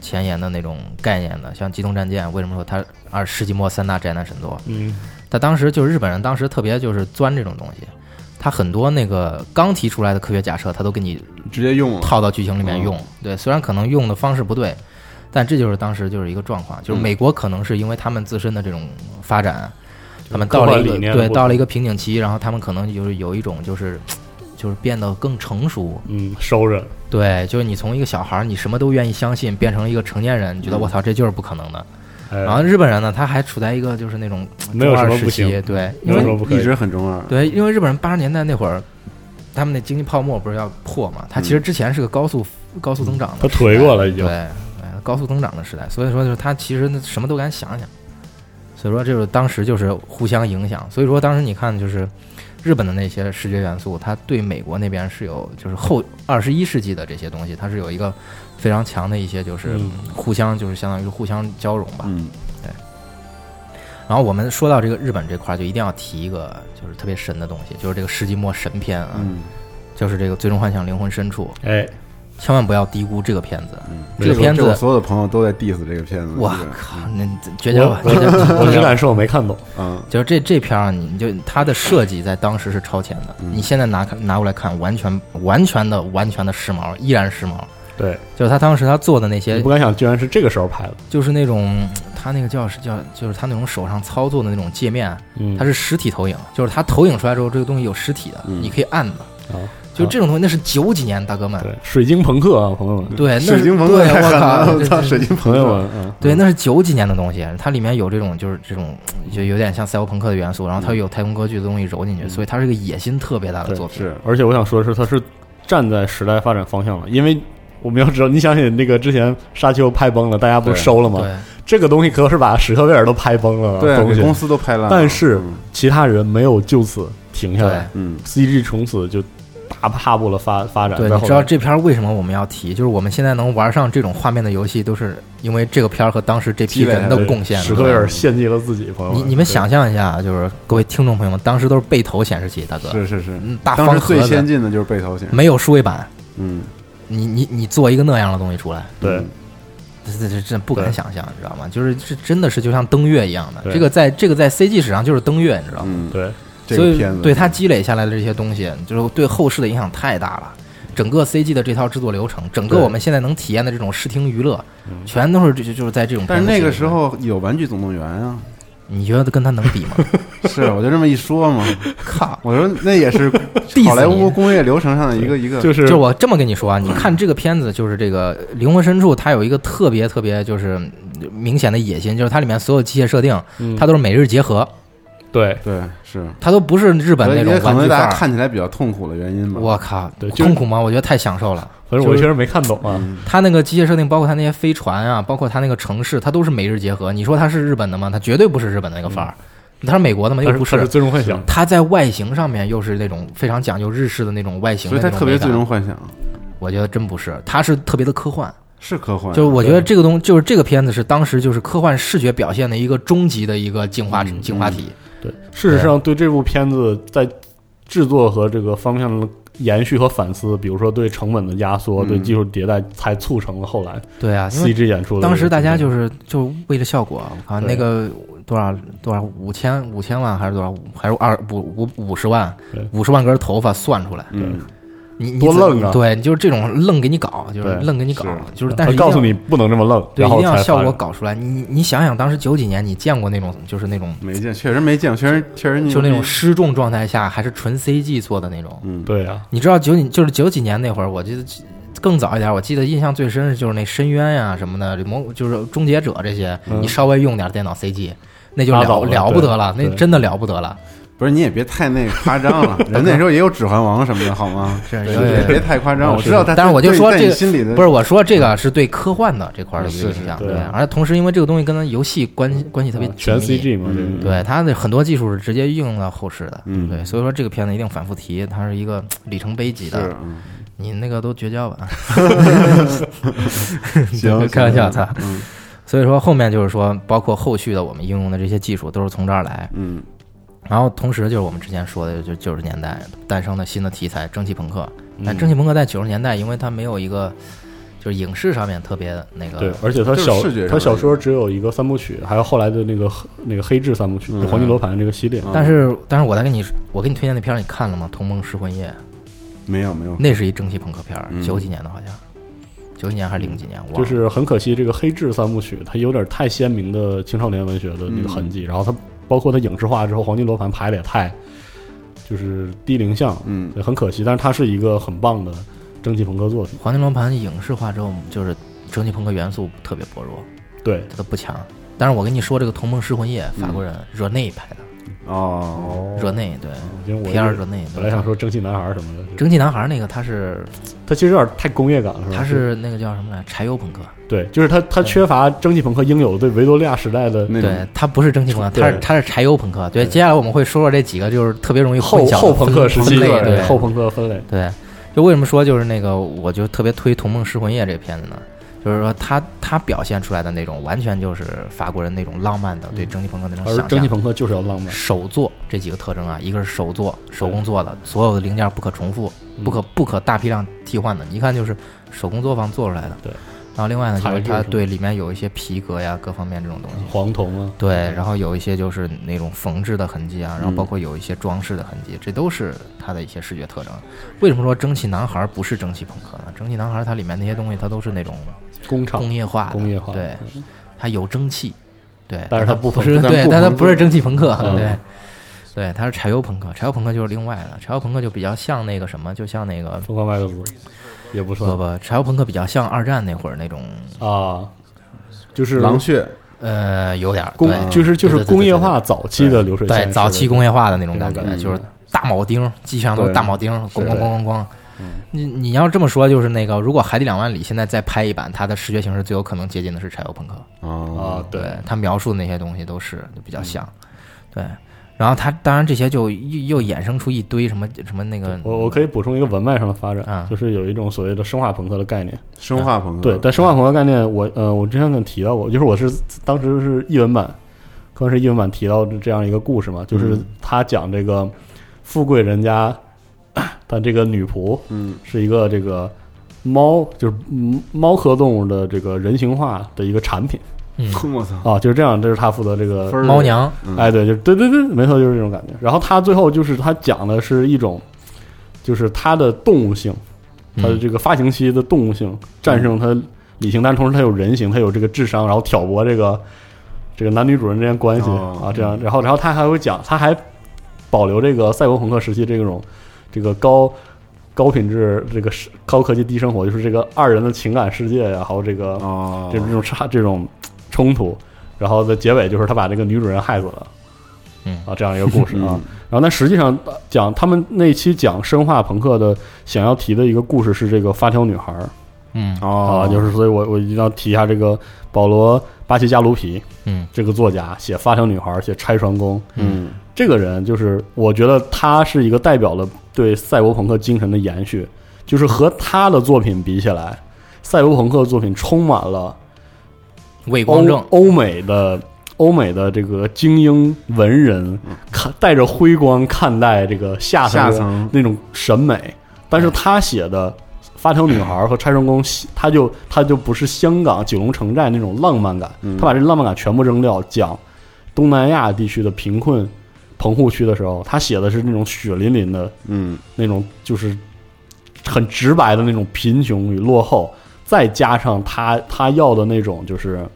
Speaker 3: 前沿的那种概念的，像机动战舰，为什么说它二十世纪末三大宅男神作？
Speaker 2: 嗯，
Speaker 3: 但当时就是日本人当时特别就是钻这种东西，他很多那个刚提出来的科学假设，他都给你
Speaker 1: 直接用了，
Speaker 3: 套到剧情里面用
Speaker 1: 嗯。
Speaker 3: 对，虽然可能用的方式不对，但这就是当时就是一个状况，就是
Speaker 1: 嗯
Speaker 3: 美国可能是因为他们自身的这种发展，他们
Speaker 2: 科
Speaker 3: 到
Speaker 2: 幻
Speaker 3: 了一个
Speaker 2: 理念
Speaker 3: 对
Speaker 2: 不
Speaker 3: 到
Speaker 2: 同
Speaker 3: 了一个瓶颈期，然后他们可能就是有一种就是就是变得更成熟。
Speaker 2: 嗯，收着，
Speaker 3: 对，就是你从一个小孩儿你什么都愿意相信，变成了一个成年人，你觉得
Speaker 1: 嗯
Speaker 3: 我操这就是不可能的。然后
Speaker 2: 哎，
Speaker 3: 日本人呢，他还处在一个就是那种
Speaker 2: 没有
Speaker 3: 中
Speaker 2: 什
Speaker 3: 二
Speaker 2: 么
Speaker 3: 时
Speaker 2: 不
Speaker 3: 期
Speaker 2: 行，嗯
Speaker 3: 对，因
Speaker 2: 没有
Speaker 3: 为
Speaker 2: 什么不可
Speaker 1: 一
Speaker 2: 以
Speaker 1: 直，很中二，
Speaker 3: 对，因为日本人八十年代那会儿，他们那经济泡沫不是要破嘛？它其实之前是个高速高速增长的
Speaker 2: 他
Speaker 3: 时代，
Speaker 2: 颓过了已经
Speaker 3: 对，对高速增长的时代，所以说就是他其实什么都敢想想，所以说就是当时就是互相影响，所以说当时你看就是日本的那些视觉元素，它对美国那边是有就是后二十一世纪的这些东西，它是有一个非常强的一些就是
Speaker 2: 嗯
Speaker 3: 互相就是相当于是互相交融吧，
Speaker 1: 嗯
Speaker 3: 然后我们说到这个日本这块，儿，就一定要提一个就是特别神的东西，就是这个世纪末神片啊，
Speaker 1: 嗯，
Speaker 3: 就是这个《最终幻想：灵魂深处
Speaker 2: 哎，》，
Speaker 3: 千万不要低估这个片子。
Speaker 1: 嗯
Speaker 3: 这个片子
Speaker 1: 我所有的朋友都在 diss 这个片子，
Speaker 3: 哇
Speaker 1: 基本上
Speaker 3: 靠，那绝交
Speaker 2: 我
Speaker 3: 吧！
Speaker 2: 我
Speaker 3: 绝交吧
Speaker 2: 我只 [LAUGHS] 敢说我没看懂，
Speaker 1: 嗯，
Speaker 3: [LAUGHS] 就是这这片儿，啊你就它的设计在当时是超前的，
Speaker 1: 嗯
Speaker 3: 你现在拿看拿过来看，完全完全的完全的时髦，依然时髦。
Speaker 2: 对，
Speaker 3: 就是他当时他做的那
Speaker 2: 我
Speaker 3: 些
Speaker 2: 不，敢想居然是这个时候拍的，
Speaker 3: 就是那种他那个叫是叫就是他那种手上操作的那种界面，啊
Speaker 2: 嗯，
Speaker 3: 它是实体投影，就是它投影出来之后，这个东西有实体的，
Speaker 1: 嗯哦
Speaker 3: 你可以按的。
Speaker 2: 啊，
Speaker 3: 就这种东西，那是九几年，大哥们，
Speaker 2: 对，水晶朋克啊，朋友们，
Speaker 3: 哎对，那是
Speaker 1: 水晶朋克 [LAUGHS]
Speaker 3: 对
Speaker 1: 太
Speaker 3: 我
Speaker 1: 狠了，
Speaker 3: 靠，
Speaker 1: 我操，
Speaker 3: 这
Speaker 1: 水晶朋
Speaker 2: 朋友
Speaker 1: 克，
Speaker 2: 们，嗯，
Speaker 3: 对，那是九几年的东西，它里面有这种就是这种就有点像赛博朋克的元素，然后它又有太空歌剧的东西揉进去，所以它是个野心特别大的
Speaker 2: 对
Speaker 3: 作品。
Speaker 1: 嗯是，
Speaker 2: 而且我想说的是，它是站在时代发展方向了，因为我们要知道，你想想那个之前沙丘拍崩了，大家不是
Speaker 1: 对
Speaker 2: 收了吗？
Speaker 3: 对，
Speaker 2: 这个东西可是把史克威尔都拍崩了
Speaker 1: 对啊，
Speaker 2: 东
Speaker 1: 给公
Speaker 2: 西，
Speaker 1: 司都拍烂了，
Speaker 3: 啊
Speaker 2: 但是
Speaker 1: 嗯
Speaker 2: 其他人没有就此停下来
Speaker 1: 嗯
Speaker 2: ，CG 从此就大踏步了发发展。
Speaker 3: 对，
Speaker 2: 然
Speaker 3: 你
Speaker 2: 后
Speaker 3: 知道这片儿为什么我们要提？就是我们现在能玩上这种画面的游戏，都是因为这个片儿和当时这批
Speaker 1: 积累
Speaker 3: 人
Speaker 1: 的
Speaker 3: 的贡献。
Speaker 2: 史克威尔献祭了自己，朋友
Speaker 3: 你
Speaker 2: 们。
Speaker 3: 你们
Speaker 2: 对
Speaker 3: 想象一下，就是各位听众朋友们，当时都是背投显示器，大哥，
Speaker 1: 是是是，
Speaker 3: 嗯，大
Speaker 1: 当
Speaker 3: 方
Speaker 1: 时最
Speaker 3: 盒
Speaker 1: 先
Speaker 3: 子，
Speaker 1: 进的就是背头型，
Speaker 3: 没有数位板，
Speaker 1: 嗯，
Speaker 3: 你你你做一个那样的东西出来，
Speaker 2: 对
Speaker 1: 嗯，
Speaker 3: 这这这真不敢
Speaker 2: 对
Speaker 3: 想象，你知道吗？就是这真的是就像登月一样的，
Speaker 2: 对
Speaker 3: 这个在这个在 CG 史上就是登月，你知道吗？
Speaker 1: 嗯，
Speaker 2: 对
Speaker 1: 这
Speaker 3: 所
Speaker 1: 个
Speaker 3: 以
Speaker 1: 片子，
Speaker 3: 对它积累下来的这些东西，就是对后世的影响太大了。整个 CG 的这套制作流程，整个
Speaker 2: 对
Speaker 3: 我们现在能体验的这种视听娱乐，
Speaker 2: 嗯
Speaker 3: 全都是这就就是在这种。
Speaker 1: 但是那个时，候有《玩具总动员》啊，
Speaker 3: 你觉得跟它能比吗？ [LAUGHS]
Speaker 1: 是我就这么一说 [LAUGHS] 嘛，
Speaker 3: 靠！
Speaker 1: 我说那也是
Speaker 3: diss 你
Speaker 1: 好莱坞工业流程上的一个一个，
Speaker 2: 就是
Speaker 3: 就我这么跟你说啊，你看这个片子，就是这个《灵魂深处》，它有一个特别特别就是明显的野心，就是它里面所有机械设定，
Speaker 2: 嗯
Speaker 3: 它都是美日结合，
Speaker 2: 对
Speaker 1: 对，是，
Speaker 3: 它都不是日本
Speaker 1: 所
Speaker 3: 那
Speaker 1: 以
Speaker 3: 种
Speaker 1: 也可
Speaker 3: 玩
Speaker 1: 能
Speaker 3: 具范
Speaker 1: 大
Speaker 3: 儿
Speaker 1: 家看起来比较痛苦的原因吧，
Speaker 3: 我靠，
Speaker 2: 对就是
Speaker 3: 痛苦吗？我觉得太享受了。
Speaker 2: 反正我确实没看懂啊。
Speaker 1: 嗯
Speaker 3: 它那个机械设定，包括它那些飞船啊，包括它那个城市，它都是美日结合。你说它是日本的吗？它绝对不是日本的那个范儿。
Speaker 1: 嗯
Speaker 3: 它是美国的吗？
Speaker 2: 但
Speaker 3: 又
Speaker 2: 是
Speaker 3: 不
Speaker 2: 它是最终幻想，
Speaker 3: 它在外形上面又是那种非常讲究日式的那种外形
Speaker 1: 所
Speaker 3: 的
Speaker 1: 以它
Speaker 3: 那种
Speaker 1: 特别
Speaker 3: 美感
Speaker 1: 最终幻想
Speaker 3: 我觉得真不是，它是特别的科幻。
Speaker 1: 是科幻，
Speaker 3: 就是我觉得
Speaker 2: 对
Speaker 3: 这个东，就是这个片子是当时就是科幻视觉表现的一个终极的一个进化
Speaker 2: 嗯
Speaker 3: 进化体。
Speaker 2: 对，事实上对这部片子在制作和这个方向的延续和反思，比如说对成本的压缩、
Speaker 1: 嗯
Speaker 2: 对技术迭代，才促成了后来
Speaker 3: 对啊，因为
Speaker 2: CG 演出的这个进程。
Speaker 3: 当时大家就是就为了效果，我靠
Speaker 2: 对
Speaker 3: 那个多少多少五千五千万还是多少还是二五五五十万
Speaker 2: 对
Speaker 3: 五十万根头发算出来，
Speaker 1: 嗯，
Speaker 3: 你你
Speaker 2: 多
Speaker 3: 怎么
Speaker 2: 愣啊
Speaker 3: 对，就是这种愣给你搞，就是
Speaker 2: 对
Speaker 3: 愣给你搞
Speaker 1: 是，
Speaker 3: 就是但是
Speaker 2: 他
Speaker 3: 一定
Speaker 2: 告诉
Speaker 3: 要
Speaker 2: 你不能这么愣，
Speaker 3: 对，
Speaker 2: 然
Speaker 3: 一
Speaker 2: 后
Speaker 3: 定要
Speaker 2: 才
Speaker 3: 效
Speaker 2: 发
Speaker 3: 果
Speaker 2: 展
Speaker 3: 搞出来。你你想想，当时九几年你见过那种就是那种
Speaker 1: 没见，确实没见，过，确实确
Speaker 2: 嗯
Speaker 1: 实你
Speaker 3: 就那种失重状态下还是纯 CG 做的那种。
Speaker 1: 嗯，
Speaker 2: 对啊呀、
Speaker 3: 你知道九几就是九几年那会儿，我记得更早一点，我记得印象最深是就是那深渊呀、什么的，魔就是终结者这些，
Speaker 2: 嗯
Speaker 3: 你稍微用点电脑 CG，那就
Speaker 2: 拉
Speaker 3: 了
Speaker 2: 倒了
Speaker 3: 了不得了，那
Speaker 2: 对
Speaker 3: 真的了不得了。
Speaker 1: 不是你也别太那个夸张
Speaker 3: [LAUGHS]
Speaker 1: 了，人那时候也有《指环王》什么的好吗？
Speaker 3: 是
Speaker 1: 对
Speaker 3: 有有
Speaker 1: 别
Speaker 3: 有
Speaker 1: 别太夸张，
Speaker 2: 是
Speaker 1: 我知道他，
Speaker 3: 哦但是我就
Speaker 1: 对
Speaker 3: 说
Speaker 1: 在
Speaker 3: 这
Speaker 1: 你
Speaker 3: 个
Speaker 1: 心里的
Speaker 3: 不是我说这个是对科幻的这块儿的一个
Speaker 1: 是
Speaker 3: 影响，
Speaker 1: 是
Speaker 2: 对啊
Speaker 3: 而且同时因为这个东西跟游戏关系关系特别紧
Speaker 2: 全
Speaker 3: 密
Speaker 2: CG 嘛，这
Speaker 1: 嗯
Speaker 2: 个
Speaker 3: 对它的很多技术是直接应用到后世的，
Speaker 1: 嗯
Speaker 3: 对，所以说这个片子一定反复提，它是一个里程碑级的
Speaker 1: 是，嗯
Speaker 3: [LAUGHS] 你那个都绝交吧，
Speaker 1: [LAUGHS] 行，
Speaker 3: 开玩笑，啊
Speaker 1: 行
Speaker 3: 操，
Speaker 1: 嗯
Speaker 3: 所以说后面就是说，包括后续的我们应用的这些技术都是从这儿来，
Speaker 1: 嗯
Speaker 3: 然后同时就是我们之前说的，就九十年代诞生的新的题材蒸汽朋克，但
Speaker 2: 嗯
Speaker 3: 蒸汽朋克在九十年代，因为它没有一个就是影视上面特别那个
Speaker 2: 对，而且他
Speaker 1: 就是
Speaker 2: 小
Speaker 1: 视觉上
Speaker 2: 他
Speaker 1: 的
Speaker 2: 小
Speaker 1: 一
Speaker 2: 说只有一个三部曲，还有后来的那个黑那个黑制三部曲，
Speaker 1: 嗯
Speaker 2: 就黄金罗盘这个系列。
Speaker 1: 嗯
Speaker 3: 但是，但是我在给你我给你推荐那片儿，你看了吗？《同盟失魂夜》，
Speaker 1: 没有没有，
Speaker 3: 那是一蒸汽朋克片儿
Speaker 1: 嗯，
Speaker 3: 九几年的好像，九几年还是零几年，我忘
Speaker 2: 就
Speaker 3: 了。
Speaker 2: 是很可惜，这个黑制三部曲它有点太鲜明的青少年文学的那个痕迹，
Speaker 3: 嗯
Speaker 2: 然后它包括它影视化之后，黄金罗盘拍的也太就是低龄向，
Speaker 1: 嗯
Speaker 2: 对很可惜。但是它是一个很棒的蒸汽朋克作品，
Speaker 3: 黄金罗盘影视化之后，就是蒸汽朋克元素特别薄弱，
Speaker 2: 对，
Speaker 3: 它都不强。但是我跟你说，这个《同盟失魂夜》，
Speaker 2: 嗯
Speaker 3: 法国人热内拍的，
Speaker 1: 哦，
Speaker 3: 热内对，
Speaker 2: 因为我
Speaker 3: 皮埃尔热嗯内。
Speaker 2: 本来想说蒸汽男孩什么的，
Speaker 3: 蒸汽男孩》那个，他是
Speaker 2: 它其实有点太工业感嗯了，是吧？
Speaker 3: 他是那个叫什么来，柴油朋克，
Speaker 2: 对，就是它它缺乏蒸汽朋克应有的对维多利亚时代的
Speaker 1: 那
Speaker 3: 对
Speaker 1: 种，
Speaker 3: 他不是蒸汽朋克，
Speaker 2: 对
Speaker 3: 他是他是柴油朋克。对，
Speaker 2: 对
Speaker 3: 接下来我们会说说这几个就是特别容易混
Speaker 2: 后
Speaker 3: 淆的
Speaker 2: 后朋克时
Speaker 3: 分
Speaker 2: 期，
Speaker 3: 分类对
Speaker 2: 后朋克分类，
Speaker 3: 对，就为什么说就是那个，我就特别推《同梦失魂夜》这个片子呢？就是说他他表现出来的那种，完全就是法国人那种浪漫的对蒸汽朋克那种
Speaker 2: 嗯而
Speaker 3: 想
Speaker 2: 蒸汽
Speaker 3: 象。
Speaker 2: 朋克就是要浪漫，
Speaker 3: 手作这几个特征啊，一个是手作，手工做的，所有的零件不可重复，
Speaker 2: 嗯
Speaker 3: 不可不可大批量替换的，一看就是手工作坊做出来的。
Speaker 2: 对。
Speaker 3: 然后另外呢，就
Speaker 2: 材
Speaker 3: 是
Speaker 2: 质
Speaker 3: 它
Speaker 2: 是吧
Speaker 3: 对里面有一些皮革呀，各方面这种东西。
Speaker 2: 黄铜啊，
Speaker 3: 对，然后有一些就是那种缝制的痕迹啊，然后包
Speaker 2: 嗯
Speaker 3: 括有一些装饰的痕迹，这都是它的一些视觉特征。为什么说蒸汽男孩不是蒸汽朋克呢？蒸汽男孩它里面那些东西它都是那种
Speaker 2: 工厂
Speaker 3: 工业化的，
Speaker 2: 工业化，
Speaker 3: 对，它有蒸汽，对，
Speaker 2: 但是它不
Speaker 3: 不
Speaker 2: 朋
Speaker 3: 是
Speaker 1: 克
Speaker 3: 对，
Speaker 1: 但不
Speaker 3: 但它
Speaker 1: 朋克
Speaker 3: 不是蒸汽朋克，
Speaker 2: 嗯
Speaker 3: 对。对，它是柴油朋克，柴油朋克就是另外的，柴油朋克就比较像那个什么，就像那个
Speaker 2: 疯狂麦克斯也不
Speaker 3: 不
Speaker 2: 算
Speaker 3: 不，柴油朋克比较像二战那会儿那种，
Speaker 2: 啊，就是
Speaker 1: 狼血，
Speaker 3: 呃，有点儿
Speaker 2: 工
Speaker 3: 对
Speaker 2: 就是就
Speaker 3: 对
Speaker 2: 是
Speaker 3: 对对
Speaker 2: 工业
Speaker 3: 对对
Speaker 2: 化早期的流水线式
Speaker 3: 对
Speaker 2: 的，
Speaker 3: 早期工业化的那种
Speaker 2: 这
Speaker 3: 感
Speaker 2: 种
Speaker 3: 觉，
Speaker 1: 感觉
Speaker 3: 就是大铆钉，机上都是
Speaker 1: 对
Speaker 3: 大铆钉，咣咣
Speaker 2: 对
Speaker 3: 咣咣咣。你你要这么说，就是那个，如果《海底两万里》现在再拍一版，它的视觉形式最有可能接近的是柴油朋克。
Speaker 1: 哦，
Speaker 2: 啊，对，
Speaker 3: 它描述的那些东西都是就比较像，对。然后它当然这些就又又衍生出一堆什么什么那个，
Speaker 2: 我我可以补充一个文脉上的发
Speaker 3: 啊嗯
Speaker 2: 展，就是有一种所谓的生化朋克的概念。
Speaker 1: 生化朋克，
Speaker 2: 对，但生化朋克概念，我呃，我之前可能提到过，就是我是当时是译文版，可能是译文版提到这样一个故事嘛，就是
Speaker 1: 嗯
Speaker 2: 他讲这个富贵人家 [CLEARS THROAT] 他这个女仆
Speaker 1: 嗯
Speaker 2: 是一个这个猫，就是嗯猫科动物的这个人形化的一个产品
Speaker 3: 嗯，
Speaker 1: 我操，
Speaker 2: 啊，就是这样，这是他负责这个
Speaker 1: 分儿
Speaker 3: 猫，娘，
Speaker 1: 嗯
Speaker 2: 哎，，对，就是对对对，没错，就是这种感觉。然后他最后就是他讲的是一种，就是它的动物性，它的
Speaker 3: 嗯
Speaker 2: 这个发情期的动物性战
Speaker 1: 嗯
Speaker 2: 胜它理性，但同时它有人性，它有这个智商，然后挑拨这个这个男女主人之间关系、
Speaker 1: 哦
Speaker 2: 啊，这样。然后然后他还会讲，他还保留这个赛博朋克时期这种这个高。高品质，这个是高科技低生活，就是这个二人的情感世界呀，还有这个
Speaker 1: 哦，
Speaker 2: 这这种差这种冲突，然后的结尾就是他把这个女主人害死了，
Speaker 3: 嗯
Speaker 2: 啊，这样一个故事
Speaker 1: 嗯。
Speaker 2: 啊然后但实际上呃讲他们那期讲生化朋克的想要提的一个故事是这个发条女孩儿
Speaker 3: 嗯
Speaker 1: 哦
Speaker 2: 啊，，就是所以我我一定要提一下这个保罗巴奇加卢皮
Speaker 3: 嗯
Speaker 2: 这个作家写发条女孩儿写拆船工
Speaker 1: 嗯
Speaker 2: 这个人，就是我觉得他是一个代表了对赛博朋克精神的延续，就是和他的作品比起来，赛博朋克作品充满了。
Speaker 3: 伪
Speaker 2: 欧
Speaker 3: 光正，
Speaker 2: 欧美的欧美的这个精英文人看带着辉光看待这个下
Speaker 1: 下
Speaker 2: 的
Speaker 1: 层
Speaker 2: 那种审美，但是他写的《发条女孩》和《拆成功》，他就他就不是香港九龙城寨那种浪漫感，
Speaker 1: 嗯
Speaker 2: 他把这浪漫感全部扔掉，讲东南亚地区的贫困棚户区的时候，他写的是那种血淋淋的
Speaker 1: 嗯
Speaker 2: 那种，就是很直白的那种贫穷与落后，再加上他他要的那种就是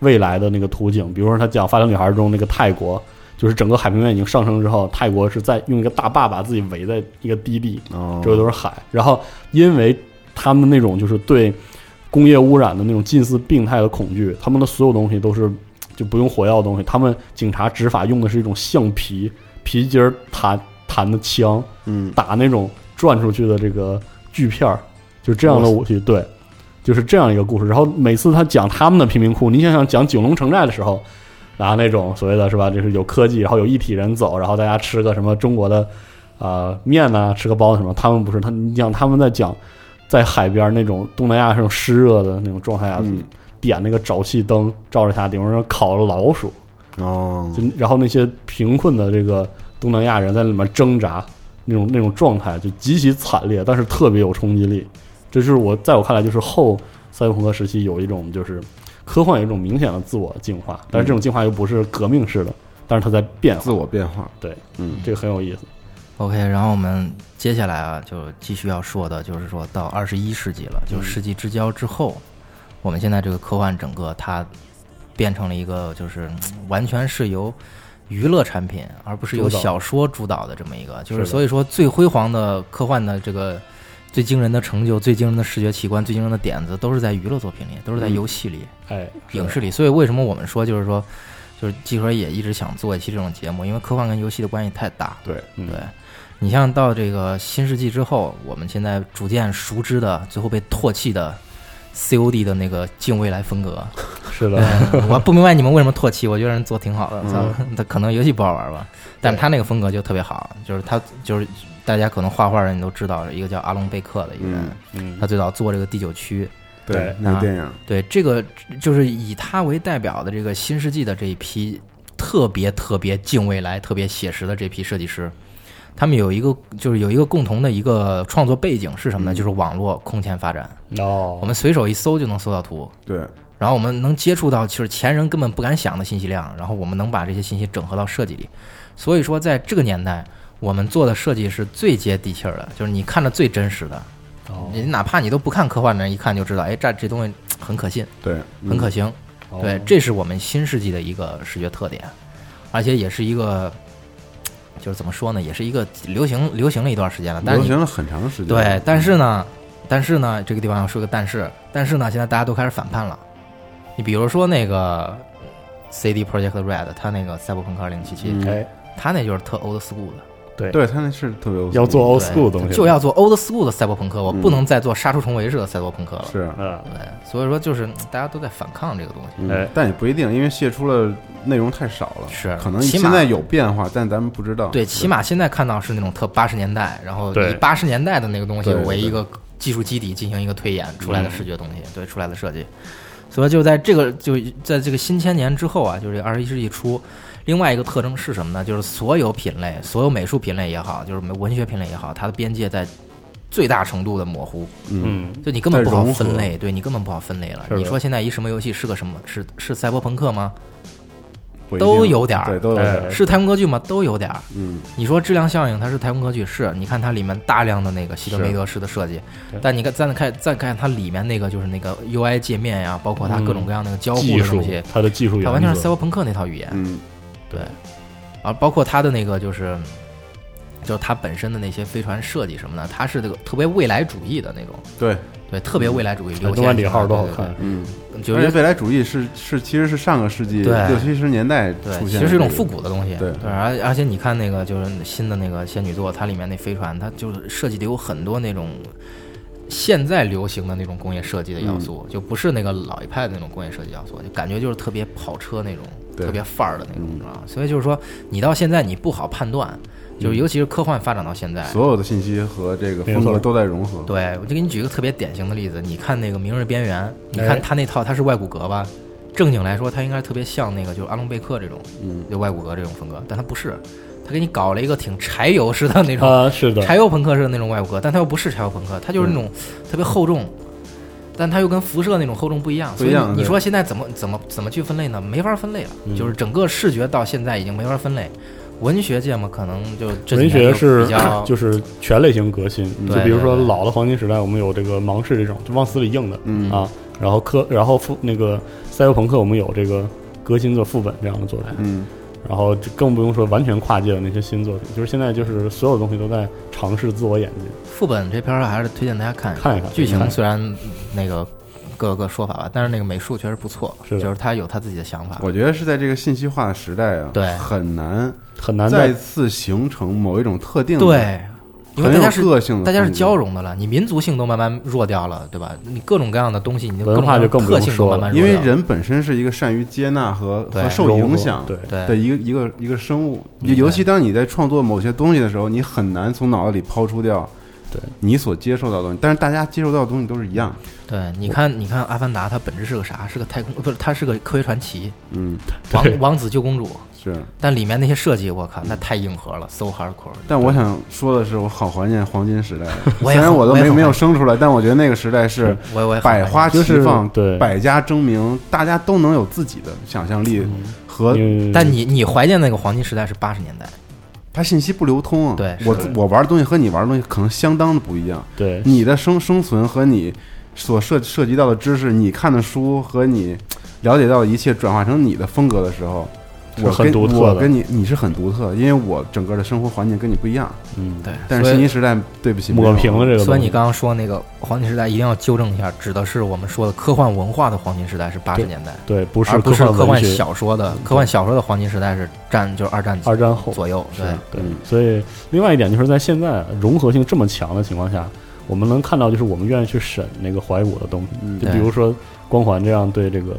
Speaker 2: 未来的那个图景，比如说他讲《发条女孩》中那个泰国。就是整个海平面已经上升之后，泰国是在用一个大坝把自己围在一个低地，
Speaker 1: 哦，
Speaker 2: 周围都是海。然后因为他们那种就是对工业污染的那种近似病态的恐惧，他们的所有东西都是就不用火药的东西。他们警察执法用的是一种橡皮皮筋儿弹弹的枪，
Speaker 1: 嗯
Speaker 2: 打那种转出去的这个锯片儿，就这样的
Speaker 1: 哇塞
Speaker 2: 武器。对，就是这样一个故事。然后每次他讲他们的贫民窟，你想想讲九龙城寨的时候。拿那种所谓的是吧，就是有科技，然后有一体人走，然后大家吃个什么中国的啊、面呐、吃个包子什么。他们不是他，你讲他们在讲在海边那种东南亚这种湿热的那种状态下，
Speaker 1: 嗯
Speaker 2: 点那个沼气灯照着它，顶上烤了老鼠，
Speaker 1: 哦
Speaker 2: 就然后那些贫困的这个东南亚人在里面挣扎，那种那种状态就极其惨烈，但是特别有冲击力。这就是我在我看来，就是后赛博朋克时期有一种就是科幻有一种明显的自我进化，但是这种进化又不是革命式的，但是它在变
Speaker 1: 自
Speaker 2: 化，
Speaker 1: 我变化，
Speaker 2: 对，
Speaker 1: 嗯
Speaker 2: 这个很有意思。
Speaker 3: OK，然后我们接下来啊，就继续要说的，就是说到二十一世纪了，
Speaker 2: 嗯
Speaker 3: 就是世纪之交之后，我们现在这个科幻整个它变成了一个，就是嗯完全是由娱乐产品，而不是由
Speaker 2: 主导
Speaker 3: 小说主导的这么一个，就是是
Speaker 2: 的
Speaker 3: 所以说最辉煌的科幻的这个最惊人的成就、最惊人的视觉奇观、最惊人的点子，都是在娱乐作品里，都是在
Speaker 2: 嗯
Speaker 3: 游戏里。
Speaker 2: 哎，是的
Speaker 3: 影视里。所以为什么我们说就是说，就是季哥也一直想做一期这种节目，因为科幻跟游戏的关系太大。
Speaker 1: 对
Speaker 2: 嗯
Speaker 3: 对，你像到这个新世纪之后，我们现在逐渐熟知的，最后被唾弃的。COD 的那个近未来风格，
Speaker 2: 是的，
Speaker 3: [LAUGHS] 嗯我不明白你们为什么唾弃，我觉得人做挺好的，
Speaker 1: 嗯
Speaker 3: 操他可能游戏不好玩吧，但是他那个风格就特别好，就是他就是大家可能画画的人都知道，一个叫阿隆贝克的一个人，
Speaker 1: 嗯
Speaker 2: 嗯
Speaker 3: 他最早做这个第九区，
Speaker 2: 对
Speaker 1: 那
Speaker 3: 啊
Speaker 1: 个电影，
Speaker 3: 对，这个就是以他为代表的这个新世纪的这一批特别特别敬未来、特别写实的这批设计师，他们有一个就是有一个共同的一个创作背景是什么呢？就是网络空前发展，我
Speaker 2: 哦，
Speaker 3: 们随手一搜就能搜到图，
Speaker 1: 对，
Speaker 3: 然后我们能接触到就是前人根本不敢想的信息量，然后我们能把这些信息整合到设计里。所以说，在这个年代，我们做的设计是最接地气儿的，就是你看着最真实的，
Speaker 2: 哦
Speaker 3: 你哪怕你都不看科幻的人，一看就知道，哎，这这东西很可信，
Speaker 1: 对，嗯
Speaker 3: 很可
Speaker 1: 惜，
Speaker 3: 行。
Speaker 2: 哦
Speaker 3: 对，这是我们新世纪的一个视觉特点，而且也是一个，就是怎么说呢，也是一个流行流行了一段时间啊了。但
Speaker 1: 流
Speaker 3: 是你
Speaker 1: 行了很长时间，
Speaker 3: 对，但是呢，但是呢，这个地方要说个但是，但是呢，现在大家都开始反叛了。你比如说那个 CD Project Red，他那个《赛博朋克2077》，
Speaker 1: 嗯
Speaker 2: 哎，
Speaker 3: 他那就是特 old school 的，
Speaker 1: 对他那是特别有
Speaker 2: 要做 old
Speaker 3: 对
Speaker 2: school 的东西，
Speaker 3: 就要做 old school 的赛博朋克，我不
Speaker 1: 嗯
Speaker 3: 能再做杀出重围式的赛博朋克了。
Speaker 1: 是，
Speaker 2: 嗯，
Speaker 3: 对，所以说就是嗯大家都在反抗这个东西。
Speaker 1: 嗯
Speaker 2: 哎
Speaker 1: 但也不一定，因为泄出了内容太少了，
Speaker 3: 是
Speaker 1: 可能
Speaker 3: 起
Speaker 1: 现
Speaker 3: 码
Speaker 1: 在有变化，但咱们不知道，
Speaker 3: 对，起码现在看到是那种特八十年代，然后
Speaker 2: 对
Speaker 3: 以八十年代的那个东西
Speaker 1: 对对
Speaker 3: 为一个技术基底进行一个推演出来的视觉东西，对出来的设计。所以就在这个就在这个新千年之后啊，就是二十一世纪初，另外一个特征是什么呢？就是所有品类，所有美术品类也好，就是文学品类也好，它的边界在最大程度的模糊，
Speaker 1: 嗯，
Speaker 2: 嗯，
Speaker 3: 就你根本
Speaker 1: 在
Speaker 3: 不好
Speaker 1: 融合
Speaker 3: 分类，对你根本不好分类了
Speaker 2: 是。的
Speaker 3: 你说现在一什么游戏是个什么？是是赛博朋克吗？
Speaker 1: 哎不一定
Speaker 3: 都有点儿
Speaker 1: 对，都有点儿，
Speaker 2: 哎
Speaker 3: 是太空歌剧吗？都有点儿。
Speaker 1: 嗯，
Speaker 3: 你说质量效应它是太空歌剧，是你看它里面大量的那个希德梅德式的设计
Speaker 2: 对，
Speaker 3: 但你看再看再看它里面那个就是那个 UI 界面呀，包括它各种各样那个交互
Speaker 2: 嗯技
Speaker 3: 的
Speaker 2: 术
Speaker 3: 东西，，
Speaker 2: 它的技术原
Speaker 3: 它
Speaker 2: 则
Speaker 3: 完全是赛博朋克那套语言，
Speaker 1: 嗯，
Speaker 3: 对，啊，包括它的那个就是。就是它本身的那些飞船设计什么的，它是这个特别未来主义的那种，
Speaker 1: 对，
Speaker 3: 对，特
Speaker 2: 嗯
Speaker 3: 别未来主义。流
Speaker 2: 哎动
Speaker 3: 线
Speaker 2: 漫底号都好看，，
Speaker 1: 嗯，
Speaker 3: 对对对就
Speaker 1: 而且
Speaker 3: 是
Speaker 1: 未来主义是是其实是上个世纪
Speaker 3: 对
Speaker 1: 六七十年代出
Speaker 3: 对，
Speaker 1: 现的这个，
Speaker 3: 其实是一种复古的东西。
Speaker 1: 对
Speaker 3: 而而且你看那个就是新的那个仙女座，它里面那飞船，它就是设计的有很多那种现在流行的那种工业设计的
Speaker 1: 嗯
Speaker 3: 要素，就不是那个老一派的那种工业设计要素，就感觉就是特别跑车那种，
Speaker 1: 对
Speaker 3: 特别范儿的那种，
Speaker 1: 嗯
Speaker 3: 知道吧？所以就是说，你到现在你不好判断，就是尤其是科幻发展到现在。
Speaker 1: 嗯所有的信息和这个
Speaker 2: 没
Speaker 1: 风
Speaker 2: 错
Speaker 1: 格都在融合，
Speaker 3: 对，我就给你举一个特别典型的例子，你看那个《明日边缘》，你
Speaker 2: 哎
Speaker 3: 看他那套，他是外骨骼吧？正经来说，它应该特别像那个就是阿隆贝克这种
Speaker 1: 嗯
Speaker 3: 就外骨骼这种风格，但它不是，它给你搞了一个挺柴油式的那种
Speaker 2: 啊，是的，
Speaker 3: 柴油朋克式的那种外骨骼，但它又不是柴油朋克，它就是那种特别厚重，但它又跟辐射那种厚重不一样。
Speaker 1: 不一样
Speaker 3: 所以
Speaker 1: 对
Speaker 3: 你说现在怎么怎么怎么去分类呢？没法分类了，
Speaker 2: 嗯
Speaker 3: 就是整个视觉到现在已经没法分类。文学界嘛，可能就这几
Speaker 2: 文
Speaker 3: 年就
Speaker 2: 学
Speaker 3: 是比
Speaker 2: [LAUGHS]
Speaker 3: 较
Speaker 2: [CLEARS THROAT] 就是全类型革新，
Speaker 1: 嗯
Speaker 2: 就
Speaker 3: 对
Speaker 2: 比如说
Speaker 3: 对对
Speaker 2: 老的黄金时代，我们有这个盲式这种，就往死里硬的
Speaker 1: 嗯
Speaker 2: 啊，然后科，然后副那个赛博朋克，我们有这个革新的副本这样的作品，
Speaker 1: 嗯
Speaker 2: 然后这更不用说完全跨界的那些新作品，就是现在就是所有东西都在尝试自我演进，
Speaker 3: 副本这片儿还是推荐大家看一
Speaker 2: 看一看
Speaker 3: 剧情
Speaker 2: 嗯
Speaker 3: 虽然嗯那个各个说法吧，但是那个美术确实不错，
Speaker 2: 是的
Speaker 3: 就是他有他自己的想法。
Speaker 1: 我觉得是在这个信息化的时代啊，
Speaker 3: 对
Speaker 1: 很难
Speaker 2: 很难
Speaker 1: 再
Speaker 2: 在
Speaker 1: 次形成某一种特定的
Speaker 3: 对，因为
Speaker 1: 很
Speaker 3: 大
Speaker 1: 有
Speaker 3: 家是
Speaker 1: 个性的风格，
Speaker 3: 大家是交融的了，你民族性都慢慢弱掉了，对吧？你各种各样的东西，你
Speaker 2: 文化
Speaker 3: 各
Speaker 2: 就
Speaker 3: 种各
Speaker 2: 更
Speaker 3: 样的
Speaker 2: 不用
Speaker 3: 特性都
Speaker 2: 说了
Speaker 3: 慢慢弱
Speaker 1: 因为
Speaker 3: 掉了
Speaker 1: 人本身是一个善于接纳和
Speaker 3: 对
Speaker 1: 和受
Speaker 2: 融合
Speaker 1: 影响
Speaker 2: 对，
Speaker 1: 的
Speaker 3: 对
Speaker 1: 一个一个一个生物，
Speaker 3: 嗯
Speaker 1: 尤其当你在创作某些东西的时候，你很难从脑子里抛出掉
Speaker 2: 对
Speaker 1: 你所接受到的东西，但是大家接受到的东西都是一样，
Speaker 3: 对，你看，你看《阿凡达》，它本质是个啥？是个太空，不是，它是个科学传奇，
Speaker 1: 嗯，
Speaker 2: 对
Speaker 3: 王王子救公主。
Speaker 1: 是。
Speaker 3: 但里面那些设计，我靠，那太硬核了，so hardcore。
Speaker 1: 但我想说的是，我好怀念黄金时
Speaker 2: [LAUGHS]
Speaker 1: 代，
Speaker 3: 我
Speaker 1: 虽
Speaker 3: 也
Speaker 1: 然
Speaker 3: 很
Speaker 1: 我都
Speaker 3: 我也
Speaker 1: 没
Speaker 3: 很
Speaker 1: 没有
Speaker 3: 怀
Speaker 1: 生出来，但我觉得那个时代是
Speaker 3: 我我也很
Speaker 1: 百花
Speaker 2: 嗯就
Speaker 1: 齐
Speaker 2: 是
Speaker 1: 放，
Speaker 2: 对
Speaker 1: 百家争鸣，大家都能有自己的想象力和
Speaker 2: 嗯
Speaker 3: 但你你怀念那个黄金时代是八十年代，
Speaker 1: 它信息不流通啊。
Speaker 3: 对是
Speaker 1: 我
Speaker 2: 的嗯
Speaker 1: 我玩的东西和你玩的东西可能相当的不一样，
Speaker 2: 对
Speaker 1: 你的生生存和你所涉涉及到的知识，你看的书和你了解到的一切转化成你的风格的时候。
Speaker 2: 是
Speaker 1: 我
Speaker 2: 很
Speaker 1: 跟
Speaker 2: 独特
Speaker 1: 我
Speaker 2: 的
Speaker 1: 跟你你是很独特的，因为我整个的生活环境跟你不一样。
Speaker 2: 嗯，
Speaker 3: 对，
Speaker 1: 但是
Speaker 3: 所
Speaker 1: 信息
Speaker 3: 以
Speaker 1: 时代，对不起，
Speaker 2: 抹
Speaker 1: 没有
Speaker 2: 平了这个东西，
Speaker 3: 所以你刚刚说那个黄金时代，一定要纠正一下，指的是我们说的科幻文化的黄金时代是八十
Speaker 2: 对
Speaker 3: 年代，
Speaker 2: 对不是
Speaker 3: 而不是科
Speaker 2: 幻
Speaker 3: 幻
Speaker 2: 文学
Speaker 3: 小说的科幻小说的黄金时代是战就是二战
Speaker 2: 二战后
Speaker 3: 左右，对
Speaker 2: 是对
Speaker 1: 嗯，
Speaker 2: 所以另外一点就是在现在融合性这么强的情况下，我们能看到就是我们愿意去审那个怀古的东西，
Speaker 1: 嗯
Speaker 2: 就
Speaker 3: 对
Speaker 2: 比如说光环这样对这个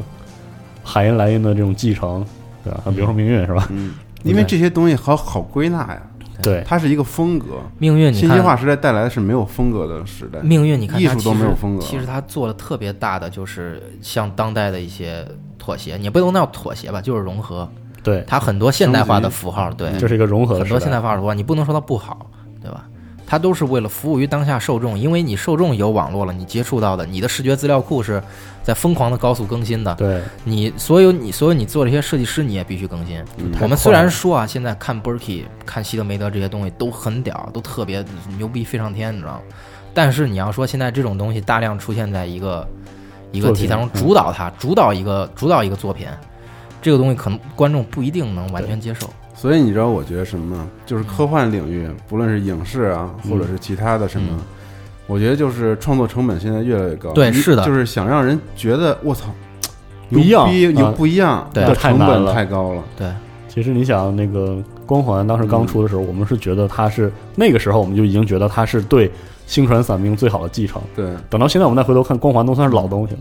Speaker 2: 海因莱因的这种继承，对吧？比如说命运是吧？
Speaker 1: 嗯，因为这些东西好好归纳呀，
Speaker 2: 对
Speaker 1: 它是一个风格。
Speaker 3: 命运你
Speaker 1: 信
Speaker 3: 看
Speaker 1: 息化时代带来的是没有风格的时代。
Speaker 3: 命运，你看
Speaker 1: 艺
Speaker 3: 它
Speaker 1: 术
Speaker 3: 其
Speaker 1: 都没
Speaker 3: 实
Speaker 1: 有风格
Speaker 3: 其实他做了特别大的，就是向当代的一些妥协，你不能叫妥协吧，就是融合。
Speaker 2: 对，
Speaker 3: 它很多现代化的符号，对，
Speaker 2: 这是一个融合
Speaker 3: 嗯
Speaker 2: 的
Speaker 3: 很
Speaker 2: 时
Speaker 3: 多现代
Speaker 2: 代。
Speaker 3: 化的符号，你不能说它不好，对吧？它都是为了服务于当下受众，因为你受众有网络了，你接触到的，你的视觉资料库是在疯狂的高速更新的。
Speaker 2: 对，
Speaker 3: 你所有你所有你做这些设计师，你也必须更新。我们虽然说啊，现在看 Berkey、看希德梅德这些东西都很屌，都特别牛逼飞上天，你知道吗？但是你要说现在这种东西大量出现在一个一个
Speaker 2: 作品嗯
Speaker 3: 题材中，主导它，主导一个主导一个作品，这个东西可能观众不一定能完全接受。
Speaker 1: 所以你知道我觉得什么吗？就是科幻领域，不论是影视啊，
Speaker 2: 嗯
Speaker 1: 或者是其他的什么
Speaker 3: 嗯，
Speaker 1: 我觉得就是创作成本现在越来越高。
Speaker 3: 对
Speaker 1: 你
Speaker 3: 是的
Speaker 1: 就是想让人觉得我操，
Speaker 2: 不一样
Speaker 1: 牛逼
Speaker 2: 啊
Speaker 1: 有不一样，
Speaker 3: 嗯对
Speaker 1: 这
Speaker 2: 太
Speaker 1: 成
Speaker 2: 难
Speaker 1: 本
Speaker 2: 了
Speaker 1: 太高了。
Speaker 3: 对，
Speaker 2: 其实你想那个光环当时刚出的时候，我们是觉得它是那个时候我们就已经觉得它是对星船散兵最好的继承。
Speaker 1: 对，
Speaker 2: 等到现在我们再回头看，光环都算是老东西了。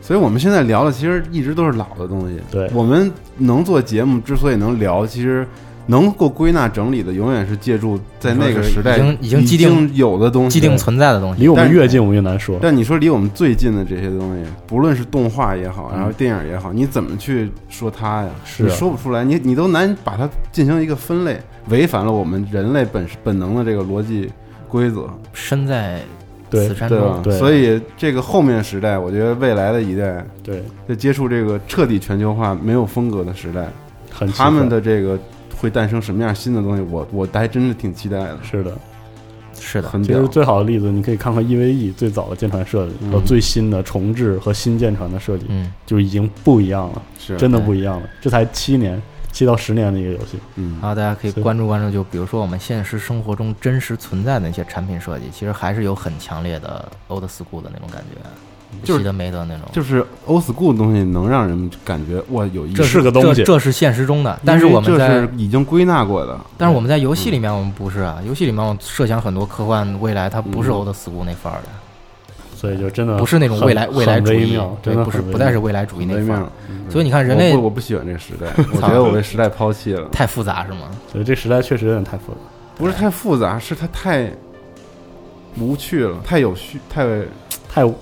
Speaker 1: 所以我们现在聊的其实一直都是老的东西。
Speaker 2: 对
Speaker 1: 我们能做节目之所以能聊，其实能够归纳整理的，永远是借助在那个时代
Speaker 3: 已经
Speaker 1: 已
Speaker 3: 已经既定
Speaker 1: 有的东西，
Speaker 3: 既定存在的东西，
Speaker 2: 离我们
Speaker 1: 但
Speaker 2: 越近，我们越难说。
Speaker 1: 但你说离我们最近的这些东西，不论是动画也好，
Speaker 2: 嗯
Speaker 1: 然后电影也好，你怎么去说它呀？
Speaker 2: 是啊
Speaker 1: 你说不出来，你你都难把它进行一个分类，违反了我们人类本本能的这个逻辑规则，
Speaker 3: 身在
Speaker 2: 对
Speaker 3: 此山
Speaker 1: 对吧
Speaker 3: 中。？
Speaker 2: 对啊
Speaker 1: 啊所以这个后面时代，我觉得未来的一代
Speaker 2: 对，
Speaker 1: 在接触这个彻底全球化、没有风格的时代，
Speaker 2: 很奇
Speaker 1: 他们
Speaker 2: 怪
Speaker 1: 的这个会诞生什么样新的东西，我我还真是挺期待的，
Speaker 2: 是的，
Speaker 3: 是的，
Speaker 1: 很
Speaker 2: 其
Speaker 1: 屌
Speaker 2: 实。最好的例子，你可以看看 EVE 最早的舰船设计
Speaker 1: 嗯
Speaker 2: 和最新的重置和新舰船的设计，
Speaker 3: 嗯，
Speaker 2: 就已经不一样了，
Speaker 1: 是啊
Speaker 2: 真的不一样了。这才七年，七到十年的一个游戏，
Speaker 1: 嗯
Speaker 3: 然后大家可以
Speaker 2: 所以
Speaker 3: 关注关注，就比如说我们现实生活中真实存在的那些产品设计，其实还是有很强烈的 old school 的那种感觉，
Speaker 1: 就是
Speaker 3: 西德梅德那种。
Speaker 1: 就是 old school 的东西能让人感觉哇有意
Speaker 3: 嗯这
Speaker 1: 思，
Speaker 2: 是个东西
Speaker 3: 这这是现实中的，但是我们
Speaker 1: 因为
Speaker 3: 在
Speaker 1: 这是已经归纳过的，
Speaker 3: 但是我们在游戏里面我们不是啊，游戏里面我设想很多科幻未来，它不是
Speaker 1: 嗯
Speaker 3: old school 那范儿的，
Speaker 2: 所以就真的
Speaker 3: 不是那种
Speaker 2: 很
Speaker 3: 未来未来
Speaker 2: 很
Speaker 3: 主
Speaker 2: 微
Speaker 3: 义
Speaker 2: 妙，，
Speaker 3: 对
Speaker 2: 真，的
Speaker 3: 不是
Speaker 2: 很微
Speaker 3: 不再是
Speaker 2: 妙
Speaker 3: 未来主义
Speaker 1: 很
Speaker 3: 那
Speaker 1: 微
Speaker 3: 范
Speaker 1: 妙
Speaker 3: 儿。。所以你看，人类
Speaker 1: 我不我不喜欢这个时
Speaker 3: [LAUGHS]
Speaker 1: 代，我觉得我被时代抛弃了，
Speaker 3: 太复杂是吗？
Speaker 2: 所以这时代确实有点太复杂。
Speaker 1: 不是太复杂，是它太无趣了，太有趣，太
Speaker 2: 太无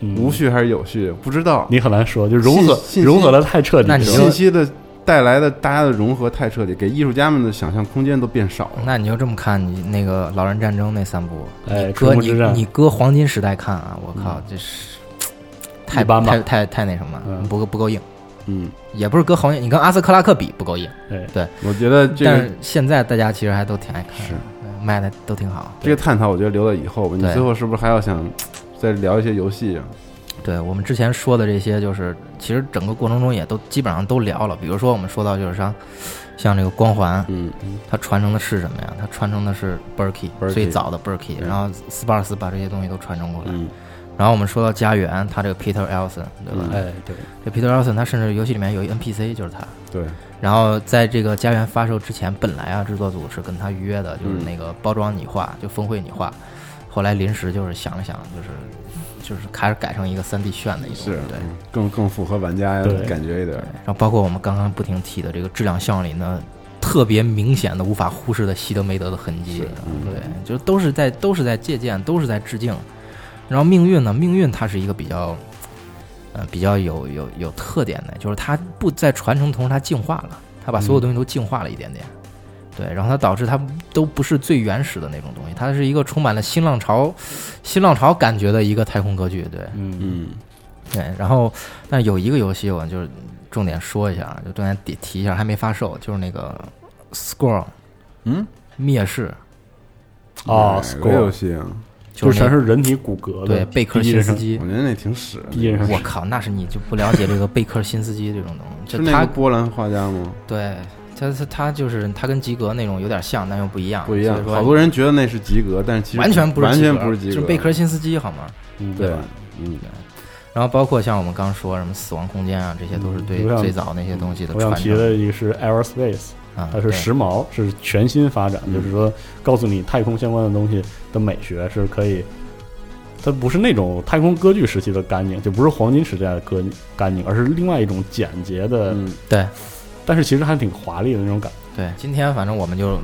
Speaker 2: 嗯
Speaker 1: 无序还是有序，不知道。
Speaker 2: 你很难说，就融合
Speaker 1: 信信息
Speaker 2: 融合的太彻底
Speaker 3: 那
Speaker 2: 了。
Speaker 3: 你
Speaker 1: 信息的带来的大家的融合太彻底，给艺术家们的想象空间都变少了。
Speaker 3: 那你就这么看，你那个《老人战争》那三部，
Speaker 2: 哎
Speaker 3: 你
Speaker 2: 春
Speaker 3: 搁
Speaker 2: 木
Speaker 3: 你
Speaker 2: 之战嗯
Speaker 3: 你搁黄金时代看啊，我靠，这是太
Speaker 2: 一般吧
Speaker 3: 太太太那什么了
Speaker 2: 嗯，
Speaker 3: 不够不够硬，
Speaker 1: 嗯，
Speaker 3: 也不是搁黄金，你跟阿斯克拉克比不够硬，
Speaker 1: 我觉得这
Speaker 3: 但
Speaker 1: 个
Speaker 3: 是现在大家其实还都挺爱看
Speaker 1: 是
Speaker 3: 的，对卖的都挺好。
Speaker 1: 这个探讨，我觉得留到以后吧。你
Speaker 3: 对
Speaker 1: 最后是不是还要想再聊一些游戏啊？
Speaker 3: 对我们之前说的这些，就是其实整个过程中也都基本上都聊了。比如说我们说到就是像像这个光环，
Speaker 1: 嗯，
Speaker 3: 它传承的是什么呀？它传承的是 Berkey
Speaker 1: Berkey
Speaker 3: 最早的 Berkey，
Speaker 1: 对
Speaker 3: 然后斯巴尔斯把这些东西都传承过来。
Speaker 1: 嗯
Speaker 3: 然后我们说到家园，他这个 Peter Elson 对吧？
Speaker 1: 嗯
Speaker 2: 哎，对，
Speaker 3: 这 Peter Elson 他甚至游戏里面有一 NPC 就是他。
Speaker 1: 对，
Speaker 3: 然后在这个家园发售之前，本来啊制作组是跟他预约的，就是
Speaker 1: 嗯
Speaker 3: 那个包装你画，就峰会你画。后来临时就是想了想，就是就是还是改成一个三 D 炫的一个东
Speaker 1: 是
Speaker 3: 西对。
Speaker 1: 嗯更更符合玩家
Speaker 2: 对
Speaker 1: 感觉一点。
Speaker 3: 然后包括我们刚刚不停提的这个质量效应里呢，特别明显的、无法忽视的西德梅德的痕迹
Speaker 1: 是，嗯
Speaker 3: 对，就都是在都是在借鉴，都是在致敬。然后命运呢，命运它是一个比较，呃，比较有有有特点的，就是它不在传承的同时，它进化了，它把所有东西都进化了一点点。对，然后它导致它都不是最原始的那种东西，它是一个充满了新浪潮、新浪潮感觉的一个太空歌剧。对，
Speaker 2: 嗯，
Speaker 1: 嗯
Speaker 3: 对，然后但是有一个游戏我就是重点说一下，啊就重点提提一下，还没发售，就是那个《Score
Speaker 1: 嗯，》
Speaker 3: 灭世，
Speaker 2: 哦
Speaker 1: 哪个
Speaker 2: Score
Speaker 1: 游戏啊？
Speaker 2: 就
Speaker 3: 就是
Speaker 2: 全
Speaker 3: 那
Speaker 2: 是人体骨骼的，
Speaker 3: 对贝克
Speaker 2: 第一
Speaker 3: 新
Speaker 2: 人
Speaker 3: 斯
Speaker 2: 称
Speaker 3: 基
Speaker 1: 我。觉得那挺屎的。
Speaker 2: 第一人称
Speaker 3: 我靠，那是你就不了解这个贝克新斯基这种东西，
Speaker 1: 是
Speaker 3: 就
Speaker 1: 那
Speaker 3: 他
Speaker 1: 个波兰画家吗？
Speaker 3: 对他他他就是他跟吉格那种有点像，但又不一样，
Speaker 1: 不一样，
Speaker 3: 所以
Speaker 1: 好
Speaker 3: 说
Speaker 1: 多人觉得那是及格，但是其实
Speaker 3: 完全不是
Speaker 1: 完
Speaker 3: 及
Speaker 1: 全
Speaker 3: 格
Speaker 1: 不是及
Speaker 3: 就
Speaker 1: 格，
Speaker 3: 是贝克新斯基好吗？
Speaker 2: 嗯，
Speaker 1: 对
Speaker 2: 吧？
Speaker 1: 吧？嗯，
Speaker 3: 然后包括像我们刚说什么死亡空间啊，这些都是
Speaker 2: 嗯
Speaker 3: 对
Speaker 2: 我想
Speaker 3: 最早那些东西的
Speaker 2: 我想
Speaker 3: 传
Speaker 2: 提
Speaker 3: 承
Speaker 2: 的一个是 Aerospace，
Speaker 3: 啊，
Speaker 2: 它是
Speaker 3: 对
Speaker 2: 时髦，是全新发展，
Speaker 1: 嗯
Speaker 2: 就是说告诉你太空相关的东西的美学是可以，它不是那种太空歌剧时期的干净，就不是黄金时代的歌干净，而是另外一种简洁的，
Speaker 1: 嗯，
Speaker 3: 对
Speaker 2: 但是其实还挺华丽的那种感觉。
Speaker 3: 对，今天反正我们就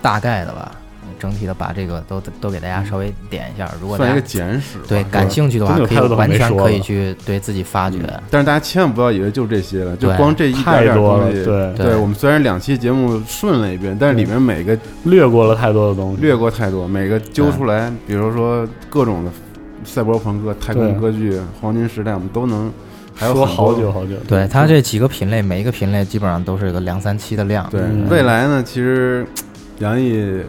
Speaker 3: 大概的吧，整体的把这个都都给大家稍微点一下。如果大
Speaker 1: 算一个
Speaker 3: 家
Speaker 1: 简史吧。
Speaker 3: 对
Speaker 1: 是吧
Speaker 3: 感兴趣的话，
Speaker 2: 真的
Speaker 3: 可
Speaker 2: 有太多
Speaker 3: 以
Speaker 2: 东西
Speaker 3: 完
Speaker 2: 没
Speaker 3: 全
Speaker 2: 说
Speaker 3: 可以
Speaker 2: 了
Speaker 3: 去对自己发掘。
Speaker 1: 嗯但是大家千万不要以为就这些了，就
Speaker 3: 对
Speaker 1: 光这一点
Speaker 2: 太
Speaker 1: 点
Speaker 2: 多
Speaker 1: 东
Speaker 2: 了
Speaker 1: 西。
Speaker 2: 对
Speaker 3: 对
Speaker 1: 我们虽然两期节目顺了一遍，但是里面每个
Speaker 2: 略过了太多的东西，
Speaker 1: 略过太多，每个揪出来，比如说各种的赛博朋克、太空
Speaker 2: 对
Speaker 1: 歌剧、黄金时代，我们都能还有
Speaker 2: 说
Speaker 1: 很多
Speaker 2: 好久。好久。
Speaker 3: 对它这几个品类，每一个品类基本上都是个两三期的量。
Speaker 1: 对，
Speaker 2: 嗯
Speaker 1: 未来呢，其实杨毅，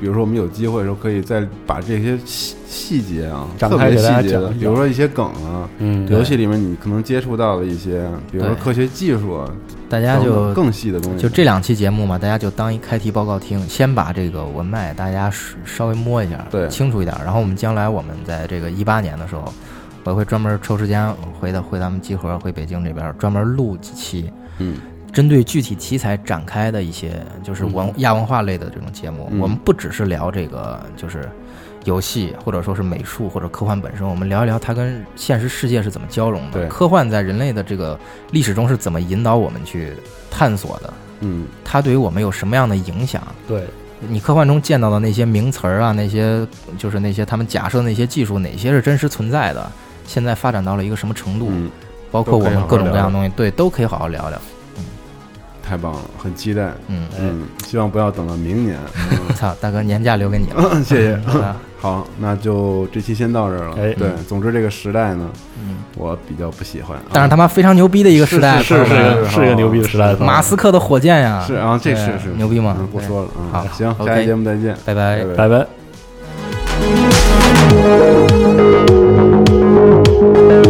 Speaker 1: 比如说我们有机会的时候，可以再把这些细细节啊，
Speaker 2: 展
Speaker 1: 特
Speaker 2: 开
Speaker 1: 别
Speaker 2: 给大家
Speaker 1: 细节的，
Speaker 2: 讲一讲
Speaker 1: 比如说一些梗啊，
Speaker 2: 嗯，
Speaker 3: 对
Speaker 1: 游戏里面你可能接触到的一些，比如说
Speaker 3: 对
Speaker 1: 科学技术啊，
Speaker 3: 大家
Speaker 1: 等
Speaker 3: 就
Speaker 1: 等更细的东西。
Speaker 3: 就这两期节目嘛，大家就当一开题报告听，先把这个文脉大家稍稍微摸一下，
Speaker 1: 对
Speaker 3: 清楚一点。然后我们将来我们在这个一八年的时候，我会专门抽时间回到回咱们集合，回北京这边专门录几期，
Speaker 1: 嗯，
Speaker 3: 针对具体题材展开的一些就是文、亚文化类的这种节目。
Speaker 1: 嗯
Speaker 3: 我们不只是聊这个就是游戏，或者说是美术或者科幻本身，我们聊一聊它跟现实世界是怎么交融的
Speaker 1: 对，
Speaker 3: 科幻在人类的这个历史中是怎么引导我们去探索的。
Speaker 1: 嗯，
Speaker 3: 它对于我们有什么样的影响？
Speaker 2: 对，
Speaker 3: 你科幻中见到的那些名词儿啊，那些就是那些他们假设的那些技术，哪些是真实存在的？现在发展到了一个什么程度？
Speaker 1: 嗯，
Speaker 3: 包括我们各种
Speaker 1: 都
Speaker 3: 各
Speaker 1: 可以好好聊
Speaker 3: 样的东西，对，都可以好好聊聊。
Speaker 1: 太棒了，很期待。
Speaker 3: 嗯，
Speaker 2: 哎
Speaker 1: 嗯，希望不要等到明年。 [LAUGHS]
Speaker 3: 操，大哥，年假留给你了。
Speaker 1: 嗯谢谢。
Speaker 3: 啊
Speaker 1: 好，那就这期先到这儿了。
Speaker 2: 哎
Speaker 1: 对，总之这个时代呢，
Speaker 3: 嗯，
Speaker 1: 我比较不喜欢啊。
Speaker 3: 但是他妈非常牛逼的一个时代，
Speaker 1: 是
Speaker 3: 朋
Speaker 2: 是是
Speaker 3: 友们
Speaker 2: 个
Speaker 1: 嗯是
Speaker 2: 是个牛逼的时代的朋友们，
Speaker 3: 马斯克的火箭呀，
Speaker 1: 是啊，这是
Speaker 3: 对
Speaker 1: 是
Speaker 3: 牛逼吗
Speaker 1: 嗯？不说了啊。
Speaker 3: 好
Speaker 1: 行，
Speaker 3: OK
Speaker 1: 下期节目再见，
Speaker 3: 对，拜拜。
Speaker 1: 拜
Speaker 2: 拜拜。
Speaker 1: 拜